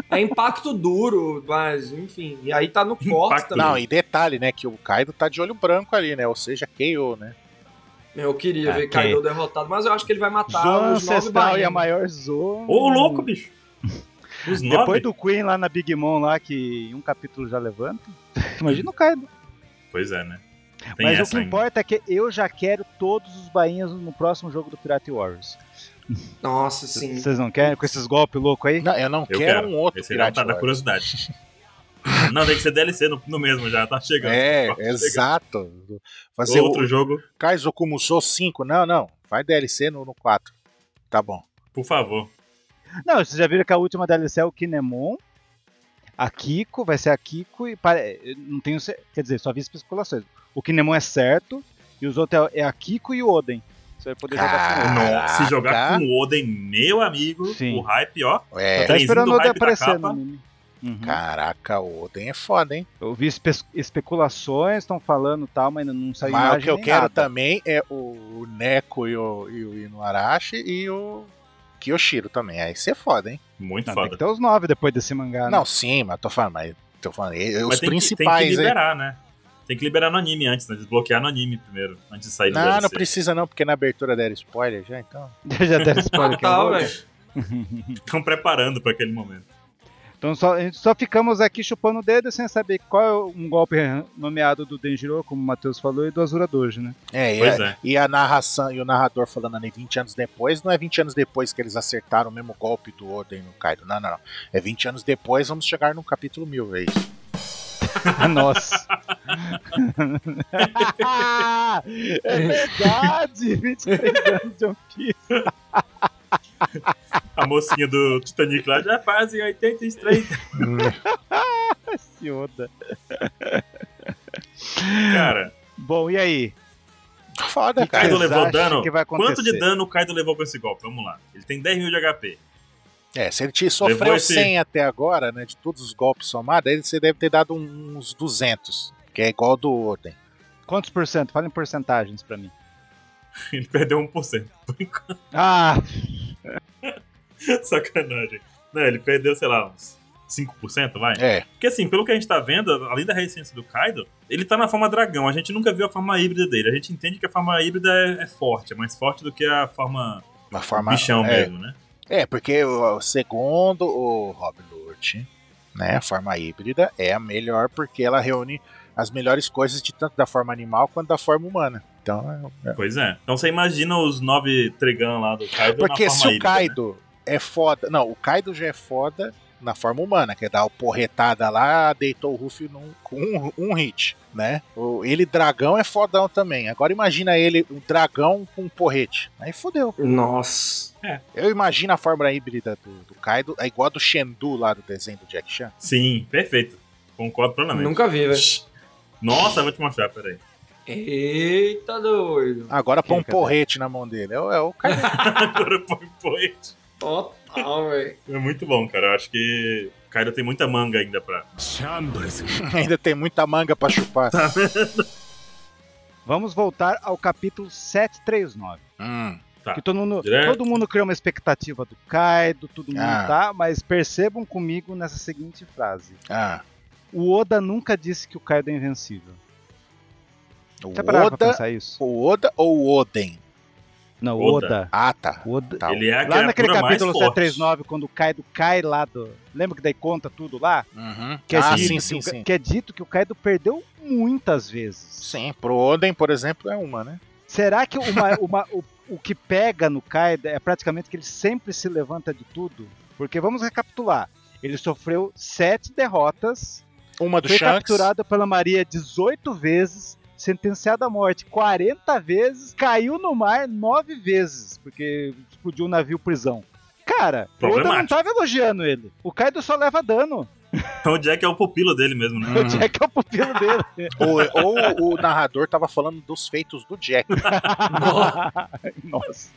Speaker 4: É impacto duro, mas enfim. E aí tá no corte
Speaker 3: Impacto
Speaker 4: também.
Speaker 2: Não, e detalhe, né? Que o Kaido tá de olho branco ali, né? Ou seja, KO, né?
Speaker 4: Eu queria
Speaker 1: Ah,
Speaker 4: ver
Speaker 1: ok.
Speaker 4: Kaido derrotado, mas eu acho que ele vai matar
Speaker 1: Zoa
Speaker 4: os nove
Speaker 1: ancestral e a
Speaker 4: bainhas.
Speaker 1: maior Zoa.
Speaker 3: Ô, louco, bicho. Os nove.
Speaker 1: Depois do Queen lá na Big Mom lá, que em um capítulo já levanta. Imagina o Kaido.
Speaker 3: Pois é, né? Tem
Speaker 1: Mas o
Speaker 3: essa
Speaker 1: que
Speaker 3: ainda.
Speaker 1: importa é que eu já quero todos os bainhas no próximo jogo do Pirate Warriors.
Speaker 4: Nossa, sim.
Speaker 1: Vocês não querem? Com esses golpes loucos aí?
Speaker 2: Não, eu não
Speaker 3: Eu
Speaker 2: quero,
Speaker 3: quero.
Speaker 2: um outro
Speaker 3: Esse é
Speaker 2: Pirate
Speaker 3: tá da
Speaker 2: Warriors.
Speaker 3: curiosidade. Não, tem que ser DLC no, no mesmo já, tá chegando.
Speaker 2: É,
Speaker 3: Tá chegando.
Speaker 2: exato. Fazer
Speaker 3: Outro
Speaker 2: o
Speaker 3: jogo,
Speaker 2: Kaizoku Musou 5. Não, não. Vai DLC no, no 4. Tá bom.
Speaker 3: por favor.
Speaker 1: Não, vocês já viram que a última DLC é o Kinemon. A Kiko, vai ser a Kiko e pare- eu não tenho, cer- quer dizer, só vi especulações. O Kinemon é certo e os outros é é a Kiko e o Oden. Você vai poder jogar com
Speaker 2: Caraca.
Speaker 1: ele.
Speaker 3: Não, se jogar com o Oden, meu amigo,
Speaker 1: Sim.
Speaker 3: o hype, ó.
Speaker 2: É,
Speaker 1: Tá
Speaker 3: trenzinho
Speaker 1: esperando
Speaker 3: do
Speaker 1: o Oden
Speaker 3: hype da
Speaker 1: aparecer no
Speaker 3: capa.
Speaker 1: anime. Uhum.
Speaker 2: caraca, o Oden é foda, hein?
Speaker 1: Eu vi espe- especulações, estão falando e tal, mas ainda não saiu
Speaker 2: Mas o
Speaker 1: imagem
Speaker 2: que eu
Speaker 1: nem
Speaker 2: quero
Speaker 1: Então, nada.
Speaker 2: também é o Neko e o, e o Inuarashi e o Kiyoshiro também. Aí você é foda, hein?
Speaker 3: Muito
Speaker 1: Não, tem que
Speaker 3: foda.
Speaker 1: ter os nove depois desse mangá. né?
Speaker 2: Não, sim, mas tô falando, mas tô falando, e- e os
Speaker 3: Mas tem que, tem que
Speaker 2: principais, hein?
Speaker 3: liberar, né? Tem que liberar no anime antes, né? Desbloquear no anime primeiro, antes de sair do
Speaker 2: Não,
Speaker 3: DLC.
Speaker 2: não precisa não, porque na abertura deram spoiler já, então.
Speaker 1: Já deram spoiler
Speaker 4: Ah,
Speaker 1: que é eu
Speaker 4: tá,
Speaker 1: vou.
Speaker 4: velho.
Speaker 3: Estão preparando pra aquele momento.
Speaker 1: Então só, a gente só ficamos aqui chupando o dedo sem saber qual é um golpe nomeado do Denjiro, como o Matheus falou, e do Azura Doji, né?
Speaker 2: É, e
Speaker 3: Pois
Speaker 2: a,
Speaker 3: é.
Speaker 2: e a narração e o narrador falando ali 20 anos depois, não é 20 anos depois que eles acertaram o mesmo golpe do Oden no Kaido. Não, não, não. É 20 anos depois, vamos chegar no capítulo 1000, é isso.
Speaker 1: Nossa! é verdade! 23 anos de One Piece.
Speaker 3: A mocinha do Titanic lá já fazem 83.
Speaker 1: esse Oda.
Speaker 3: Cara,
Speaker 1: Bom, e aí?
Speaker 2: Foda,
Speaker 1: Que
Speaker 2: cara.
Speaker 3: Kaido
Speaker 1: vocês
Speaker 3: Tá levou
Speaker 1: acham
Speaker 3: dano?
Speaker 1: Que vai acontecer?
Speaker 3: quanto de dano o Kaido levou com esse golpe? Vamos lá. Ele tem 10 mil de HP.
Speaker 2: É, se ele te sofreu
Speaker 3: Levou esse-
Speaker 2: 100 até agora, né, de todos os golpes somados, aí você deve ter dado um, uns 200, que é igual do Oden.
Speaker 1: Quantos por cento? Fala em porcentagens pra mim.
Speaker 3: Ele perdeu 1%. Por enquanto.
Speaker 1: Ah,
Speaker 3: Sacanagem. Não, ele perdeu, sei lá, uns 5%, vai?
Speaker 2: É,
Speaker 3: Porque assim, pelo que a gente tá vendo, além da resistência do Kaido, ele tá na forma dragão. A gente nunca viu a forma híbrida dele. A gente entende que a forma híbrida é, é forte, é mais forte do que a forma
Speaker 2: uma forma
Speaker 3: Um bichão
Speaker 2: é,
Speaker 3: mesmo, né?
Speaker 2: É, porque o, o segundo o Robin Lord, né, a forma híbrida é a melhor porque ela reúne as melhores coisas de tanto da forma animal quanto da forma humana. Então, é- é.
Speaker 3: Pois é. Então você imagina os nove Tregan lá do Kaido
Speaker 2: porque
Speaker 3: na
Speaker 2: se
Speaker 3: forma
Speaker 2: o
Speaker 3: híbrida. né?
Speaker 2: Kaido é foda, não, o Kaido já é foda na forma humana, que é dar o porretada lá, deitou o Ruffy num, com um, um hit, né? O, ele dragão é fodão também. Agora imagina ele um dragão com um porrete. Aí fodeu.
Speaker 4: Nossa.
Speaker 2: Eu imagino a forma híbrida do, do Kaido é igual a do Shendu lá do desenho do Jack Chan.
Speaker 3: Sim, perfeito. Concordo plenamente.
Speaker 4: Nunca vi, velho.
Speaker 3: Nossa, eu vou te mostrar, peraí.
Speaker 4: Eita doido.
Speaker 2: Agora põe um
Speaker 1: Quem, cadê?
Speaker 2: porrete na mão dele. É, o- é o Kaido.
Speaker 3: Agora põe poet.
Speaker 4: Total, velho.
Speaker 3: É muito bom, cara. Eu acho que o Kaido tem muita manga ainda pra.
Speaker 2: Ainda tem muita manga pra chupar.
Speaker 1: vamos voltar ao capítulo 739.
Speaker 2: Hum.
Speaker 3: Tá.
Speaker 1: Que todo mundo,
Speaker 3: Direto.
Speaker 1: todo mundo criou uma expectativa do Kaido, todo mundo
Speaker 2: Ah.
Speaker 1: tá, mas percebam comigo nessa seguinte frase.
Speaker 2: Ah,
Speaker 1: O Oda nunca disse que o Kaido é invencível.
Speaker 2: o
Speaker 1: Já pararam pra
Speaker 2: Oda,
Speaker 1: pensar isso?
Speaker 2: o Oda ou o Oden?
Speaker 1: Não, o
Speaker 3: Oda.
Speaker 1: Oda.
Speaker 2: Ah, tá.
Speaker 1: O Oda.
Speaker 2: Tá.
Speaker 3: Ele é a
Speaker 1: Lá naquele
Speaker 3: criatura mais
Speaker 1: capítulo
Speaker 3: forte.
Speaker 1: 739, quando o Kaido cai lá do. Lembra que daí conta tudo lá?
Speaker 2: Uhum.
Speaker 1: Que é,
Speaker 2: ah,
Speaker 1: dito,
Speaker 2: sim,
Speaker 1: que
Speaker 2: sim,
Speaker 1: o-
Speaker 2: sim.
Speaker 1: que é dito que o Kaido perdeu muitas vezes.
Speaker 2: Sim, pro Oden, por exemplo, é uma, né?
Speaker 1: Será que uma- uma- o, o que pega no Kaido é praticamente que ele sempre se levanta de tudo? Porque vamos recapitular. Ele sofreu sete derrotas
Speaker 2: Uma do
Speaker 1: foi
Speaker 2: Shanks.
Speaker 1: capturado pela Maria 18 vezes, sentenciado à morte 40 vezes, caiu no mar 9 vezes, porque explodiu o um navio prisão. Cara, o Oda não
Speaker 3: Problemático.
Speaker 1: tava elogiando ele. O Kaido só leva dano.
Speaker 3: O Jack é o pupilo dele mesmo, né?
Speaker 2: Hum.
Speaker 1: O Jack é o pupilo dele.
Speaker 2: Ou, ou o narrador tava falando dos feitos do Jack.
Speaker 1: Nossa.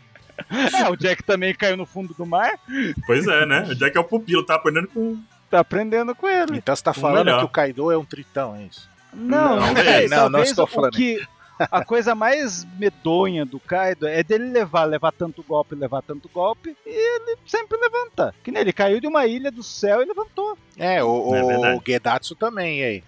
Speaker 1: É, o Jack também caiu no fundo do mar.
Speaker 3: Pois é, né? O Jack é o pupilo, tá aprendendo com.
Speaker 1: Tá aprendendo com ele.
Speaker 2: Então você tá falando
Speaker 3: melhor.
Speaker 2: que o Kaido é um tritão, é isso?
Speaker 1: Não,
Speaker 3: Não,
Speaker 1: não,
Speaker 2: é,
Speaker 1: sei.
Speaker 2: não, não
Speaker 1: Talvez
Speaker 2: estou
Speaker 1: o
Speaker 2: falando.
Speaker 1: Que a coisa mais medonha do Kaido é dele levar, levar tanto golpe, levar tanto golpe, e ele sempre levanta. Que nem ele caiu de uma ilha do céu e levantou.
Speaker 2: É, o,
Speaker 3: É
Speaker 2: o
Speaker 3: verdade.
Speaker 2: Gedatsu também, e aí.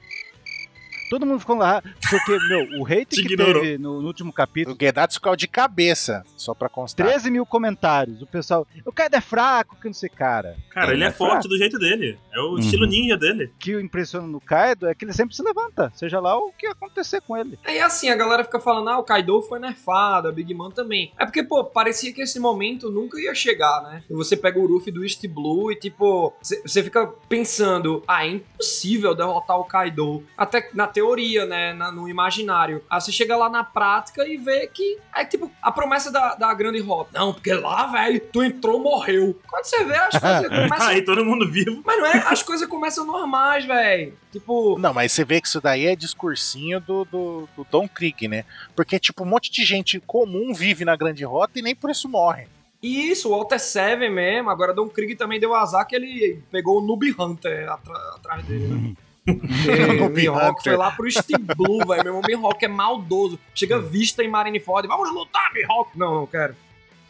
Speaker 1: Todo mundo ficou lá. Porque, meu, o hate
Speaker 3: Te
Speaker 1: que
Speaker 3: ignorou.
Speaker 1: teve no, no último capítulo.
Speaker 2: O Gedatsu caiu de cabeça, só pra constar.
Speaker 1: 13 mil comentários, o pessoal, o Kaido é fraco, que não sei, cara.
Speaker 3: Cara, ele é forte do jeito dele. É o estilo ninja dele.
Speaker 1: O que impressiona no Kaido é que ele sempre se levanta, seja lá o que acontecer com ele.
Speaker 4: Aí assim, a galera fica falando, ah, o Kaido foi nerfado, a Big Man também. É porque, pô, parecia que esse momento nunca ia chegar, né? Você pega o Ruffy do East Blue e, tipo, c- você fica pensando, ah, é impossível derrotar o Kaido. Até na teoria, né? Na- no imaginário. Aí você chega lá na prática e vê que é tipo a promessa da, da grande rota. Não, porque lá, velho, tu entrou, morreu. Quando você vê, as coisas
Speaker 3: Tá
Speaker 4: começam...
Speaker 3: aí todo mundo vivo.
Speaker 4: Mas não é, as coisas começam normais, velho. Tipo,
Speaker 2: Não, mas você vê que isso daí é discursinho do, do, do Don Krieg, né? Porque, tipo, um monte de gente comum vive na Grande Rota e nem por isso morre.
Speaker 4: Isso, o Walter Seven mesmo. Agora, Don Krieg também deu azar que ele pegou o Noob Hunter atra- atrás dele, né? Porque o
Speaker 2: Noob
Speaker 4: Mihawk
Speaker 2: Hunter.
Speaker 4: foi lá pro Steam Blue, velho. Meu irmão, Mihawk é maldoso. Chega vista em Marineford. Vamos lutar, Mihawk! Não, não quero.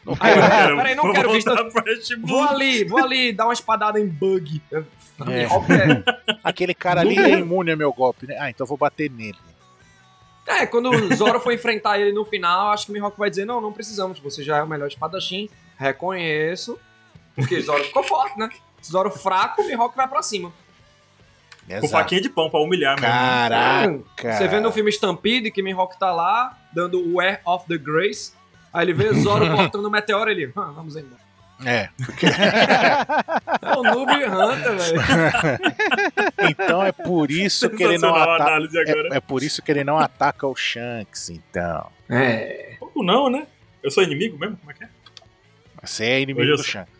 Speaker 4: Não quero. Peraí, não
Speaker 3: Vou
Speaker 4: quero vista.
Speaker 3: voltar pra este
Speaker 4: Vou
Speaker 3: mundo.
Speaker 4: ali, vou ali dar uma espadada em bug.
Speaker 2: É.
Speaker 4: Mihawk é...
Speaker 2: Aquele cara ali é imune ao meu golpe, né? Ah, então eu vou bater nele.
Speaker 4: É, quando o Zoro for enfrentar ele no final, acho que o Mihawk vai dizer: Não, não precisamos, você já é o melhor espadachim, reconheço. Porque Zoro ficou forte, né? Zoro fraco, o Mihawk vai pra cima.
Speaker 3: Com faquinha de pão pra humilhar mesmo.
Speaker 2: Caraca!
Speaker 4: Então, Você vê no filme Stampede que Mihawk tá lá, dando o Air of the Grace. Aí ele vê Zoro cortando o meteoro ele. "Ah, vamos embora.
Speaker 2: É.
Speaker 4: É o Noob Hunter, velho.
Speaker 2: Então é por isso que ele não
Speaker 3: Sensacional a
Speaker 2: ataca.
Speaker 3: análise agora.
Speaker 2: É, é por isso que ele não ataca o Shanks, então.
Speaker 4: É.
Speaker 3: Ou não, né? Eu sou inimigo mesmo? Como é que é?
Speaker 2: Você é inimigo
Speaker 3: Olha
Speaker 2: do
Speaker 3: só.
Speaker 2: Shanks.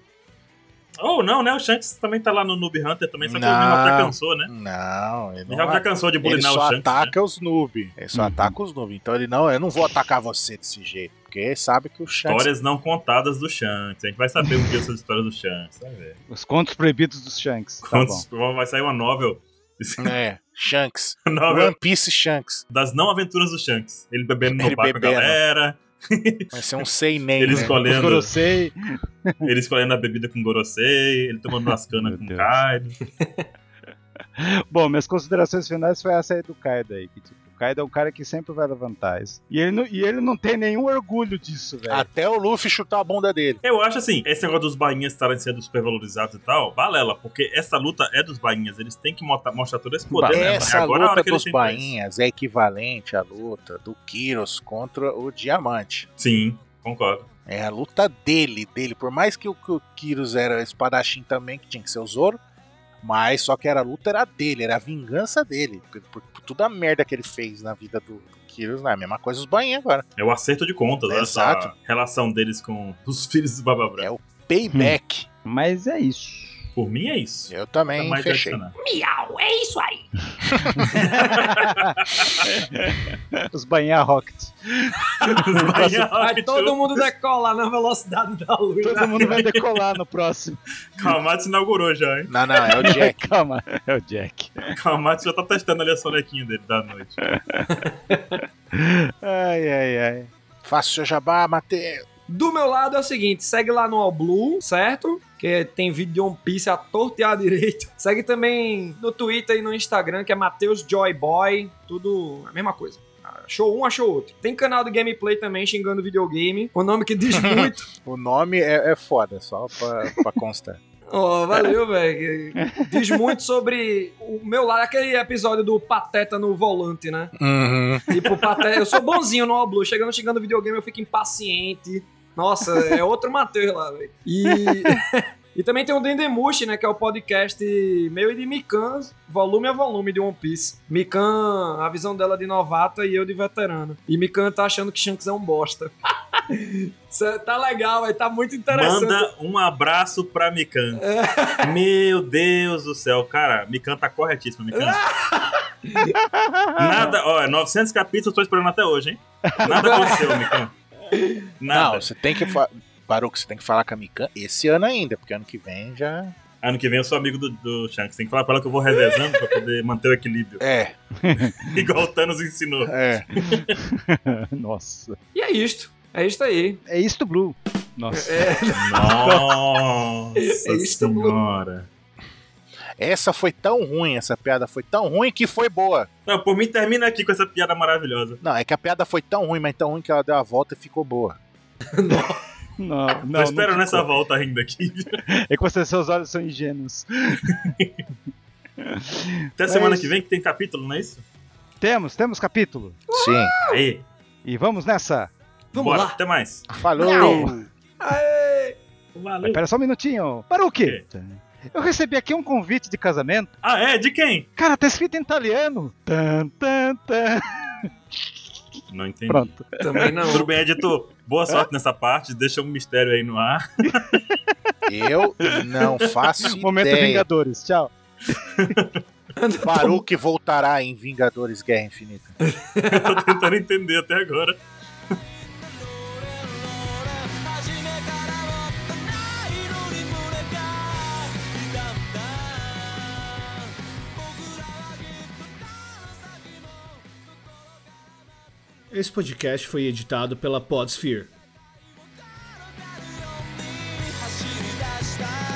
Speaker 3: Ou não, né? O Shanks também tá lá no Noob Hunter também, só que o
Speaker 2: Não.
Speaker 3: Mihawk já cansou, né?
Speaker 2: Não, ele
Speaker 3: O
Speaker 2: não.
Speaker 3: Mihawk já cansou de
Speaker 2: Ele
Speaker 3: bulinar
Speaker 2: só
Speaker 3: o Shanks. né? Uhum.
Speaker 2: ataca os noob. Ele só ataca os noob. Então ele não, eu não vou atacar você desse jeito. Porque ele sabe que o Shanks.
Speaker 3: Histórias não contadas do Shanks. A gente vai saber um dia essas histórias do Shanks. Vai ver.
Speaker 1: Os contos proibidos dos Shanks. Tá bom.
Speaker 3: Quantos- Vai sair uma novel.
Speaker 2: É, Shanks.
Speaker 3: novel
Speaker 2: One Piece Shanks.
Speaker 3: das não aventuras do Shanks. Ele bebendo
Speaker 2: Ele
Speaker 3: no bar com a
Speaker 2: bebendo.
Speaker 3: galera,
Speaker 2: Vai ser um sei nem.
Speaker 3: ele
Speaker 1: Os
Speaker 3: escolhendo,
Speaker 1: Gorosei.
Speaker 3: ele escolhendo a bebida com Gorosei, ele tomando umas canas
Speaker 1: Meu
Speaker 3: com
Speaker 1: Deus.
Speaker 3: Kaido.
Speaker 1: Bom, minhas considerações finais foi essa aí do Kaido aí. Que, tipo, o Kaido é um cara que sempre vai levantar isso. E ele não, e ele não tem nenhum orgulho disso, velho.
Speaker 2: Até o Luffy chutar a bunda dele.
Speaker 3: Eu acho assim, esse negócio dos bainhas estarem sendo supervalorizados e tal, balela, porque essa luta é dos bainhas, eles têm que mota- mostrar todo esse poder, né?
Speaker 2: Essa
Speaker 3: Agora é a
Speaker 2: luta
Speaker 3: hora que
Speaker 2: dos
Speaker 3: eles têm que fazer.
Speaker 2: bainhas é equivalente à luta do Kyros contra o Diamante.
Speaker 3: Sim, concordo.
Speaker 2: É a luta dele, dele. Por mais que o, que o Kyros era espadachim também, que tinha que ser o Zoro. Mas só que era a luta era dele, era a vingança dele. Por, por- por toda a merda que ele fez na vida do, do Kyros, não é a mesma coisa os bainhas agora.
Speaker 3: É o acerto de contas, olha só
Speaker 2: Exato.
Speaker 3: a relação deles com os filhos do Bababra.
Speaker 2: É o Payback.
Speaker 1: Mas é isso.
Speaker 3: Por mim Hum. é isso.
Speaker 2: Eu
Speaker 3: Nada
Speaker 2: também
Speaker 3: mais a
Speaker 2: fechei.
Speaker 3: adicionar.
Speaker 5: Miau, é isso aí.
Speaker 1: Os banhar Rocket.
Speaker 3: Os bainhas
Speaker 4: Aí
Speaker 3: rápido.
Speaker 4: todo mundo decola na velocidade da luz. né?
Speaker 1: Todo mundo vai decolar no próximo.
Speaker 3: Kawamatsu inaugurou já, hein?
Speaker 2: Não, não, é o Jack.
Speaker 1: Calma, é o Jack.
Speaker 3: Kawamatsu já tá testando ali a sonequinha dele da noite.
Speaker 1: Ai, ai, ai.
Speaker 2: Faça o seu jabá, Matheus.
Speaker 4: Do meu lado é o seguinte, segue lá no All Blue, certo? Que tem vídeo de One Piece a torto e à direita. Segue também no Twitter e no Instagram, que é Matheus Joyboy, tudo a mesma coisa. Achou um, achou outro. Tem canal de gameplay também, xingando videogame. O nome que diz muito.
Speaker 2: O nome é, é foda, só pra, pra constar.
Speaker 4: Oh, valeu, velho. Diz muito sobre o meu lado, aquele episódio do Pateta no volante, né?
Speaker 2: Uhum.
Speaker 4: Tipo, Pateta. Eu sou bonzinho no Oblu. Chegando, chegando no videogame, eu fico impaciente. Nossa, é outro Matheus lá, velho. E. E também tem o Dendemushi, né? Que é o podcast meu e de Mikan, volume a volume de One Piece. Mikan, a visão dela de novata e eu de veterano. E Mikan tá achando que Shanks é um bosta. Cê- Tá legal, vai tá muito interessante.
Speaker 3: Manda um abraço pra Mikan. Meu Deus do céu, cara, Mikan tá corretíssimo, Mikan. Nada, ó, 900 capítulos, tô esperando até hoje, hein? Nada aconteceu, Mikan. Nada.
Speaker 2: Não, você tem que. Fa... Baruco, você tem que falar com a Mikan esse ano ainda, porque ano que vem já.
Speaker 3: Ano que vem eu sou amigo do, do Shanks. Tem que falar pra ela que eu vou revezando pra poder manter o equilíbrio.
Speaker 2: É,
Speaker 3: Igual o Thanos ensinou.
Speaker 2: é.
Speaker 1: Nossa.
Speaker 4: E é isto. É isto aí.
Speaker 1: É isto, Blue. Nossa.
Speaker 3: Nossa
Speaker 4: É isso, tá bom.
Speaker 3: senhora.
Speaker 2: Essa foi tão ruim, essa piada foi tão ruim que foi boa.
Speaker 3: Não, por mim, termina aqui com essa piada maravilhosa.
Speaker 2: Não, é que a piada foi tão ruim, mas tão ruim que ela deu a volta e ficou boa.
Speaker 1: Não, não.
Speaker 3: Tô esperando
Speaker 1: não
Speaker 3: essa
Speaker 1: ficou.
Speaker 3: volta ainda aqui.
Speaker 1: É que vocês, seus olhos são ingênuos.
Speaker 3: Até semana
Speaker 1: isso.
Speaker 3: que vem que tem capítulo, não é isso?
Speaker 1: Temos, temos capítulo.
Speaker 2: Sim.
Speaker 3: Aí,
Speaker 1: E vamos nessa.
Speaker 4: Vamos
Speaker 3: bora,
Speaker 4: lá.
Speaker 3: até mais.
Speaker 2: Falou!
Speaker 3: Valeu.
Speaker 1: Espera só um minutinho. Para o quê? Eu recebi aqui um convite de casamento.
Speaker 3: Ah, é? De quem?
Speaker 1: Cara, tá escrito em italiano. Tan, tan, tan.
Speaker 3: Não entendi.
Speaker 1: Pronto.
Speaker 4: Também não.
Speaker 3: Tudo bem, editor. Boa sorte nessa parte. Deixa um mistério aí no ar.
Speaker 2: Eu não faço
Speaker 1: Momento
Speaker 2: ideia.
Speaker 1: Vingadores. Tchau.
Speaker 2: Baruque voltará em Vingadores Guerra Infinita.
Speaker 3: Eu tô tentando entender até agora.
Speaker 7: Esse podcast foi editado pela Podsphere.
Speaker 8: 走り出した